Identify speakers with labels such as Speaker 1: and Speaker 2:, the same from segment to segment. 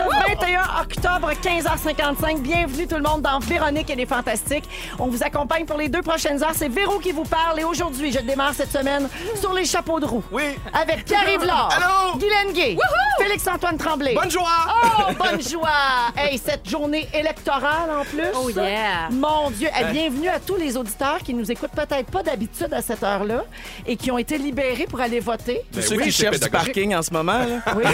Speaker 1: Oh, octobre, 15h55. Bienvenue tout le monde dans Véronique et les Fantastiques. On vous accompagne pour les deux prochaines heures. C'est Véro qui vous parle et aujourd'hui, je démarre cette semaine sur les chapeaux de roue.
Speaker 2: Oui.
Speaker 1: Avec Pierre-Yves Laure,
Speaker 2: Allô?
Speaker 1: Guylaine Gay, Félix-Antoine Tremblay.
Speaker 2: Bonne joie!
Speaker 1: Oh, bonne joie! Hey, cette journée électorale en plus.
Speaker 3: Oh, yeah.
Speaker 1: Mon Dieu! Eh, bienvenue à tous les auditeurs qui nous écoutent peut-être pas d'habitude à cette heure-là et qui ont été libérés pour aller voter.
Speaker 2: Ben
Speaker 4: Ceux
Speaker 2: oui,
Speaker 4: qui
Speaker 2: c'est
Speaker 4: cherchent du
Speaker 2: pédagogique.
Speaker 4: parking en ce moment, là.
Speaker 1: Oui.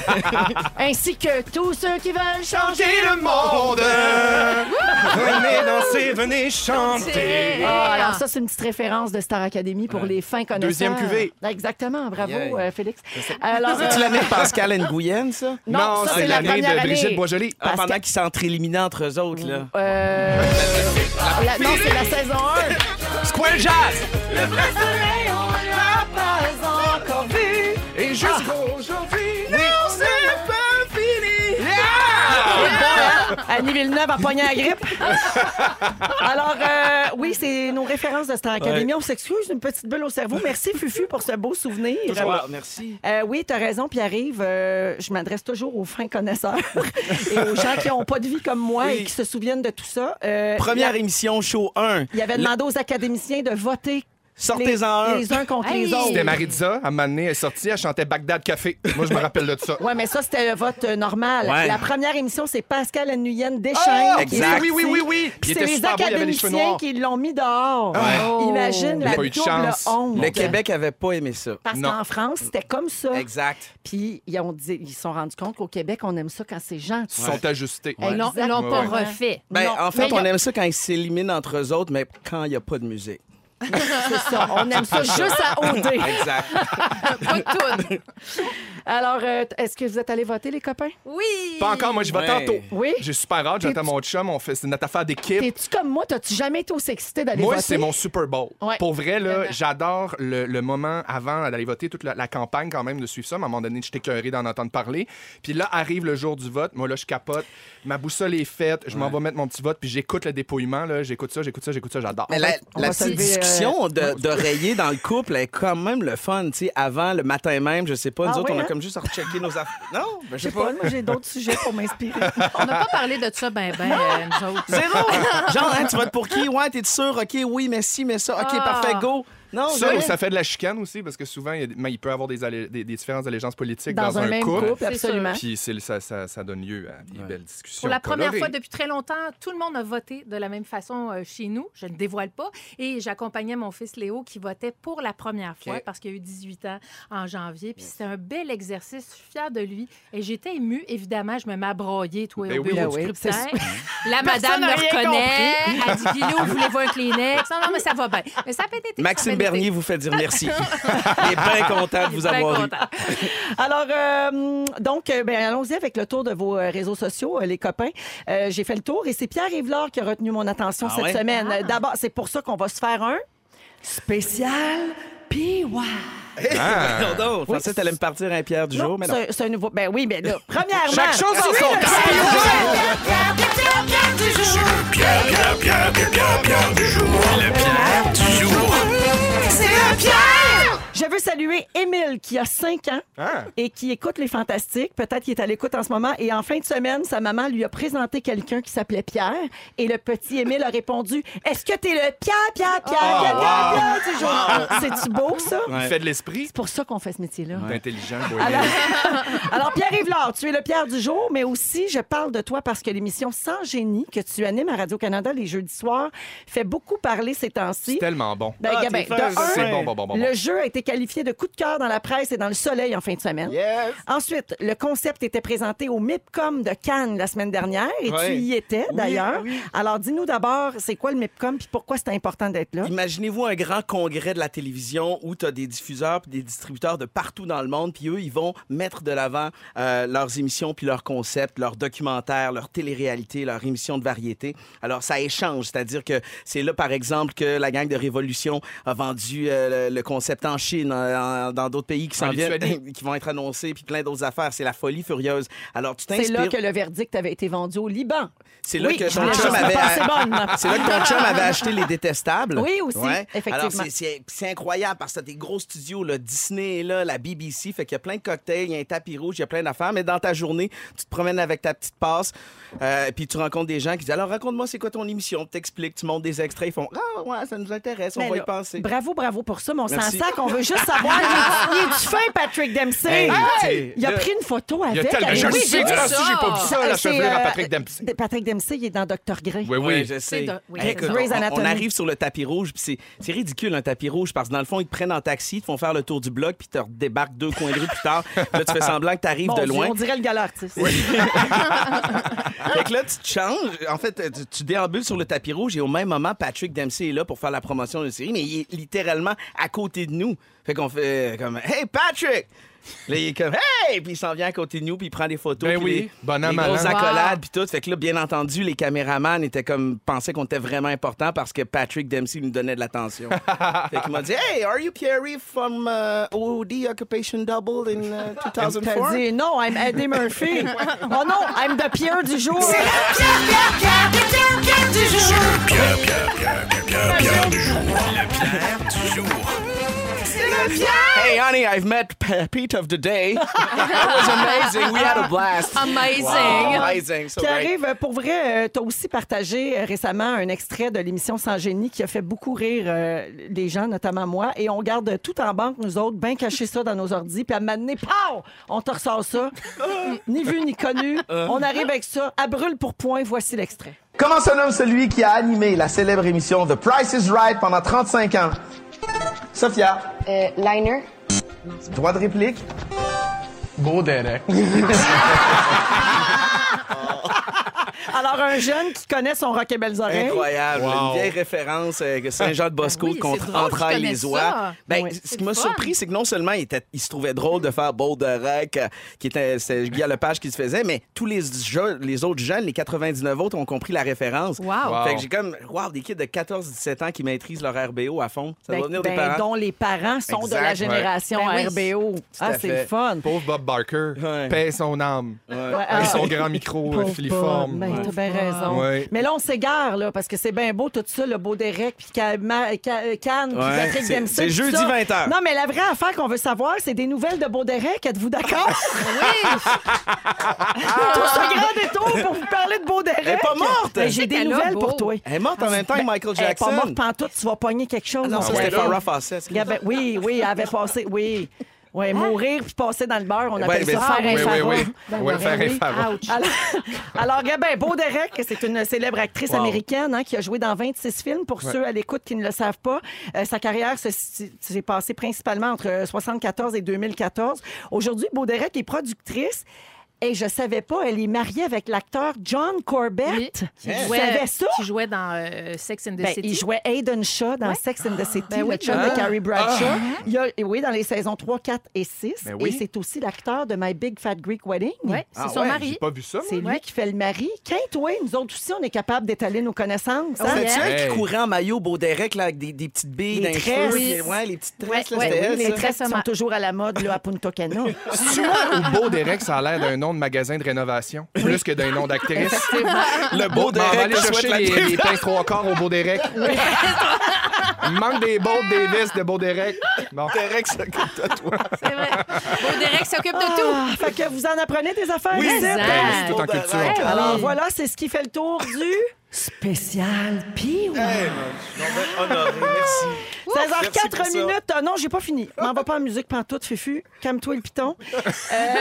Speaker 1: Ainsi que tous ceux qui veulent changer.
Speaker 2: Changer le monde! venez danser, venez chanter!
Speaker 1: Ah, alors ça, c'est une petite référence de Star Academy pour les fins connaisseurs.
Speaker 4: Deuxième cuvée.
Speaker 1: Exactement, bravo
Speaker 4: Yeah.
Speaker 1: euh, Félix. Alors,
Speaker 4: C'est
Speaker 1: euh,
Speaker 4: l'année de Pascal Nguyen, ça?
Speaker 1: non, ça, c'est la
Speaker 2: l'année
Speaker 1: première
Speaker 2: de Brigitte
Speaker 1: année.
Speaker 2: Boisjoli.
Speaker 4: Ah, pendant
Speaker 1: Pascal-
Speaker 4: qu'ils s'entre-éliminaient entre eux autres, là.
Speaker 1: Euh, la- non, c'est la saison 1.
Speaker 2: Square Jazz!
Speaker 1: soleil, on ne l'a pas encore vu.
Speaker 2: Et Ah. jusqu'aujourd'hui, non, c'est pas fini!
Speaker 1: Ah. Annie Villeneuve a pogné la grippe. Alors, euh, oui, c'est nos références de Star Academy. On s'excuse, une petite bulle au cerveau. Merci, Fufu, pour ce beau souvenir.
Speaker 4: Bonsoir, merci.
Speaker 1: Euh, oui, tu as raison, puis arrive. je m'adresse toujours aux fins connaisseurs et aux gens qui n'ont pas de vie comme moi et qui se souviennent de tout ça. Euh,
Speaker 4: Première
Speaker 1: la-
Speaker 4: émission, show 1.
Speaker 1: Il avait demandé aux académiciens de voter les,
Speaker 4: Sortez-en un.
Speaker 1: les uns contre
Speaker 3: Hey!
Speaker 1: les autres.
Speaker 2: C'était Maritza, à un moment donné, elle est sortie, elle chantait Bagdad Café. Moi, je me rappelle de ça.
Speaker 1: Oui, mais ça, c'était le vote euh, normal.
Speaker 4: Ouais.
Speaker 1: La première émission, c'est Pascal Annuyen Deschênes.
Speaker 2: Ah,
Speaker 1: qui est
Speaker 4: exact.
Speaker 1: sorti.
Speaker 2: Oui, oui, oui, oui.
Speaker 1: Puis
Speaker 2: Il
Speaker 1: C'est
Speaker 2: était
Speaker 1: les
Speaker 2: super beau, il avait les cheveux
Speaker 1: académiciens
Speaker 2: noirs.
Speaker 1: qui l'ont mis dehors. Oh!
Speaker 3: Ouais.
Speaker 1: Imagine
Speaker 2: a
Speaker 1: la
Speaker 2: pas eu
Speaker 1: double
Speaker 2: de chance.
Speaker 1: honte.
Speaker 4: Le Québec avait pas aimé ça.
Speaker 1: Parce
Speaker 2: Non.
Speaker 1: qu'en France, c'était comme ça.
Speaker 4: Exact.
Speaker 1: Puis ils ont dit- ils se sont rendus compte qu'au Québec, on aime ça quand c'est gentil.
Speaker 2: Ils se sont ajustés.
Speaker 3: Ils l'ont ils l'ont pas
Speaker 2: Ouais,
Speaker 1: ouais.
Speaker 3: refait.
Speaker 4: Ben,
Speaker 1: Non,
Speaker 4: en fait,
Speaker 3: mais
Speaker 4: on
Speaker 3: y a-
Speaker 4: aime ça quand ils s'éliminent entre eux autres, mais quand il n'y a pas de musique.
Speaker 1: C'est ça. On aime ça juste à OD.
Speaker 4: Exact.
Speaker 3: Pas de toune.
Speaker 1: Alors, euh, t- est-ce que vous êtes allés voter, les copains?
Speaker 3: Oui.
Speaker 2: Pas encore, moi, j'y vais
Speaker 4: Ouais.
Speaker 2: tantôt.
Speaker 1: Oui?
Speaker 2: J'ai super hâte, j'attends
Speaker 1: T'es-
Speaker 2: mon chum, on fait, c'est notre affaire d'équipe.
Speaker 1: T'es-tu comme moi? T'as-tu jamais été aussi excité d'aller voter?
Speaker 2: Moi, c'est mon Super Bowl.
Speaker 1: Ouais.
Speaker 2: Pour vrai, là,
Speaker 3: Vraiment.
Speaker 2: j'adore le, le moment avant d'aller voter, toute la, la campagne quand même de suivre ça. Mais à un moment donné, j'étais écœuré d'en entendre parler. Puis là, arrive le jour du vote. Moi, là, je capote. Ma boussole est faite. Je m'en vais mettre mon petit vote. Puis j'écoute le dépouillement. là. J'écoute ça, j'écoute ça, j'écoute ça. J'adore.
Speaker 4: Mais la,
Speaker 1: on
Speaker 4: la
Speaker 1: va se
Speaker 4: petite
Speaker 1: lever, euh,
Speaker 4: discussion de- d'oreiller dans le couple est quand même le fun. tu sais. avant, le matin même, je sais pas, nous
Speaker 1: Ah
Speaker 4: autres,
Speaker 1: oui,
Speaker 4: on a
Speaker 1: hein?
Speaker 4: comme juste à rechecker nos affaires. Non, ben, je
Speaker 1: Je
Speaker 4: sais
Speaker 1: sais pas,
Speaker 4: pas.
Speaker 1: moi, j'ai d'autres sujets pour m'inspirer.
Speaker 3: On n'a pas parlé de ça, ben, ben, euh, nous autres.
Speaker 4: Zéro! Genre, hein, tu votes pour qui? Ouais, t'es sûr? OK, oui, mais si, mais ça. OK,
Speaker 3: Ah.
Speaker 4: parfait, go. Non,
Speaker 2: Ça,
Speaker 4: jamais.
Speaker 2: ou ça fait de la chicane aussi, parce que souvent, il, y a des- mais il peut y avoir des, allé- des, des différentes allégeances politiques dans,
Speaker 1: Dans un même hein.
Speaker 2: couple.
Speaker 1: couple,
Speaker 3: C'est
Speaker 1: absolument.
Speaker 2: Puis c'est- ça, ça- ça donne lieu à des belles discussions.
Speaker 3: Pour la première
Speaker 2: colorées.
Speaker 3: fois depuis très longtemps, tout le monde a voté de la même façon euh, chez nous. Je ne dévoile pas. Et j'accompagnais mon fils Léo qui votait pour la première fois
Speaker 4: OK.
Speaker 3: parce qu'il a eu 18 ans en janvier. Puis c'était un bel exercice. Je suis fière de lui. Et j'étais émue, évidemment. Je me mets à broyer, toi,
Speaker 2: Ben
Speaker 3: au
Speaker 2: oui,
Speaker 3: bureau
Speaker 1: ben
Speaker 3: du
Speaker 1: oui,
Speaker 3: scrutin.
Speaker 1: c'est
Speaker 3: La madame
Speaker 1: Personne
Speaker 3: me
Speaker 1: n'a rien
Speaker 3: reconnaît. Elle dit Guilou, voulez-vous un Kleenex? Non, non, mais ça va bien. Mais ça peut être.
Speaker 4: Maxime Bernier vous fait dire merci. Il est bien content de vous avoir eu.
Speaker 1: Alors, euh, donc, euh, ben, allons-y avec le tour de vos euh, réseaux sociaux, euh, les copains. Euh, J'ai fait le tour et c'est Pierre Yvelard qui a retenu mon attention
Speaker 4: Ah
Speaker 1: cette
Speaker 4: ouais?
Speaker 1: semaine. Euh, D'abord, c'est pour ça qu'on va se faire un spécial PY.
Speaker 4: Non, non, je pensais que t'allais me partir un pierre du jour,
Speaker 1: Non,
Speaker 4: mais non. Ah
Speaker 1: c'est c'est un nouveau. Ben oui, mais là, premièrement.
Speaker 4: Chaque chose en son temps.
Speaker 1: Je veux saluer Émile qui a 5 ans
Speaker 2: Ah.
Speaker 1: et qui écoute les fantastiques. Peut-être qu'il est à l'écoute en ce moment. Et en fin de semaine, sa maman lui a présenté quelqu'un qui s'appelait Pierre. Et le petit Émile a répondu Est-ce que t'es le Pierre, Pierre, Pierre, Pierre, Pierre, Pierre, du jour? C'est-tu beau, ça?
Speaker 2: Il fait de l'esprit.
Speaker 1: C'est pour ça qu'on fait ce métier-là.
Speaker 2: T'es intelligent, boy.
Speaker 1: Alors, Pierre-Yves Laure, tu es le Pierre du jour, mais aussi, je parle de toi parce que l'émission Sans génie que tu animes à Radio-Canada les jeudis soirs fait beaucoup parler ces temps-ci.
Speaker 2: C'est tellement bon.
Speaker 1: Ben,
Speaker 4: Ah,
Speaker 1: Gabin,
Speaker 4: t'es
Speaker 1: de
Speaker 4: fin,
Speaker 1: un,
Speaker 2: C'est bon, bon,
Speaker 4: Oh,
Speaker 2: bon, bon. bon.
Speaker 1: le jeu a été qualifié de coup de cœur dans la presse et dans le soleil en fin de semaine. Ensuite, le concept était présenté au MIPCOM de Cannes la semaine dernière et tu
Speaker 4: Ouais.
Speaker 1: y étais
Speaker 4: Oui,
Speaker 1: d'ailleurs.
Speaker 4: oui.
Speaker 1: Alors, dis-nous d'abord, c'est quoi le MIPCOM puis pourquoi c'est important d'être là?
Speaker 4: Imaginez-vous un grand congrès de la télévision où tu as des diffuseurs puis des distributeurs de partout dans le monde, puis eux, ils vont mettre de l'avant euh, leurs émissions, puis leurs concepts, leurs documentaires, leurs téléréalités, leurs émissions de variété. Alors, ça échange, c'est-à-dire que c'est là, par exemple, que la gang de Révolution a vendu euh, le, le concept en Chine. Chine, euh, en- dans d'autres pays qui
Speaker 2: En
Speaker 4: s'en viennent,
Speaker 2: Lituanie.
Speaker 4: qui vont être annoncés, puis plein d'autres affaires. C'est la folie furieuse. Alors, tu
Speaker 1: C'est
Speaker 4: t'inspires.
Speaker 1: là que le verdict avait été vendu au Liban.
Speaker 4: C'est là
Speaker 1: Oui,
Speaker 4: que
Speaker 1: je
Speaker 4: ton
Speaker 1: voulais
Speaker 4: chum
Speaker 1: juste me
Speaker 4: avait.
Speaker 1: passer bonne.
Speaker 4: C'est là que ton chum avait acheté les détestables.
Speaker 1: Oui, aussi, effectivement.
Speaker 4: Alors, c'est- c'est c'est incroyable parce que t'as des gros studios, le Disney est là, la BBC, fait qu'il y a plein de cocktails, il y a un tapis rouge, il y a plein d'affaires. Mais dans ta journée, tu te promènes avec ta petite passe, euh, puis tu rencontres des gens qui disent Alors, raconte-moi, c'est quoi ton émission T'expliques, tu montes des extraits, ils font Ah, ouais, ça nous intéresse, on
Speaker 1: Mais
Speaker 4: va
Speaker 1: Ben là,
Speaker 4: y penser.
Speaker 1: Bravo, bravo pour ça, mon
Speaker 4: Merci.
Speaker 1: sans-sac. On veut juste savoir, il est- il est-tu fin, Patrick Dempsey?
Speaker 4: Hey,
Speaker 1: Hey!
Speaker 4: t'sais,
Speaker 1: il a
Speaker 4: là-
Speaker 1: pris une photo avec. Ah,
Speaker 2: Il y a tellement.
Speaker 1: avec-
Speaker 2: Je
Speaker 3: oui,
Speaker 2: sais
Speaker 3: j'ai
Speaker 2: que
Speaker 3: vu
Speaker 2: là, si j'ai pas vu
Speaker 3: ça.
Speaker 2: ça, la
Speaker 1: C'est,
Speaker 2: chevelure à
Speaker 1: euh,
Speaker 2: Patrick Dempsey.
Speaker 1: de- Patrick Dempsey, il est dans Dr. Grey.
Speaker 2: Oui, oui.
Speaker 4: Oui, je sais.
Speaker 3: C'est de- oui,
Speaker 4: Hey,
Speaker 3: c'est
Speaker 4: écoute,
Speaker 3: ça.
Speaker 1: Grey's
Speaker 4: on- on,
Speaker 1: Anatomy.
Speaker 4: arrive sur le tapis rouge, puis c'est- c'est ridicule un tapis rouge parce que dans le fond, ils te prennent en taxi, ils te font faire le tour du bloc, puis ils te débarquent deux coins de rue plus tard. Puis Là, tu fais semblant que tu arrives
Speaker 1: Mon
Speaker 4: de
Speaker 1: Dieu,
Speaker 4: loin.
Speaker 1: on dirait le gala artiste.
Speaker 4: Fait que là, tu te changes. En fait, tu, tu déambules sur le tapis rouge et au même moment, Patrick Dempsey est là pour faire la promotion de la série, mais il est littéralement à côté de nous. Fait qu'on fait euh, comme Hey Patrick! Là, il est comme Hey! Puis il s'en vient à côté de nous, puis il prend des photos.
Speaker 2: Ben
Speaker 4: puis
Speaker 2: oui,
Speaker 4: les,
Speaker 2: bon an,
Speaker 4: les
Speaker 2: mal an.
Speaker 4: grosses accolades,
Speaker 3: Wow.
Speaker 4: puis tout. Fait que là, bien entendu, les caméramans étaient comme, pensaient qu'on était vraiment important parce que Patrick Dempsey nous donnait de l'attention. fait qu'il m'a dit Hey, are you Pierre from uh, OD Occupation Double in uh,
Speaker 1: T'as
Speaker 4: 2004?
Speaker 1: dit non, I'm Eddie Murphy. oh non, I'm the Pierre du jour.
Speaker 5: Pierre, Pierre, Pierre, Pierre, Pierre, Pierre du jour. Le Pierre du jour.
Speaker 4: Hey, honey, I've met P- Pete of the day. That was amazing. We had a blast.
Speaker 3: Amazing.
Speaker 4: Wow, amazing. So
Speaker 1: Qui
Speaker 4: great.
Speaker 1: arrive, pour vrai, tu as aussi partagé euh, récemment un extrait de l'émission Sans génie qui a fait beaucoup rire euh, les gens, notamment moi. Et on garde tout en banque, nous autres, bien caché ça dans nos ordi. Puis à un moment donné, pow! on te ressort ça. ni vu, ni connu.
Speaker 4: Euh.
Speaker 1: on arrive avec ça. À brûle pour point, voici l'extrait.
Speaker 6: Comment se nomme celui qui a animé la célèbre émission The Price is Right pendant 35 ans? Sophia,
Speaker 7: Euh, liner.
Speaker 6: droit de réplique? Beau Derek.
Speaker 1: Alors, un jeune qui connaît son rock et belles oreilles.
Speaker 4: Incroyable.
Speaker 2: Wow.
Speaker 4: Une vieille référence euh, que Saint-Jean-de-Bosco
Speaker 3: Ben oui,
Speaker 4: contre
Speaker 3: c'est drôle, je
Speaker 4: Entrailles
Speaker 3: connais
Speaker 4: les
Speaker 3: ça.
Speaker 4: oies. Ben,
Speaker 1: Oui.
Speaker 4: ce
Speaker 3: C'est
Speaker 4: qui
Speaker 3: le
Speaker 4: m'a
Speaker 3: fun.
Speaker 4: surpris, c'est que non seulement il, était- il se trouvait drôle de faire Bold Rack, euh, qui était c'est Guy Lepage qui se faisait, mais tous les, jeux- les autres jeunes, les 99 autres, ont compris la référence.
Speaker 3: Wow. Wow.
Speaker 4: Fait que j'ai comme, wow, des kids de 14-17 ans qui maîtrisent leur RBO à fond. Ça
Speaker 1: Ben-
Speaker 4: doit venir des
Speaker 1: ben,
Speaker 4: parents.
Speaker 1: dont les parents sont de la
Speaker 4: Exact, ouais.
Speaker 1: génération
Speaker 3: Ben oui.
Speaker 1: RBO.
Speaker 4: à
Speaker 1: Ah, c'est le
Speaker 4: fait.
Speaker 1: fun.
Speaker 2: Pauvre Bob Barker,
Speaker 4: Ouais.
Speaker 2: paie son âme.
Speaker 1: Ouais,
Speaker 2: Et
Speaker 1: ah,
Speaker 2: son grand micro euh,
Speaker 1: Pauvre
Speaker 2: filiforme.
Speaker 1: Bob, ben, t'as bien raison.
Speaker 2: Ouais.
Speaker 1: Mais là, on s'égare, là, parce que c'est bien beau tout ça, le beau Derek, puis Ca- Ma- Ca- Cannes, puis
Speaker 4: Ouais,
Speaker 1: Patrick
Speaker 4: c'est-
Speaker 1: Dempsey.
Speaker 4: c'est
Speaker 1: tout
Speaker 4: jeudi
Speaker 1: ça.
Speaker 4: 20 heures.
Speaker 1: Non, mais la vraie affaire qu'on veut savoir, c'est des nouvelles de beau Derek. Êtes-vous d'accord? oui! tout ce grand détour pour vous parler de beau Derek.
Speaker 4: Ah! Elle est pas morte.
Speaker 1: Ben, J'ai des
Speaker 3: Elle a
Speaker 1: nouvelles
Speaker 3: beau.
Speaker 1: pour toi.
Speaker 4: Elle est morte en même temps que
Speaker 1: Ben,
Speaker 4: Michael
Speaker 1: Elle est
Speaker 4: Jackson.
Speaker 1: pas morte pantoute, tu vas pogner quelque chose.
Speaker 4: Non,
Speaker 1: on
Speaker 4: ça,
Speaker 1: se
Speaker 4: c'était
Speaker 1: rappelle.
Speaker 4: Farrah Fawcett.
Speaker 1: Gabin- oui, oui, elle avait passé, oui. Oui, mourir puis passer dans le beurre, on appelle
Speaker 4: ben,
Speaker 1: ça
Speaker 4: ah,
Speaker 1: faire un
Speaker 2: Oui, oui,
Speaker 1: pharaon.
Speaker 2: oui. Ouais, faire un pharaon.
Speaker 3: Ben, Ouch.
Speaker 1: Alors, alors Gabin Beauderec, c'est une célèbre actrice américaine hein, qui a joué dans 26 films. Pour ceux à l'écoute qui ne le savent pas, euh, sa carrière se- s'est passée principalement entre 74 et 2014. Aujourd'hui, Beauderec est productrice. Et je savais pas, elle est mariée avec l'acteur John
Speaker 3: Oui,
Speaker 1: Corbett.
Speaker 3: qui
Speaker 1: Tu
Speaker 3: jouait-
Speaker 1: savais ça?
Speaker 3: Qui jouait dans euh, Sex and the
Speaker 1: Ben,
Speaker 3: City.
Speaker 1: il jouait Aiden Shaw dans Sex and the City,
Speaker 3: Ben
Speaker 1: le
Speaker 3: oui. Ah.
Speaker 1: chum de
Speaker 2: Ah.
Speaker 1: Carrie Bradshaw. Il y a- et oui, dans les saisons 3, 4 et 6.
Speaker 2: Ben oui.
Speaker 1: Et c'est aussi l'acteur de My Big Fat Greek Wedding.
Speaker 3: Ouais, c'est
Speaker 4: Ah
Speaker 3: son
Speaker 4: ouais,
Speaker 2: J'ai
Speaker 3: mari.
Speaker 2: pas vu ça. moi.
Speaker 1: C'est lui qui fait le mari. Kate, oui, nous autres aussi, on est capable d'étaler nos connaissances. hein?
Speaker 4: C'est elle
Speaker 2: Hey.
Speaker 4: qui courait en maillot beau Derek là, avec des, des petites billes
Speaker 1: Les
Speaker 4: dans les
Speaker 1: tresses.
Speaker 4: cheveux. Les- Ouais, les petites tresses, là,
Speaker 3: Ouais,
Speaker 4: c'était
Speaker 3: ouais,
Speaker 4: elle,
Speaker 1: les
Speaker 4: ça.
Speaker 3: très
Speaker 1: tresses qui sont
Speaker 3: sommaires.
Speaker 1: toujours à la mode là, à Punta Cana.
Speaker 2: Tu vois, au beau Derek, ça a l'air d'un nom de magasin de rénovation, plus que d'un nom d'actrice.
Speaker 4: Le
Speaker 2: Bon,
Speaker 4: beau
Speaker 2: ben, on va
Speaker 4: Derek
Speaker 2: aller
Speaker 4: te souhaite
Speaker 2: chercher
Speaker 4: la
Speaker 2: les, les
Speaker 4: bienvenue.
Speaker 2: pinces trois quarts au beau Derek. Il manque des bottes, des vestes de beau Derek. Bon.
Speaker 4: Derek, ça coûte à toi.
Speaker 3: C'est vrai. Beau Derek s'occupe de tout.
Speaker 1: Ah, fait que vous en apprenez des affaires.
Speaker 3: Oui,
Speaker 1: ici.
Speaker 3: ça.
Speaker 2: Ben, c'est tout en
Speaker 4: Beau Derek.
Speaker 2: culture.
Speaker 4: Hey,
Speaker 1: Alors voilà, c'est ce qui fait le tour du spécial Pee Wee.
Speaker 4: Honoré, merci.
Speaker 1: 16h04
Speaker 4: Merci pour ça.
Speaker 1: minutes. Ah non, j'ai pas fini. M'en va pas en musique pantoute, Fufu. Calme-toi le piton. Euh,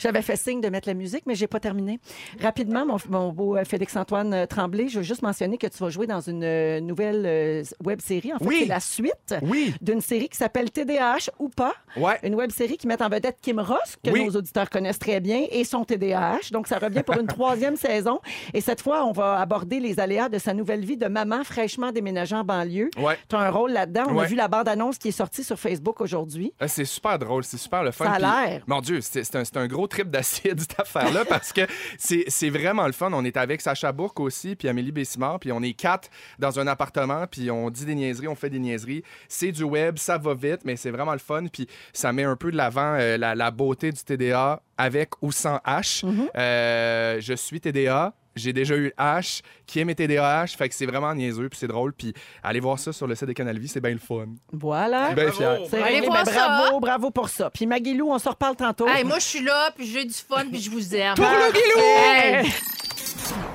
Speaker 1: J'avais fait signe de mettre la musique, mais j'ai pas terminé. Rapidement, mon, mon beau euh, Félix-Antoine euh, Tremblay, je veux juste mentionner que tu vas jouer dans une euh, nouvelle euh, web-série. En fait,
Speaker 2: Oui.
Speaker 1: c'est la suite
Speaker 2: Oui.
Speaker 1: d'une série qui s'appelle TDAH ou pas.
Speaker 2: Ouais.
Speaker 1: Une web-série qui met en vedette Kim Ross, que
Speaker 2: Oui.
Speaker 1: nos auditeurs connaissent très bien, et son TDAH. Donc, ça revient pour une troisième saison. Et cette fois, on va aborder les aléas de sa nouvelle vie de maman fraîchement déménagée en banlieue.
Speaker 2: Ouais.
Speaker 1: Tu as un rôle là-dedans. On a
Speaker 2: Ouais.
Speaker 1: vu la bande-annonce qui est sortie sur Facebook aujourd'hui.
Speaker 2: Ah, C'est super drôle, c'est super le fun.
Speaker 1: Ça a
Speaker 2: puis-
Speaker 1: l'air.
Speaker 2: Mon Dieu, c'est c'est un, c'est un gros trip d'acide, cette affaire-là, parce que c'est c'est vraiment le fun. On est avec Sacha Bourque aussi, puis Amélie Bessimard, puis on est quatre dans un appartement, puis on dit des niaiseries, on fait des niaiseries. C'est du web, ça va vite, mais c'est vraiment le fun, puis ça met un peu de l'avant euh, la, la beauté du TDA avec ou sans H.
Speaker 1: Mhm.
Speaker 2: Euh, je suis TDA. J'ai déjà eu H qui aime TDAH, fait que c'est vraiment niaiseux, puis c'est drôle. Puis allez voir ça sur le site de Canal Vie, c'est bien le fun.
Speaker 1: Voilà.
Speaker 2: Ben fier.
Speaker 1: C'est
Speaker 3: Allez
Speaker 1: réglé.
Speaker 3: voir
Speaker 1: Ben,
Speaker 3: ça.
Speaker 1: bravo, bravo pour ça. Puis Maguilou, on se reparle tantôt.
Speaker 3: Hey, moi, je suis là, puis j'ai du fun, puis je vous aime.
Speaker 1: Pour le guilou!
Speaker 3: Hey!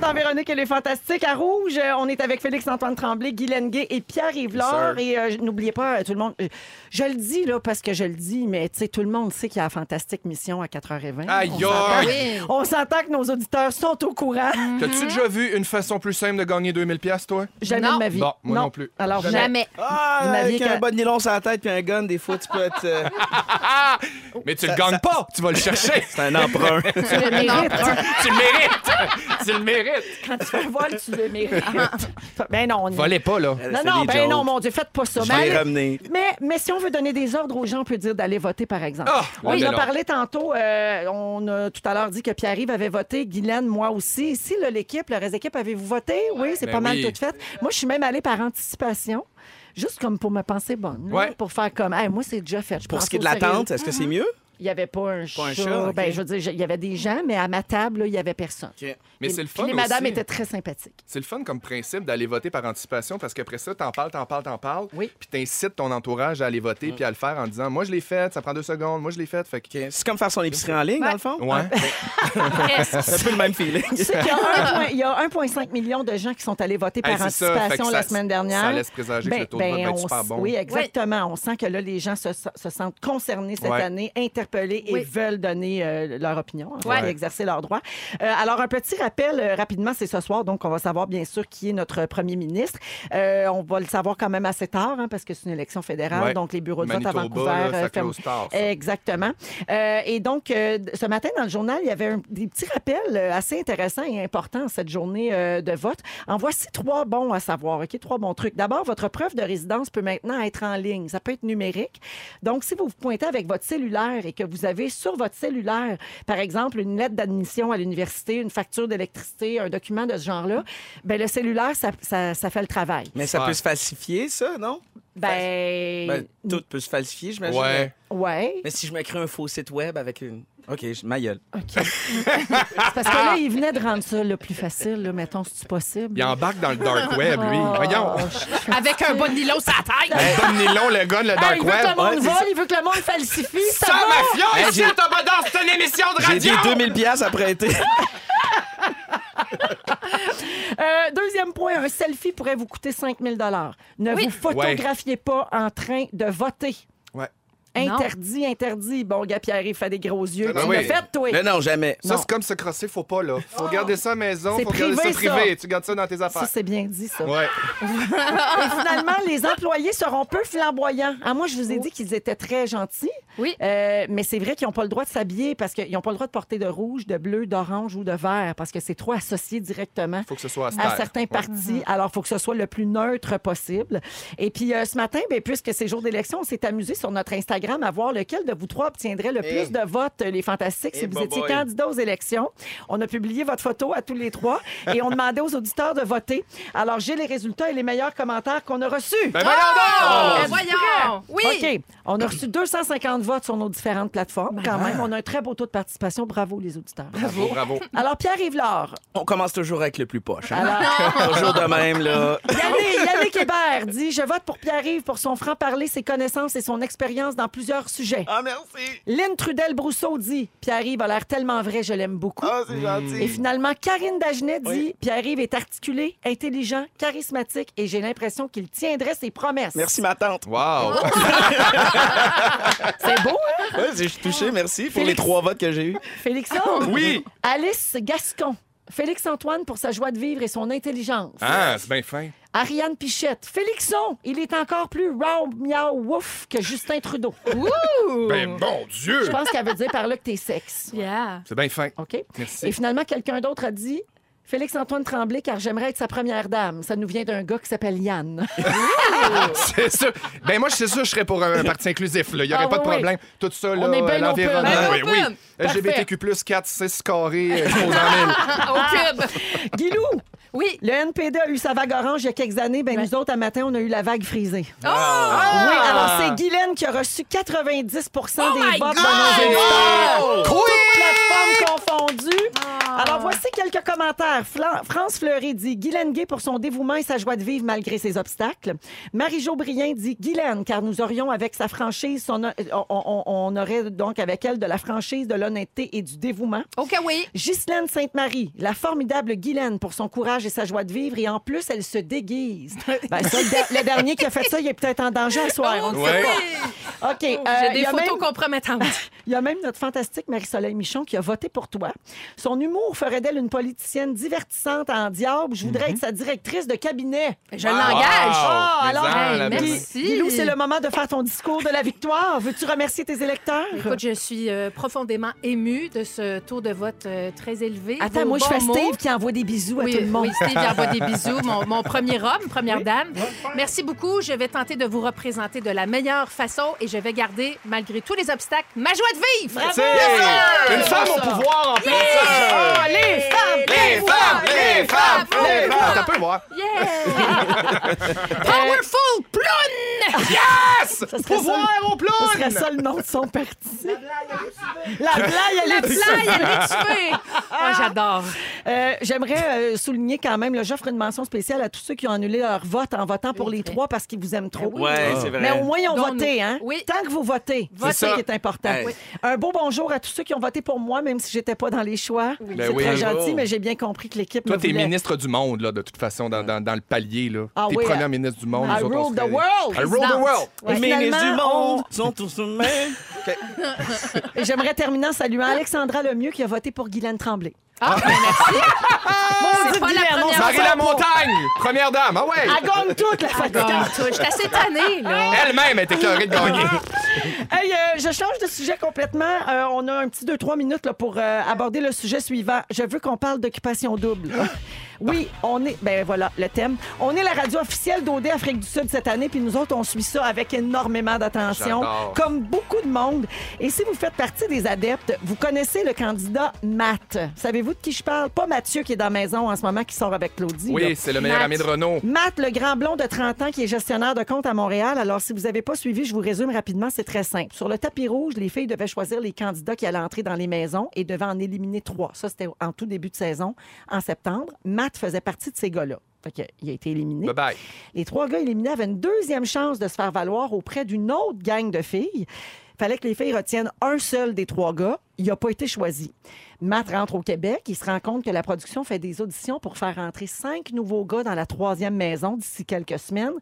Speaker 1: Dans Véronique, elle est fantastique. À Rouge, euh, on est avec Félix-Antoine Tremblay, Guy Lenguet et Pierre Yvelore. Et euh, je- n'oubliez pas, euh, tout le monde, euh, je le dis là parce que je le dis, mais tu sais, tout le monde sait qu'il y a la fantastique mission à 4h20.
Speaker 2: Aïe,
Speaker 1: On
Speaker 2: aïe.
Speaker 1: s'entend.
Speaker 3: Oui.
Speaker 1: On s'entend que nos auditeurs sont au courant.
Speaker 3: Mm.
Speaker 2: T'as-tu déjà vu une façon plus simple de gagner 2000 pièces toi?
Speaker 1: Jamais
Speaker 3: Non.
Speaker 1: de ma vie.
Speaker 2: Bon, moi non plus.
Speaker 1: Alors, vous-
Speaker 3: Jamais.
Speaker 4: Ah,
Speaker 1: Vous m'aviez
Speaker 4: avec un
Speaker 1: qu'à-
Speaker 4: bon nylon sur la tête puis un gun, des fois, tu peux être. euh,
Speaker 2: Mais tu le gagnes pas, tu vas le chercher.
Speaker 4: C'est un emprunt.
Speaker 3: Tu le mérites.
Speaker 2: tu le mérites. tu le mérites.
Speaker 1: Quand tu fais un vol, tu le mérites. ben non, on y-
Speaker 2: Volez pas là.
Speaker 1: Non, non, ben non, mon Dieu, faites pas ça. Ben,
Speaker 4: Je
Speaker 1: Mais
Speaker 4: vais les
Speaker 1: allez-
Speaker 4: ramener.
Speaker 1: Mais, mais si on veut donner des ordres aux gens, on peut dire d'aller voter, par exemple.
Speaker 2: Ah,
Speaker 1: on
Speaker 2: oui,
Speaker 1: en a
Speaker 2: mais non.
Speaker 1: parlé tantôt. euh, on a tout à l'heure dit que Pierre-Yves avait voté, Guylaine, moi aussi. Ici, là, l'équipe, le reste d'équipe, avez-vous voté? Oui, c'est
Speaker 2: Ben
Speaker 1: pas mal
Speaker 2: oui.
Speaker 1: tout fait. Moi, je suis même allée par anticipation, juste comme pour me penser bonne. là,
Speaker 2: Ouais.
Speaker 1: Pour faire comme, Hey, moi, c'est déjà fait. Je
Speaker 4: Pour
Speaker 1: pense
Speaker 4: ce qui est de
Speaker 1: au sérieux. Mm-hmm.
Speaker 4: l'attente, est-ce que c'est mieux?
Speaker 1: Il n'y avait pas un chat.
Speaker 4: un chat, ok.
Speaker 1: Ben, je veux dire, je- il y avait des gens, mais à ma table, là, il n'y avait personne.
Speaker 2: Mais
Speaker 1: Et-
Speaker 2: c'est le
Speaker 1: puis
Speaker 2: fun
Speaker 1: les madames
Speaker 2: aussi.
Speaker 1: étaient très sympathiques.
Speaker 2: C'est le fun comme principe d'aller voter par anticipation parce qu'après ça, t'en parles, t'en parles, t'en parles.
Speaker 1: Oui.
Speaker 2: Puis t'incites ton entourage à aller voter puis à le faire en disant Moi, je l'ai fait, ça prend deux secondes, moi, je l'ai fait. Fait que.
Speaker 4: C'est comme faire son épicerie en ligne, dans le fond.
Speaker 2: Ouais.
Speaker 1: Ah,
Speaker 4: C'est un peu le même feeling.
Speaker 1: Tu sais qu'il y a un point- il y a 1,5 million de gens qui sont allés voter par
Speaker 2: Hey, c'est ça,
Speaker 1: anticipation
Speaker 2: fait que
Speaker 1: la
Speaker 2: ça-
Speaker 1: semaine dernière. Ben,
Speaker 2: ça laisse présager que le taux de vote va être
Speaker 1: on
Speaker 2: super
Speaker 1: s-
Speaker 2: bon.
Speaker 1: Oui, exactement. On sent que là, les gens se, se sentent concernés cette
Speaker 2: Ouais.
Speaker 1: année, interpellés et
Speaker 3: Oui.
Speaker 1: veulent donner euh, leur opinion, en fait,
Speaker 2: Ouais.
Speaker 1: et exercer leurs droits. Euh, alors, un petit rappel euh, rapidement, c'est ce soir, donc on va savoir bien sûr qui est notre premier ministre. Euh, on va le savoir quand même assez tard, hein, parce que c'est une élection fédérale,
Speaker 2: Ouais.
Speaker 1: donc les bureaux de vote à
Speaker 2: Manitoba,
Speaker 1: Vancouver
Speaker 2: là, ça
Speaker 1: euh, ferment-
Speaker 2: close tard, ça.
Speaker 1: Exactement. Euh, et donc, euh, ce matin, dans le journal, il y avait un- des petits rappels euh, assez intéressants et importants en cette journée euh, de vote. En voici trois bons à savoir, OK? Trois bons trucs. D'abord, votre preuve de résidence peut maintenant être en ligne. Ça peut être numérique. Donc, si vous vous pointez avec votre cellulaire et que vous avez sur votre cellulaire, par exemple, une lettre d'admission à l'université, une facture d'électricité, un document de ce genre-là, ben le cellulaire, ça, ça- ça fait le travail.
Speaker 4: Mais ça
Speaker 2: Ouais.
Speaker 4: peut se falsifier, ça, non?
Speaker 1: Ben,
Speaker 4: Ben, tout peut se falsifier, j'imagine.
Speaker 2: Ouais.
Speaker 1: ouais.
Speaker 4: Mais si je me crée un faux site web avec une. OK, je... ma gueule.
Speaker 1: C'est parce que là, il venait de rendre ça le plus facile, là, mettons, si c'est possible.
Speaker 2: Ah! Il embarque dans le dark web, lui.
Speaker 1: Oh,
Speaker 2: Voyons.
Speaker 3: Avec un bon nylon sur la tête.
Speaker 2: Hey, Donne nylon, le gars, le
Speaker 1: Ah,
Speaker 2: dark
Speaker 1: il veut que le
Speaker 2: web.
Speaker 1: monde
Speaker 4: Ouais, c'est
Speaker 1: vole,
Speaker 4: ça.
Speaker 1: il veut que le monde falsifie. Ça,
Speaker 2: Ça,
Speaker 1: va!
Speaker 2: mafia!
Speaker 4: Hey,
Speaker 2: Ici,
Speaker 4: j'ai-
Speaker 2: t'as pas dans cette émission de
Speaker 4: J'ai des
Speaker 2: radio!
Speaker 4: 2000 pièces à prêter.
Speaker 1: Euh, deuxième point, un selfie pourrait vous coûter 5 000 Ne vous photographiez pas en train de voter.
Speaker 2: Ouais.
Speaker 3: Non.
Speaker 1: Interdit, interdit. Bon, gars, Pierre, il fait des gros yeux.
Speaker 2: Ben
Speaker 1: tu
Speaker 2: oui.
Speaker 1: l'as fait, toi.
Speaker 4: Mais non, jamais.
Speaker 2: Ça,
Speaker 1: Non.
Speaker 2: c'est comme se crosser, faut pas, là. Faut garder ça à maison,
Speaker 1: C'est
Speaker 2: faut garder ça
Speaker 1: privé, ça.
Speaker 2: privé. Tu gardes ça dans tes
Speaker 1: Ça,
Speaker 2: affaires.
Speaker 1: c'est bien dit, ça.
Speaker 2: Ouais.
Speaker 1: Et finalement, les employés seront peu flamboyants. Ah, moi, je
Speaker 2: Oh.
Speaker 1: vous ai dit qu'ils étaient très gentils.
Speaker 3: Oui.
Speaker 1: Euh, mais c'est vrai qu'ils n'ont pas le droit de s'habiller parce qu'ils n'ont pas le droit de porter de rouge, de bleu, d'orange ou de vert parce que c'est trop associé directement
Speaker 2: Faut que ce soit à,
Speaker 1: à
Speaker 2: terre.
Speaker 1: certains
Speaker 2: Ouais.
Speaker 1: partis. Alors, il faut que ce soit le plus neutre possible. Et puis, euh, ce matin, ben, puisque c'est jour d'élection, on s'est amusé sur notre Instagram à voir lequel de vous trois obtiendrait
Speaker 2: Eh.
Speaker 1: le
Speaker 4: Hey.
Speaker 1: plus de votes, euh, les fantastiques, si
Speaker 4: Hey,
Speaker 1: vous
Speaker 4: boy,
Speaker 1: étiez
Speaker 4: boy.
Speaker 1: candidat aux élections. On a publié votre photo à tous les trois et on demandait aux auditeurs de voter. Alors, j'ai les résultats et les meilleurs commentaires qu'on a reçus.
Speaker 2: Ben voyons donc!
Speaker 3: Ben, Oh! voyons. Oui.
Speaker 1: OK. On a reçu 250 votes sur nos différentes plateformes, quand même. On a un très beau taux de participation. Bravo, les auditeurs.
Speaker 2: Bravo, bravo.
Speaker 1: Alors, Pierre Yvelard.
Speaker 4: On commence toujours avec le plus poche. hein.
Speaker 1: Alors,
Speaker 4: toujours de même, là.
Speaker 1: Yannick, Yannick Hébert dit Je vote pour Pierre-Yves pour son franc-parler, ses connaissances et son expérience dans plusieurs sujets.
Speaker 4: Ah, merci.
Speaker 1: Lynn Trudel-Brousseau dit Pierre-Yves a l'air tellement vrai, je l'aime beaucoup.
Speaker 4: Ah, c'est
Speaker 1: Et
Speaker 4: gentil.
Speaker 1: finalement, Karine Dagenet dit
Speaker 4: Oui.
Speaker 1: Pierre-Yves est articulé, intelligent, charismatique et j'ai l'impression qu'il tiendrait ses promesses.
Speaker 4: Merci, ma tante.
Speaker 2: Wow!
Speaker 1: C'est beau, hein?
Speaker 4: Ouais, je suis touché, merci pour les
Speaker 1: Félix.
Speaker 4: trois votes que j'ai eus.
Speaker 1: Félix
Speaker 4: Ah
Speaker 2: Oui!
Speaker 1: Alice Gascon. Félix-Antoine pour sa joie de vivre et son intelligence.
Speaker 2: Ah, c'est bien fin.
Speaker 1: Ariane Pichette. Félixon, il est encore plus round, miaou, wouf que Justin Trudeau.
Speaker 2: Ben bon
Speaker 1: Je
Speaker 2: Dieu!
Speaker 1: pense qu'elle veut dire par là que t'es sexe.
Speaker 3: Yeah.
Speaker 2: C'est bien fin.
Speaker 1: OK?
Speaker 2: Merci.
Speaker 1: Et finalement, quelqu'un d'autre a dit Félix-Antoine Tremblay, car j'aimerais être sa première dame. Ça nous vient d'un gars qui s'appelle Yann.
Speaker 2: C'est sûr. Ben moi, c'est sûr, je serais pour un parti inclusif. là. Il n'y aurait
Speaker 1: Ah,
Speaker 2: pas de
Speaker 1: oui, oui.
Speaker 2: problème. Tout ça, là,
Speaker 1: On est ben
Speaker 2: l'environnement.
Speaker 3: open. Ben
Speaker 2: oui,
Speaker 3: open.
Speaker 2: oui. LGBTQ+, 4, 6 carrés, je pose en mille.
Speaker 1: Ah,
Speaker 3: Au cube.
Speaker 1: Guilou,
Speaker 3: Oui.
Speaker 1: le NPD a eu sa vague orange il y a quelques années. Ben, nous autres, à matin, on a eu la vague frisée.
Speaker 3: Oh!
Speaker 1: Oui, alors c'est Guylaine qui a reçu 90 des
Speaker 3: Oh my
Speaker 1: votes dans nos
Speaker 3: God!
Speaker 1: électeurs.
Speaker 2: Oui!
Speaker 1: Plateforme confondue.
Speaker 3: Ah!
Speaker 1: Alors, voici quelques commentaires. Fla- France Fleury dit Guylaine Gay pour son dévouement et sa joie de vivre malgré ses obstacles. Marie-Jo Brien dit Guylaine, car nous aurions avec sa franchise, son- euh, on, on- on aurait donc avec elle de la franchise, de l'honnêteté et du dévouement.
Speaker 3: OK, oui.
Speaker 1: Ghislaine Sainte-Marie, la formidable Guylaine pour son courage et sa joie de vivre. Et en plus, elle se déguise. Ben, ça, le, de- le dernier qui a fait ça, il est peut-être en danger à soir. on ne sait
Speaker 2: Ouais.
Speaker 1: pas. OK. euh,
Speaker 3: Oh, J'ai
Speaker 1: il
Speaker 3: des
Speaker 1: y a
Speaker 3: photos
Speaker 1: même-
Speaker 3: compromettantes.
Speaker 1: il y a même notre fantastique Marie-Soleil Michon qui a voté pour toi. Son humour ferait d'elle une politicienne divertissante en diable. Je
Speaker 3: Mhm.
Speaker 1: voudrais être sa directrice de cabinet.
Speaker 3: Je l'engage.
Speaker 2: Wow!
Speaker 1: Ah, alors,
Speaker 2: Mais en,
Speaker 3: hey,
Speaker 2: la
Speaker 3: Euh, merci.
Speaker 2: bonne.
Speaker 1: Guilou, c'est le moment de faire ton discours de la victoire. Veux-tu remercier tes électeurs?
Speaker 3: Écoute, je suis euh, profondément émue de ce taux de vote euh, très élevé.
Speaker 1: Attends,
Speaker 3: Vos
Speaker 1: moi, je
Speaker 3: bons
Speaker 1: fais
Speaker 3: mots.
Speaker 1: Steve qui envoie des bisous
Speaker 3: Oui,
Speaker 1: à tout le monde.
Speaker 3: oui, Steve il envoie des bisous. Mon, mon premier homme, première dame. Merci beaucoup. Je vais tenter de vous représenter de la meilleure façon et je vais garder, malgré tous les obstacles, ma joie de vivre.
Speaker 2: C'est- Une femme au pouvoir, en plus.
Speaker 1: Ah, les femmes!
Speaker 2: Les femmes! Les femmes!
Speaker 3: Bravo!
Speaker 2: Les femmes! T'as peu voir.
Speaker 3: Yeah! Powerful Plune!
Speaker 2: Yes!
Speaker 1: Ça serait
Speaker 2: Pouvoir
Speaker 1: ça,
Speaker 2: au
Speaker 1: Ce serait
Speaker 2: ploune!
Speaker 1: ça le nom de son parti. La blague, elle
Speaker 3: La
Speaker 1: est
Speaker 3: blague, elle est tuée!
Speaker 1: Ah,
Speaker 3: Oh, j'adore.
Speaker 1: Euh, J'aimerais euh, souligner quand même, là, j'offre une mention spéciale à tous ceux qui ont annulé leur vote en votant pour les trois parce qu'ils vous aiment trop.
Speaker 4: Ouais, c'est vrai.
Speaker 1: Mais au moins, ils ont
Speaker 3: Dont
Speaker 1: voté.
Speaker 3: nous.
Speaker 1: Hein?
Speaker 3: Oui.
Speaker 1: Tant que vous votez,
Speaker 3: C'est
Speaker 1: c'est ça
Speaker 2: ça.
Speaker 1: qui est important.
Speaker 4: Hey. Oui.
Speaker 1: Un beau bonjour à tous ceux qui ont voté pour moi, même si j'étais pas dans les choix.
Speaker 2: Ben
Speaker 1: c'est
Speaker 2: oui.
Speaker 1: très
Speaker 4: Bravo.
Speaker 1: gentil, mais j'ai bien compris que l'équipe
Speaker 2: Toi,
Speaker 1: me
Speaker 2: t'es
Speaker 1: voulait.
Speaker 2: ministre du monde, là, de toute façon, dans, dans, dans le palier. Là.
Speaker 1: Ah
Speaker 2: t'es
Speaker 1: oui,
Speaker 2: première
Speaker 1: euh,
Speaker 2: ministre du monde.
Speaker 1: I
Speaker 2: nous autres, on
Speaker 1: rule the
Speaker 2: serait-
Speaker 1: world.
Speaker 2: I rule the world.
Speaker 1: Ouais,
Speaker 4: Les ministres du
Speaker 1: finalement, on-
Speaker 4: monde sont tous humains.
Speaker 1: Et J'aimerais terminer en saluant Alexandra Lemieux qui a voté pour Guylaine Tremblay.
Speaker 3: Ah, ben merci.
Speaker 1: Dieu,
Speaker 3: C'est pas la
Speaker 1: Guylaine, on
Speaker 3: première
Speaker 2: Marie
Speaker 1: s'en
Speaker 2: la
Speaker 1: sort pas.
Speaker 2: Montagne, première dame. Ah ouais!
Speaker 1: Elle gagne toute la
Speaker 3: Comme
Speaker 1: fatigante.
Speaker 3: toi, Je suis assez tannée, là.
Speaker 2: Elle-même était écœurée de gagner.
Speaker 1: Ah, Hey, euh, je change de sujet complètement. Euh, on a un petit 2-3 minutes là, pour euh, aborder le sujet suivant. Je veux qu'on parle d'occupation double. Oui, on est. Ben voilà, le thème. On est la radio officielle d'OD Afrique du Sud cette année, puis nous autres, on suit ça avec énormément d'attention,
Speaker 2: J'adore.
Speaker 1: comme beaucoup de monde. Et si vous faites partie des adeptes, vous connaissez le candidat Matt. Savez-vous de qui je parle? Pas Mathieu qui est dans la maison en ce moment, qui sort avec Claudie. là.
Speaker 2: Oui, c'est le meilleur
Speaker 3: Matt.
Speaker 2: ami de Renault.
Speaker 1: Matt, le grand blond de 30 ans qui est gestionnaire de compte à Montréal. Alors, si vous n'avez pas suivi, je vous résume rapidement, c'est très simple. Sur le tapis rouge, les filles devaient choisir les candidats qui allaient entrer dans les maisons et devaient en éliminer trois. Ça, c'était en tout début de saison, en septembre. Matt faisait partie de ces gars-là. Fait que, il a été éliminé.
Speaker 2: Bye bye.
Speaker 1: Les trois gars éliminés avaient une deuxième chance de se faire valoir auprès d'une autre gang de filles. Fallait que les filles retiennent un seul des trois gars. Il n'a pas été choisi. Matt rentre au Québec. Il se rend compte que la production fait des auditions pour faire entrer cinq nouveaux gars dans la troisième maison d'ici quelques semaines.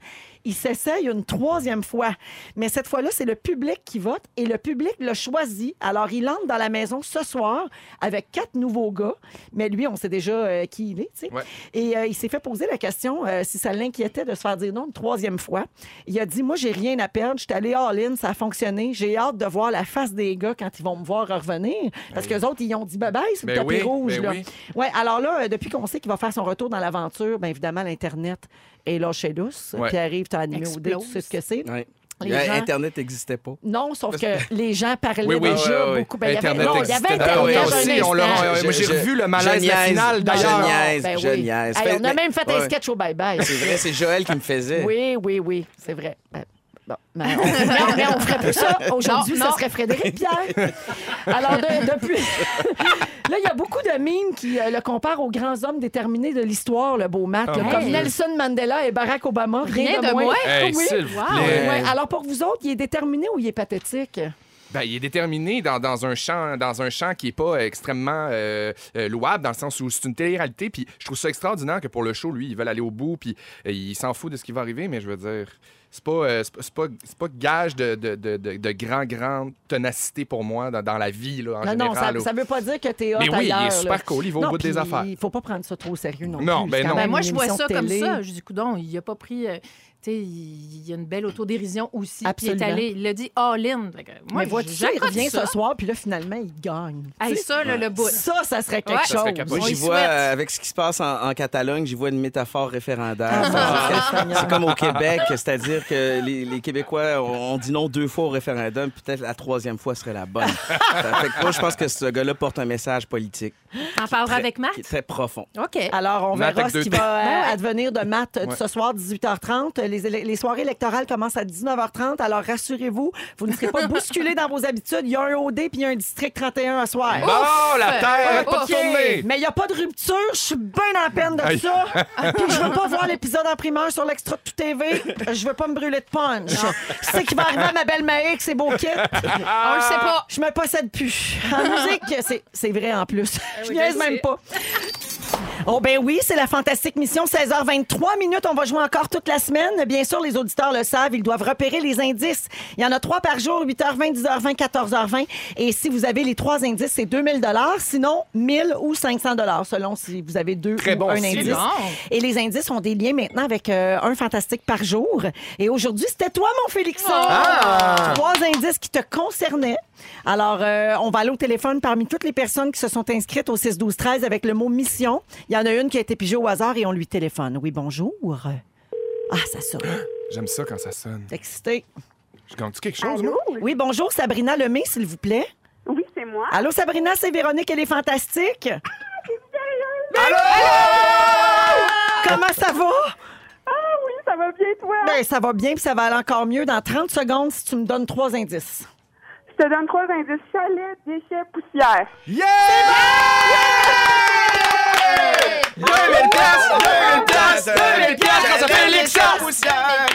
Speaker 1: Il s'essaye une troisième fois. Mais cette fois-là, c'est le public qui vote et le public l'a choisi. Alors, il entre dans la maison ce soir avec quatre nouveaux gars. Mais lui, on sait déjà euh, qui il est. tu sais.
Speaker 2: Ouais.
Speaker 1: Et euh, il s'est fait poser la question euh, si ça l'inquiétait de se faire dire non une troisième fois. Il a dit Moi, j'ai rien à perdre. Je suis allé all-in, ça a fonctionné. J'ai hâte de voir la face des gars quand ils vont me voir revenir. Parce que qu'eux autres, ils ont dit bye-bye sur le
Speaker 2: Ben
Speaker 1: tapis
Speaker 2: oui,
Speaker 1: rouge.
Speaker 2: ben
Speaker 1: là.
Speaker 2: oui.
Speaker 1: Ouais, alors là, euh, depuis qu'on sait qu'il va faire son retour dans l'aventure, bien évidemment, l'Internet est là chez Douce.
Speaker 2: Ouais.
Speaker 1: Puis arrive, t'as animé au dé, tu
Speaker 3: Explose.
Speaker 1: sais ce que c'est.
Speaker 4: Ouais.
Speaker 1: Les
Speaker 4: Euh,
Speaker 1: gens-
Speaker 4: Internet n'existait pas.
Speaker 1: Non, sauf que les gens parlaient
Speaker 2: Oui, oui.
Speaker 1: déjà
Speaker 4: Ouais, ouais,
Speaker 1: beaucoup. Ben, il y avait-
Speaker 2: Internet
Speaker 1: non, il y avait,
Speaker 2: existait.
Speaker 1: Internet.
Speaker 4: Ah oui,
Speaker 1: un
Speaker 4: aussi,
Speaker 1: instant.
Speaker 2: on l'a-
Speaker 1: Non,
Speaker 2: Euh, moi, j'ai
Speaker 4: Je-
Speaker 2: revu le malaise
Speaker 4: je niaise,
Speaker 2: matinal, d'ailleurs.
Speaker 4: Je niaise,
Speaker 1: ben
Speaker 4: je
Speaker 1: oui.
Speaker 4: niaise.
Speaker 1: Hey,
Speaker 4: Fait-
Speaker 1: on a même fait un
Speaker 4: Ouais.
Speaker 1: sketch au bye-bye.
Speaker 4: C'est vrai, c'est Joël qui me faisait.
Speaker 1: Oui, oui, oui, c'est vrai. Ben, bon, mais, on, mais on- mais on ferait plus ça. Aujourd'hui,
Speaker 3: Non,
Speaker 1: ça
Speaker 3: non.
Speaker 1: serait Frédéric Pierre. Alors, de- depuis. là, il y a beaucoup de mimes qui euh, le comparent aux grands hommes déterminés de l'histoire, le beau Matt.
Speaker 2: Ah,
Speaker 1: là,
Speaker 2: mon
Speaker 1: comme
Speaker 2: Dieu.
Speaker 1: Nelson Mandela et Barack Obama. Rien,
Speaker 3: Rien de
Speaker 1: moins.
Speaker 3: moins.
Speaker 2: Hey,
Speaker 1: oui.
Speaker 2: s'il vous
Speaker 3: Wow.
Speaker 2: plaît.
Speaker 1: Ouais, alors, pour vous autres, il est déterminé ou il est pathétique?
Speaker 2: Ben, il est déterminé dans, dans un champ dans un champ qui est pas extrêmement euh, euh, louable dans le sens où c'est une télé-réalité puis je trouve ça extraordinaire que pour le show lui ils veulent aller au bout puis euh, il s'en fout de ce qui va arriver mais je veux dire c'est pas, euh, c'est pas, c'est pas, c'est pas gage de, de, de, de, de grand, grande ténacité pour moi dans, dans la vie, là,
Speaker 1: Non,
Speaker 2: en
Speaker 1: non, ça,
Speaker 2: Ah, général. là.
Speaker 1: ça veut pas dire que t'es hot
Speaker 2: Mais oui, il est
Speaker 1: ailleurs,
Speaker 2: super
Speaker 1: là.
Speaker 2: cool, il va au
Speaker 1: Non,
Speaker 2: bout des
Speaker 1: puis
Speaker 2: affaires.
Speaker 1: Il faut pas prendre ça trop au sérieux non
Speaker 2: Non,
Speaker 1: plus.
Speaker 2: ben
Speaker 1: C'est quand
Speaker 2: non.
Speaker 3: Ben,
Speaker 1: même
Speaker 3: moi,
Speaker 1: une
Speaker 3: je vois
Speaker 1: émission
Speaker 3: ça
Speaker 1: de
Speaker 3: comme
Speaker 1: télé.
Speaker 3: ça. Je dis, coudon, il a pas pris. euh, tu sais, il y a une belle autodérision aussi. Puis il est
Speaker 1: Absolument.
Speaker 3: allé, il l'a dit all-in. Moi,
Speaker 1: Mais vois-tu, ça, il
Speaker 3: j'accorde
Speaker 1: revient
Speaker 3: ça.
Speaker 1: ce soir, puis là, finalement, il gagne.
Speaker 3: Hey,
Speaker 1: Tu sais,
Speaker 3: ça, là, le bout.
Speaker 1: Ça, ça serait quelque
Speaker 3: Ouais.
Speaker 1: chose.
Speaker 3: Ça
Speaker 2: serait capable.
Speaker 4: Moi,
Speaker 3: On
Speaker 4: j'y
Speaker 3: y
Speaker 4: vois,
Speaker 3: souhaite.
Speaker 4: euh, avec ce qui se passe en, en Catalogne, j'y vois une métaphore référendaire.
Speaker 1: Ah,
Speaker 4: C'est-à-dire que
Speaker 1: Seigneur.
Speaker 4: c'est comme au Québec, c'est-à-dire que les, les Québécois, on, on dit non deux fois au référendum, peut-être la troisième fois serait la bonne. Ça fait que moi, je pense que ce gars-là porte un message politique
Speaker 3: On parlera
Speaker 4: très-
Speaker 3: avec Marc?
Speaker 4: qui est très profond.
Speaker 3: OK.
Speaker 1: Alors, on
Speaker 2: Une
Speaker 1: verra
Speaker 2: attaque
Speaker 1: ce
Speaker 2: de
Speaker 1: qui
Speaker 2: thé.
Speaker 1: va euh,
Speaker 3: Ouais.
Speaker 1: advenir de maths euh,
Speaker 2: Ouais.
Speaker 1: ce soir, 18h30. Les, éle- les soirées électorales commencent à 19h30. Alors, rassurez-vous, vous ne serez pas bousculés dans vos habitudes. Il y a un OD puis il y a un district 31 à soir.
Speaker 2: Bon, la terre est pas
Speaker 3: Ok.
Speaker 2: tournée!
Speaker 1: Mais il n'y a pas de rupture, je suis bien en peine de
Speaker 2: Aïe.
Speaker 1: ça. Puis je veux pas voir l'épisode en primeur sur l'Extra de Tout TV. Je veux pas me brûler de punch. C'est qui va arriver à ma belle Maïque, c'est beau kits.
Speaker 3: On le sait pas.
Speaker 1: Je me possède plus. En musique, c'est- c'est vrai en plus. Je
Speaker 3: Ah oui,
Speaker 1: niaise
Speaker 3: je
Speaker 1: même
Speaker 3: sais.
Speaker 1: pas. Oh ben oui, c'est la fantastique mission 16h23 minutes, on va jouer encore toute la semaine. Bien sûr, les auditeurs le savent, ils doivent repérer les indices. Il y en a trois par jour, 8h20, 10h20, 14h20 et si vous avez les trois indices, c'est 2000 dollars, sinon 1000 ou 500 dollars selon si vous avez deux
Speaker 2: Très
Speaker 1: ou
Speaker 2: bon
Speaker 1: un
Speaker 2: signe.
Speaker 1: indice.
Speaker 3: C'est bon.
Speaker 1: Et les indices ont des liens maintenant avec euh, un fantastique par jour et aujourd'hui, c'était toi mon Félixon. Trois indices qui te concernaient. Alors, euh, on va aller au téléphone parmi toutes les personnes qui se sont inscrites au 6-12-13 avec le mot mission. Il y en a une qui a été pigée au hasard et on lui téléphone. Oui, bonjour. Ah, ça sonne.
Speaker 2: J'aime ça quand ça sonne.
Speaker 1: T'es excitée.
Speaker 2: Je gagne-tu quelque chose,
Speaker 7: Allô?
Speaker 2: moi?
Speaker 1: Oui, bonjour, Sabrina Lemay, s'il vous plaît.
Speaker 7: Oui, c'est moi.
Speaker 1: Allô, Sabrina, c'est Véronique, elle est fantastique. Comment ça va?
Speaker 7: Ah oui, ça va bien, toi?
Speaker 1: Ben, ça va bien, puis ça va aller encore mieux dans 30 secondes si tu me donnes trois indices.
Speaker 7: Je te donne trois indices. Chalet, déchets, poussière.
Speaker 2: Yeah! Yeah! 2000 piastres, 2000 piastres, 2000 piastres quand ça fait l'élection!
Speaker 4: poussière!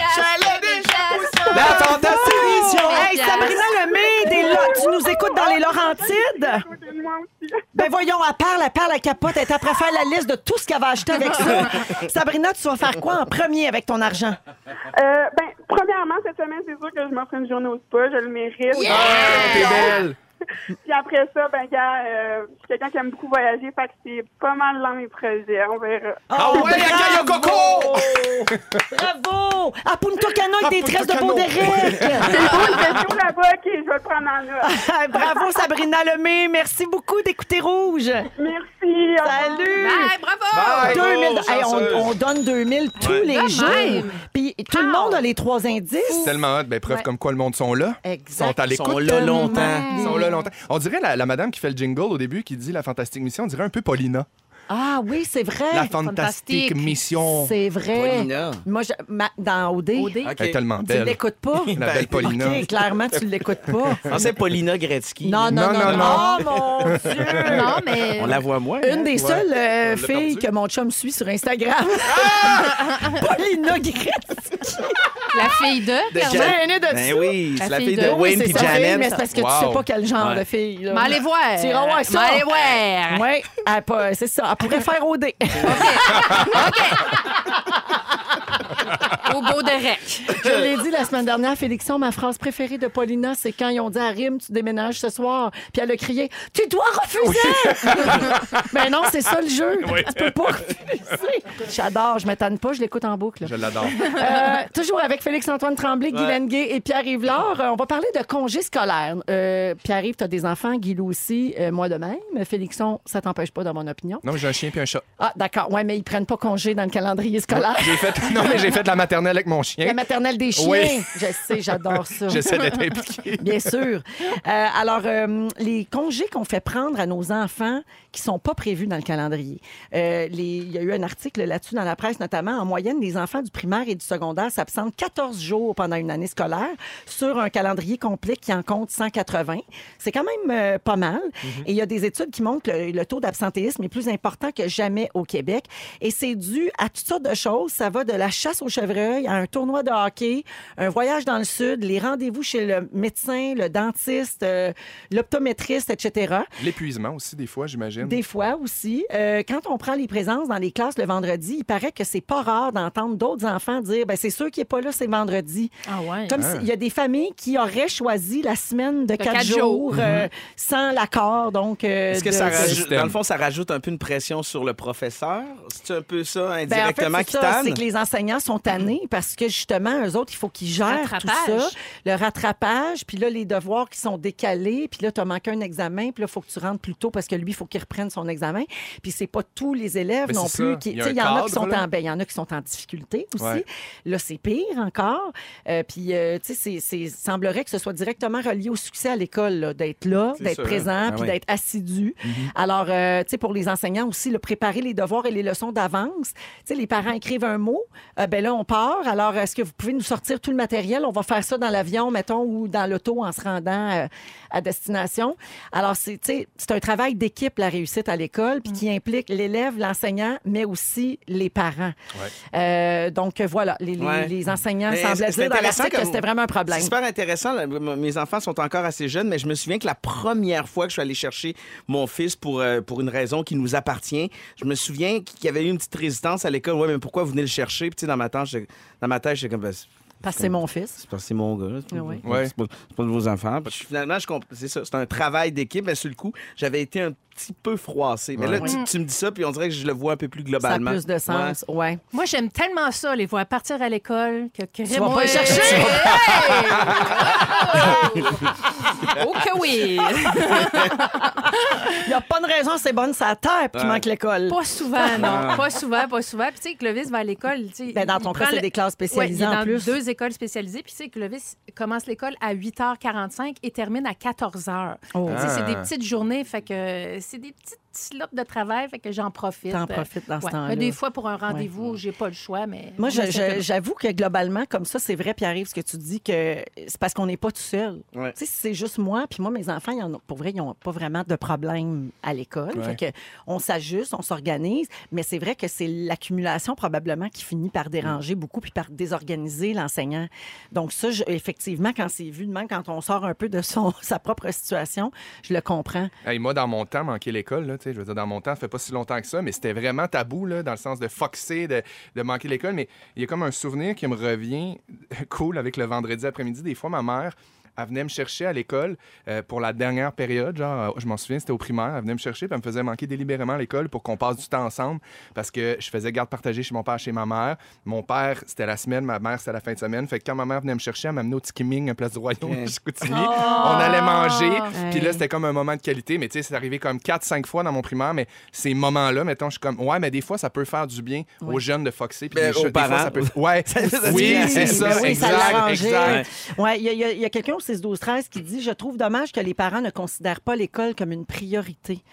Speaker 2: La fantastique mission!
Speaker 1: Oh! Hey,
Speaker 3: Yes.
Speaker 1: Sabrina Lemay, des Lo- tu nous écoutes dans les Laurentides?
Speaker 7: Côté de moi aussi.
Speaker 1: Ben voyons, à parle, à parle, à capote. Elle est après faire la liste de tout ce qu'elle va acheter avec ça. Sabrina, tu vas faire quoi en premier avec ton argent?
Speaker 7: Euh, ben, premièrement, cette semaine, c'est sûr que je m'offre une journée au spa. Je le mérite. Euh,
Speaker 2: Ah, t'es belle!
Speaker 7: Puis après ça, ben, gars, euh, je suis quelqu'un qui aime beaucoup voyager. Fait que c'est pas mal dans mes projets. On verra.
Speaker 2: Ah ouais,
Speaker 1: Oh, bravo!
Speaker 2: Yaka Yokoko!
Speaker 1: Bravo! À Punta Cana
Speaker 2: À
Speaker 1: avec des
Speaker 2: Punta
Speaker 1: tresses de
Speaker 2: Cana.
Speaker 1: Baudéric!
Speaker 7: C'est une bonne question là-bas. OK, je vais le prendre en note.
Speaker 1: Bravo, Sabrina Lemay. Merci beaucoup d'écouter Rouge.
Speaker 7: Merci. au revoir.
Speaker 1: Salut!
Speaker 3: Bye, bravo!
Speaker 2: Bye.
Speaker 1: 2000.
Speaker 4: Bravo,
Speaker 1: Hey,
Speaker 4: chanceuse.
Speaker 1: on, on donne 2000 tous les
Speaker 3: De
Speaker 1: jours.
Speaker 3: même.
Speaker 1: Puis tout le
Speaker 3: Wow.
Speaker 1: monde a les trois indices.
Speaker 2: Tellement hot, ben preuve
Speaker 3: Ouais.
Speaker 2: comme quoi le monde sont là. Ils
Speaker 1: Exact.
Speaker 2: sont à
Speaker 4: Ils
Speaker 2: l'écoute.
Speaker 4: sont là longtemps.
Speaker 2: Ils sont là longtemps. On dirait la, la madame qui fait le jingle au début qui dit la fantastique mission, on dirait un peu Paulina.
Speaker 1: Ah oui, c'est vrai.
Speaker 2: La fantastique
Speaker 3: fantastique.
Speaker 2: mission.
Speaker 1: C'est vrai.
Speaker 4: Paulina.
Speaker 1: Moi, je- ma- dans OD,
Speaker 3: OD.
Speaker 4: OK.
Speaker 2: Elle est tellement
Speaker 1: tu
Speaker 2: belle.
Speaker 1: l'écoutes pas. Ben,
Speaker 2: La belle Paulina.
Speaker 1: OK, clairement, tu l'écoutes pas.
Speaker 4: Ah, c'est Paulina Gretzky.
Speaker 1: Non, non, non, non.
Speaker 2: non, non.
Speaker 1: Oh, mon Dieu!
Speaker 3: Non, mais.
Speaker 4: On la voit moins. hein?
Speaker 1: Une des seules euh,
Speaker 2: l'a
Speaker 1: filles
Speaker 2: perdue.
Speaker 1: que mon chum suit sur Instagram.
Speaker 2: Ah!
Speaker 1: Paulina Gretzky.
Speaker 3: La fille de.
Speaker 4: De
Speaker 3: clairement.
Speaker 4: Janet.
Speaker 1: gênée de
Speaker 4: Ben
Speaker 1: ça.
Speaker 4: oui, c'est la fille de
Speaker 1: Oui,
Speaker 4: Wayne
Speaker 1: c'est
Speaker 4: puis
Speaker 1: sa fille,
Speaker 4: Janet.
Speaker 1: mais c'est parce que tu
Speaker 2: Wow.
Speaker 1: sais pas quel genre
Speaker 4: Ouais.
Speaker 1: de fille. là.
Speaker 3: Mais allez voir.
Speaker 1: Tu iras voir ça.
Speaker 3: Mais allez voir.
Speaker 1: Ouais, elle pas- c'est ça. Elle pourrait faire OD.
Speaker 3: Au beau de rec.
Speaker 1: Je l'ai dit la semaine dernière, Félixon, ma phrase préférée de Paulina, c'est quand ils ont dit à Rime, tu déménages ce soir. Puis elle a crié, tu dois refuser! Mais non, c'est ça le jeu. Tu peux pas refuser. J'adore, je m'étonne pas, je l'écoute en boucle.
Speaker 2: Je l'adore.
Speaker 1: Euh, toujours avec Félix-Antoine Tremblay, Guy
Speaker 4: Ouais.
Speaker 1: Lenguet et Pierre-Yves Lard. Euh, on va parler de congés scolaires. Euh, Pierre-Yves, t'as des enfants, Guy Lou aussi, euh, moi de même. Félixon, ça t'empêche pas, dans mon opinion.
Speaker 2: Non, mais j'ai un chien puis un chat.
Speaker 1: Ah, d'accord. Ouais, mais ils prennent pas congé dans le calendrier scolaire.
Speaker 2: J'ai fait, non, mais j'ai fait la maternelle avec mon
Speaker 1: La
Speaker 2: chien.
Speaker 1: maternelle des chiens.
Speaker 2: Hein? Oui.
Speaker 1: Je sais, j'adore ça.
Speaker 2: J'essaie d'être impliqué.
Speaker 1: Bien sûr. Euh, alors, euh, les congés qu'on fait prendre à nos enfants qui sont pas prévus dans le calendrier. Euh, les- Il y a eu un article là-dessus dans la presse, notamment. En moyenne, les enfants du primaire et du secondaire s'absentent 14 jours pendant une année scolaire sur un calendrier complet qui en compte 180. C'est quand même euh, pas mal. Et il y a des études qui montrent que le, le taux d'absentéisme est plus important que jamais au Québec. Et c'est dû à toutes sortes de choses. Ça va de la chasse aux chevreuils Longueuil, à un tournoi de hockey, un voyage dans le sud, les rendez-vous chez le médecin, le dentiste, euh, l'optométriste, etc.
Speaker 2: L'épuisement aussi, des fois, j'imagine.
Speaker 1: Des fois aussi. Euh, quand on prend les présences dans les classes le vendredi, il paraît que c'est pas rare d'entendre d'autres enfants dire ben c'est sûr qu'il est pas là, c'est vendredi.
Speaker 3: Ah ouais.
Speaker 1: Comme
Speaker 2: Ah.
Speaker 4: Hein?
Speaker 1: s'il y a des familles qui auraient choisi la semaine de, quatre,
Speaker 3: quatre
Speaker 1: jours
Speaker 3: jours.
Speaker 1: euh, sans l'accord. Donc, euh,
Speaker 4: Mm-hmm. Est-ce que
Speaker 1: de-
Speaker 4: ça
Speaker 1: de-
Speaker 4: rajoute,
Speaker 2: système.
Speaker 4: dans le fond, ça rajoute un peu une pression sur le professeur? C'est un peu ça,
Speaker 1: Ben, en fait,
Speaker 4: indirectement,
Speaker 1: c'est
Speaker 4: qui
Speaker 1: ça,
Speaker 4: tanne?
Speaker 1: C'est que les enseignants sont tannés parce que justement, eux autres, il faut qu'ils gèrent tout
Speaker 3: Rattrapage.
Speaker 1: ça. Le rattrapage, puis là, les devoirs qui sont décalés, puis là, tu as manqué un examen, puis là, il faut que tu rentres plus tôt parce que lui, il faut qu'il reprenne son examen. Puis c'est pas tous les élèves
Speaker 2: Ben,
Speaker 1: non
Speaker 2: c'est
Speaker 1: plus.
Speaker 2: ça.
Speaker 1: qui-
Speaker 2: Il y
Speaker 1: tu
Speaker 2: a
Speaker 1: sais,
Speaker 2: un
Speaker 1: Il y, en a
Speaker 2: cadre,
Speaker 1: qui sont
Speaker 2: là.
Speaker 1: en, ben, il y en a qui sont en difficulté aussi.
Speaker 2: Ouais.
Speaker 1: Là, c'est pire encore. Euh, puis, euh, tu sais, c'est- c'est- semblerait que ce soit directement relié au succès à l'école, là, d'être là,
Speaker 4: C'est
Speaker 1: d'être
Speaker 4: sûr.
Speaker 1: présent,
Speaker 2: Ben
Speaker 4: Ah
Speaker 1: puis
Speaker 4: oui.
Speaker 1: d'être assidu.
Speaker 2: Mm-hmm.
Speaker 1: Alors, euh, tu sais, pour les enseignants aussi, le préparer les devoirs et les leçons d'avance. Tu sais, les parents écrivent un mot, euh, ben là, on part. Alors, est-ce que vous pouvez nous sortir tout le matériel? On va faire ça dans l'avion, mettons, ou dans l'auto en se rendant euh, à destination. Alors, c'est tu sais, c'est un travail d'équipe, la réussite à l'école, puis
Speaker 3: Mm.
Speaker 1: qui implique l'élève, l'enseignant, mais aussi les parents. Euh, donc, voilà, les, les-
Speaker 4: Ouais.
Speaker 1: les enseignants
Speaker 4: Mais
Speaker 1: semblaient
Speaker 4: c'est- c'est
Speaker 1: dire dans
Speaker 4: intéressant
Speaker 1: l'article que
Speaker 4: comme-
Speaker 1: c'était vraiment un problème.
Speaker 4: C'est super intéressant. là. M- Mes enfants sont encore assez jeunes, mais je me souviens que la première fois que je suis allé chercher mon fils pour, euh, pour une raison qui nous appartient, je me souviens qu'il y avait eu une petite résistance à l'école. Ouais, mais pourquoi vous venez le chercher? Puis, tu sais, dans ma tête, j'étais- dans ma tête, j'étais comme, Ben, c'est
Speaker 1: Parce que c'est mon fils.
Speaker 4: parce que c'est mon gars. là. C'est pas,
Speaker 1: Ouais.
Speaker 2: Ouais.
Speaker 4: c'est pas- c'est pas de vos enfants. Puis finalement, je comprends. C'est ça. C'est un travail d'équipe, mais sur le coup, j'avais été un petit peu froissé. Mais là,
Speaker 2: Ouais.
Speaker 4: tu, tu me dis ça, puis on dirait que je le vois un peu plus
Speaker 1: Ça a
Speaker 4: globalement.
Speaker 1: plus de sens, ouais.
Speaker 3: Moi, j'aime tellement ça, les voir partir à l'école, que Tu
Speaker 1: vas pas les chercher.
Speaker 3: oh que oui!
Speaker 1: Il n'y a pas de raison, c'est bonne, c'est à terre qui manque l'école.
Speaker 3: Pas souvent, non. Pas souvent, pas souvent. Puis tu sais, Clovis va à l'école. tu sais,
Speaker 1: Ben, dans
Speaker 3: il
Speaker 1: ton
Speaker 3: prend
Speaker 1: cas, c'est
Speaker 3: le-
Speaker 1: des classes spécialisées
Speaker 3: Ouais, il est
Speaker 1: en
Speaker 3: dans
Speaker 1: plus.
Speaker 3: deux écoles spécialisées. Puis tu sais, Clovis commence l'école à 8h45 et termine à 14h.
Speaker 1: Oh.
Speaker 3: Tu sais, C'est des
Speaker 2: Ah.
Speaker 3: petites journées, fait que euh, c'est des petites slopes de travail, fait que j'en profite.
Speaker 1: T'en profites dans ce
Speaker 3: Ouais.
Speaker 1: temps-là.
Speaker 3: Mais Des fois, pour un rendez-vous, j'ai pas le choix, mais...
Speaker 1: Moi, je-
Speaker 3: on essaie
Speaker 1: je-
Speaker 3: de-
Speaker 1: j'avoue que globalement, comme ça, c'est vrai, Pierre-Yves, ce que tu dis, que c'est parce qu'on n'est pas tout seul.
Speaker 4: Ouais.
Speaker 1: Tu sais, si c'est juste moi, puis moi, mes enfants, ils en ont- pour vrai, ils n'ont pas vraiment de problème à l'école.
Speaker 2: Ouais.
Speaker 1: Fait que on s'ajuste, on s'organise, mais c'est vrai que c'est l'accumulation probablement qui finit par déranger beaucoup, puis par désorganiser l'enseignant. Donc ça, je- effectivement, quand c'est vu de même, quand on sort un peu de son, sa propre situation, je le comprends.
Speaker 2: Hey, moi, dans mon temps, manquer l'école, là, tu sais, je veux dire, dans mon temps, ça fait pas si longtemps que ça, mais c'était vraiment tabou, là, dans le sens de foxer, de, de manquer l'école. Mais il y a comme un souvenir qui me revient cool avec le vendredi après-midi. Des fois, ma mère, elle venait me chercher à l'école euh, pour la dernière période. Genre, euh, je m'en souviens, c'était au primaire. Elle venait me chercher, puis elle me faisait manquer délibérément à l'école pour qu'on passe du temps ensemble parce que je faisais garde partagée chez mon père, chez ma mère. Mon père, c'était la semaine, ma mère, c'était la fin de semaine. Fait que quand ma mère venait me chercher, elle m'amenait au Tikiming, à Place du Royaume, à Chicoutimi. On allait manger. Puis là, c'était comme un moment de qualité. Mais tu sais, c'est arrivé comme 4-5 fois dans mon primaire. Mais ces moments-là, mettons, je suis comme, ouais, mais des fois, ça peut faire du bien aux jeunes de foxer. Puis
Speaker 4: Ben,
Speaker 2: des, cho- des
Speaker 4: aux
Speaker 2: fois,
Speaker 4: parents.
Speaker 2: ça peut. Ouais,
Speaker 4: Ça
Speaker 2: oui,
Speaker 4: dit-
Speaker 2: c'est ça,
Speaker 1: Ben oui, ça
Speaker 2: exact,
Speaker 1: l'arrangeait.
Speaker 2: exact.
Speaker 1: Ouais, il y a- il y a, il y a quelqu'un au 6 12 13 qui dit je trouve dommage que les parents ne considèrent pas l'école comme une priorité.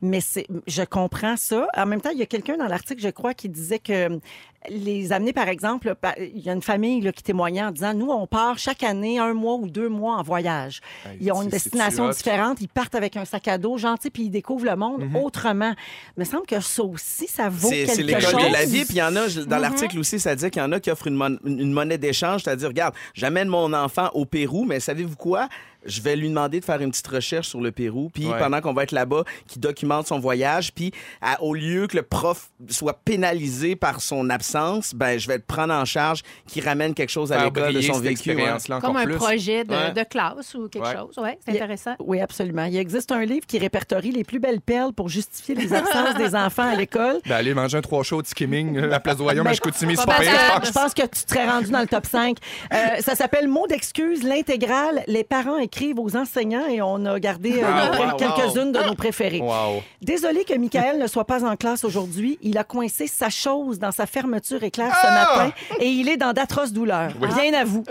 Speaker 1: Mais c'est je comprends ça. En même temps, il y a quelqu'un dans l'article, je crois, qui disait que les amener, par exemple, par- il y a une famille là, qui témoignait en disant Nous, on part chaque année un mois ou deux mois en voyage.
Speaker 2: Hey,
Speaker 1: Ils ont une
Speaker 2: c'est- c'est-tu
Speaker 1: destination
Speaker 2: hot?
Speaker 1: différente, ils partent avec un sac à dos gentil, puis ils découvrent le monde
Speaker 2: Mm-hmm.
Speaker 1: autrement. Il me semble que ça aussi, ça vaut
Speaker 4: C'est
Speaker 1: quelque
Speaker 4: c'est
Speaker 1: chose. Mm-hmm.
Speaker 4: l'école de la vie. Puis il y en a, je- dans l'article aussi, ça dit qu'il y en a qui offrent une, mon- une- une monnaie d'échange, c'est-à-dire, regarde, j'amène mon enfant au Pérou, mais savez-vous quoi? Je vais lui demander de faire une petite recherche sur le Pérou, puis
Speaker 2: Ouais.
Speaker 4: pendant qu'on va être là-bas, qui documente son voyage, puis à- au lieu que le prof soit pénalisé par son absence, ben je vais le prendre en charge, qui ramène quelque chose à
Speaker 2: Faire
Speaker 4: l'école de
Speaker 2: briller
Speaker 4: son
Speaker 2: cette
Speaker 4: vécu. hein. ouais.
Speaker 2: expérience-là encore
Speaker 3: Comme un
Speaker 2: plus.
Speaker 3: projet de,
Speaker 4: Ouais.
Speaker 3: de classe ou quelque
Speaker 2: Ouais.
Speaker 3: chose, ouais, c'est
Speaker 1: Il y a-
Speaker 3: intéressant.
Speaker 1: Oui, absolument. Il existe un livre qui répertorie les plus belles perles pour justifier les absences des enfants à l'école.
Speaker 2: Ben, aller manger un trois chauds au Tikiming, euh, à Place du Royaume,
Speaker 1: Ben,
Speaker 2: à Chicoutimi, c'est
Speaker 1: Parce
Speaker 2: pas
Speaker 1: que
Speaker 2: pire, je pense.
Speaker 1: je pense que tu serais rendu dans le top 5. Euh, ça s'appelle Mots d'excuses, l'intégrale. Les parents écrivent aux enseignants et on a gardé euh,
Speaker 4: Wow,
Speaker 1: nos-
Speaker 4: wow,
Speaker 1: quelques-unes de nos préférées.
Speaker 2: Wow.
Speaker 1: Désolé que Michael ne soit pas en classe aujourd'hui. Il a coincé sa chose dans sa fermeture éclair ce
Speaker 2: Ah!
Speaker 1: matin et il est dans d'atroces douleurs. Bien à vous.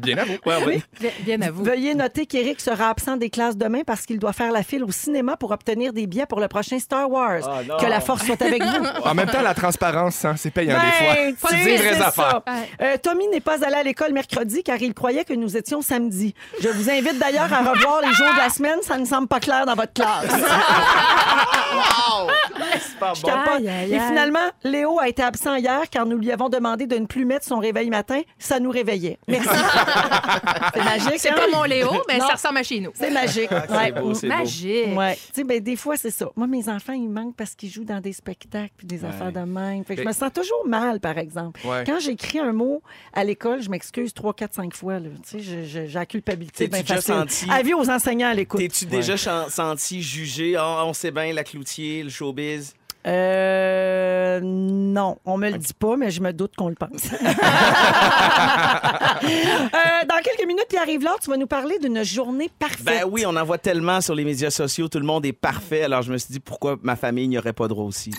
Speaker 2: Bien à vous.
Speaker 3: Bien, bien à vous.
Speaker 1: Veuillez noter qu'Éric sera absent des classes demain parce qu'il doit faire la file au cinéma pour obtenir des billets pour le prochain Star Wars.
Speaker 4: Ah, non.
Speaker 1: que la force soit avec vous.
Speaker 2: En même temps, la transparence, hein, c'est payant des
Speaker 1: Ben,
Speaker 2: fois.
Speaker 1: tu
Speaker 2: Tu
Speaker 1: sais,
Speaker 2: dis les vraies
Speaker 1: c'est
Speaker 2: affaires.
Speaker 1: ça. Euh, Tommy n'est pas allé à l'école mercredi car il croyait que nous étions samedi. Je vous invite d'ailleurs à revoir les jours de la semaine. Ça ne semble pas clair dans votre classe.
Speaker 4: C'est pas
Speaker 1: Je
Speaker 4: bon.
Speaker 1: capote.
Speaker 3: Aïe, aïe,
Speaker 1: Et
Speaker 3: aïe.
Speaker 1: finalement, Léo a été absent hier car nous lui avons demandé de ne plus mettre son réveil matin. Ça nous réveillait. Merci. C'est magique.
Speaker 3: C'est
Speaker 1: hein?
Speaker 3: pas mon Ben, Léo, mais
Speaker 1: Non.
Speaker 3: ça ressemble à chez nous.
Speaker 1: C'est magique. Ouais.
Speaker 4: C'est beau, c'est beau.
Speaker 3: Magique.
Speaker 1: Ouais. Tu sais, ben, des fois, c'est ça. Moi, mes enfants, ils manquent parce qu'ils jouent dans des spectacles puis des affaires de même. Fait que je me sens toujours mal, par exemple.
Speaker 2: Ouais.
Speaker 1: Quand j'écris un mot à l'école, je m'excuse 3, 4, 5 fois. là. Tu sais, je- je- j'ai la culpabilité
Speaker 4: T'es-tu
Speaker 1: bien
Speaker 4: déjà
Speaker 1: facile.
Speaker 4: senti-
Speaker 1: Avis aux enseignants à l'écoute.
Speaker 4: T'es-tu déjà chan- senti jugé? Ah, on sait bien, la cloutier, le showbiz.
Speaker 1: Euh, non, on me le dit pas, mais je me doute qu'on le pense. Euh, dans quelques minutes, Pierre arrive là, tu vas nous parler d'une journée parfaite.
Speaker 4: Ben oui, on en voit tellement sur les médias sociaux, tout le monde est parfait. Alors je me suis dit pourquoi ma famille n'y aurait pas droit aussi.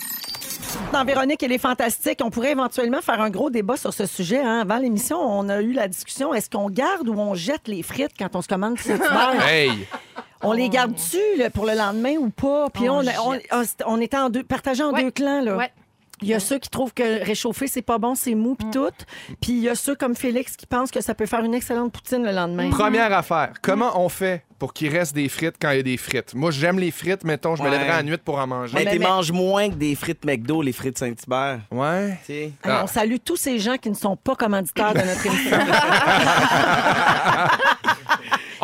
Speaker 1: Dans Véronique, elle est fantastique. On pourrait éventuellement faire un gros débat sur ce sujet. hein. Avant l'émission, on a eu la discussion est-ce qu'on garde ou on jette les frites quand on se commande cet hiver?
Speaker 2: Hey!
Speaker 1: On les garde-tu là, pour le lendemain ou pas? Puis
Speaker 3: On
Speaker 1: on, on,
Speaker 3: jette.
Speaker 1: on, on était en deux, partagé en
Speaker 3: Ouais.
Speaker 1: deux clans. Là.
Speaker 3: Ouais. Mm.
Speaker 1: Il y a ceux qui trouvent que réchauffer, c'est pas bon, c'est mou, puis tout. Puis il y a ceux comme Félix qui pensent que ça peut faire une excellente poutine le lendemain.
Speaker 2: Première affaire, comment on fait pour qu'il reste des frites quand il y a des frites? Moi, j'aime les frites, mettons, je me
Speaker 4: Ouais.
Speaker 2: lèverai à nuit pour en manger.
Speaker 4: Mais
Speaker 1: mais-
Speaker 4: t'es
Speaker 1: mais-
Speaker 4: manges moins que des frites McDo, les frites Saint-Hubert.
Speaker 2: Ouais.
Speaker 4: Tu sais.
Speaker 1: Alors,
Speaker 2: Ah.
Speaker 1: On salue tous ces gens qui ne sont pas commanditaires de notre émission.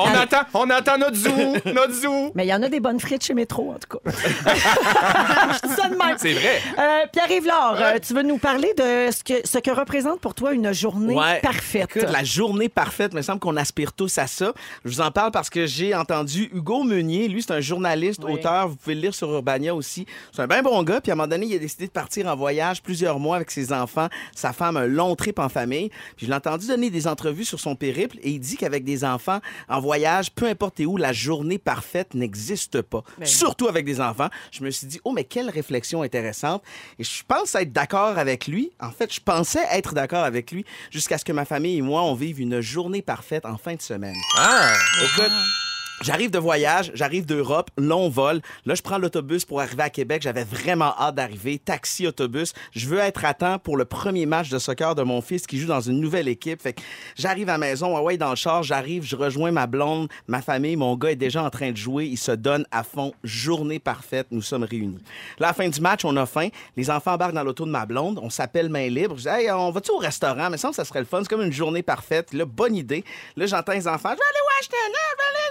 Speaker 2: On attend, on attend notre zoo, notre zoo.
Speaker 1: Mais il y en a des bonnes frites chez Métro, en tout cas. Je dis ça de même.
Speaker 2: C'est vrai.
Speaker 1: Euh, Pierre-Yves Laure, euh, tu veux nous parler de ce que, ce que représente pour toi une journée
Speaker 4: Ouais.
Speaker 1: parfaite.
Speaker 4: Écoute, la journée parfaite, il me semble qu'on aspire tous à ça. Je vous en parle parce que j'ai entendu Hugo Meunier, lui c'est un journaliste, auteur, vous pouvez le lire sur Urbania aussi. C'est un bien bon gars, puis à un moment donné, il a décidé de partir en voyage plusieurs mois avec ses enfants, sa femme, un long trip en famille. Puis je l'ai entendu donner des entrevues sur son périple et il dit qu'avec des enfants en voyage, peu importe où, la journée parfaite n'existe pas. Surtout avec des enfants. Je me suis dit, oh, mais quelle réflexion intéressante. Et je pense être d'accord avec lui. En fait, je pensais être d'accord avec lui jusqu'à ce que ma famille et moi, on vive une journée parfaite en fin de semaine.
Speaker 2: Ah!
Speaker 4: Écoute. J'arrive de voyage, j'arrive d'Europe, long vol. Là, je prends l'autobus pour arriver à Québec. J'avais vraiment hâte d'arriver. Taxi, autobus. Je veux être à temps pour le premier match de soccer de mon fils qui joue dans une nouvelle équipe. Fait que j'arrive à la maison, ah ouais, dans le char, j'arrive, je rejoins ma blonde, ma famille. Mon gars est déjà en train de jouer. Il se donne à fond. Journée parfaite. Nous sommes réunis. Là, à la fin du match, on a faim. Les enfants embarquent dans l'auto de ma blonde. On s'appelle main libre. Je dis, hey, on va-tu au restaurant? Mais ça, ça serait le fun. C'est comme une journée parfaite. Là, bonne idée. Là, j'entends les enfants. Je vais aller au Ashton. Ah, je vais aller-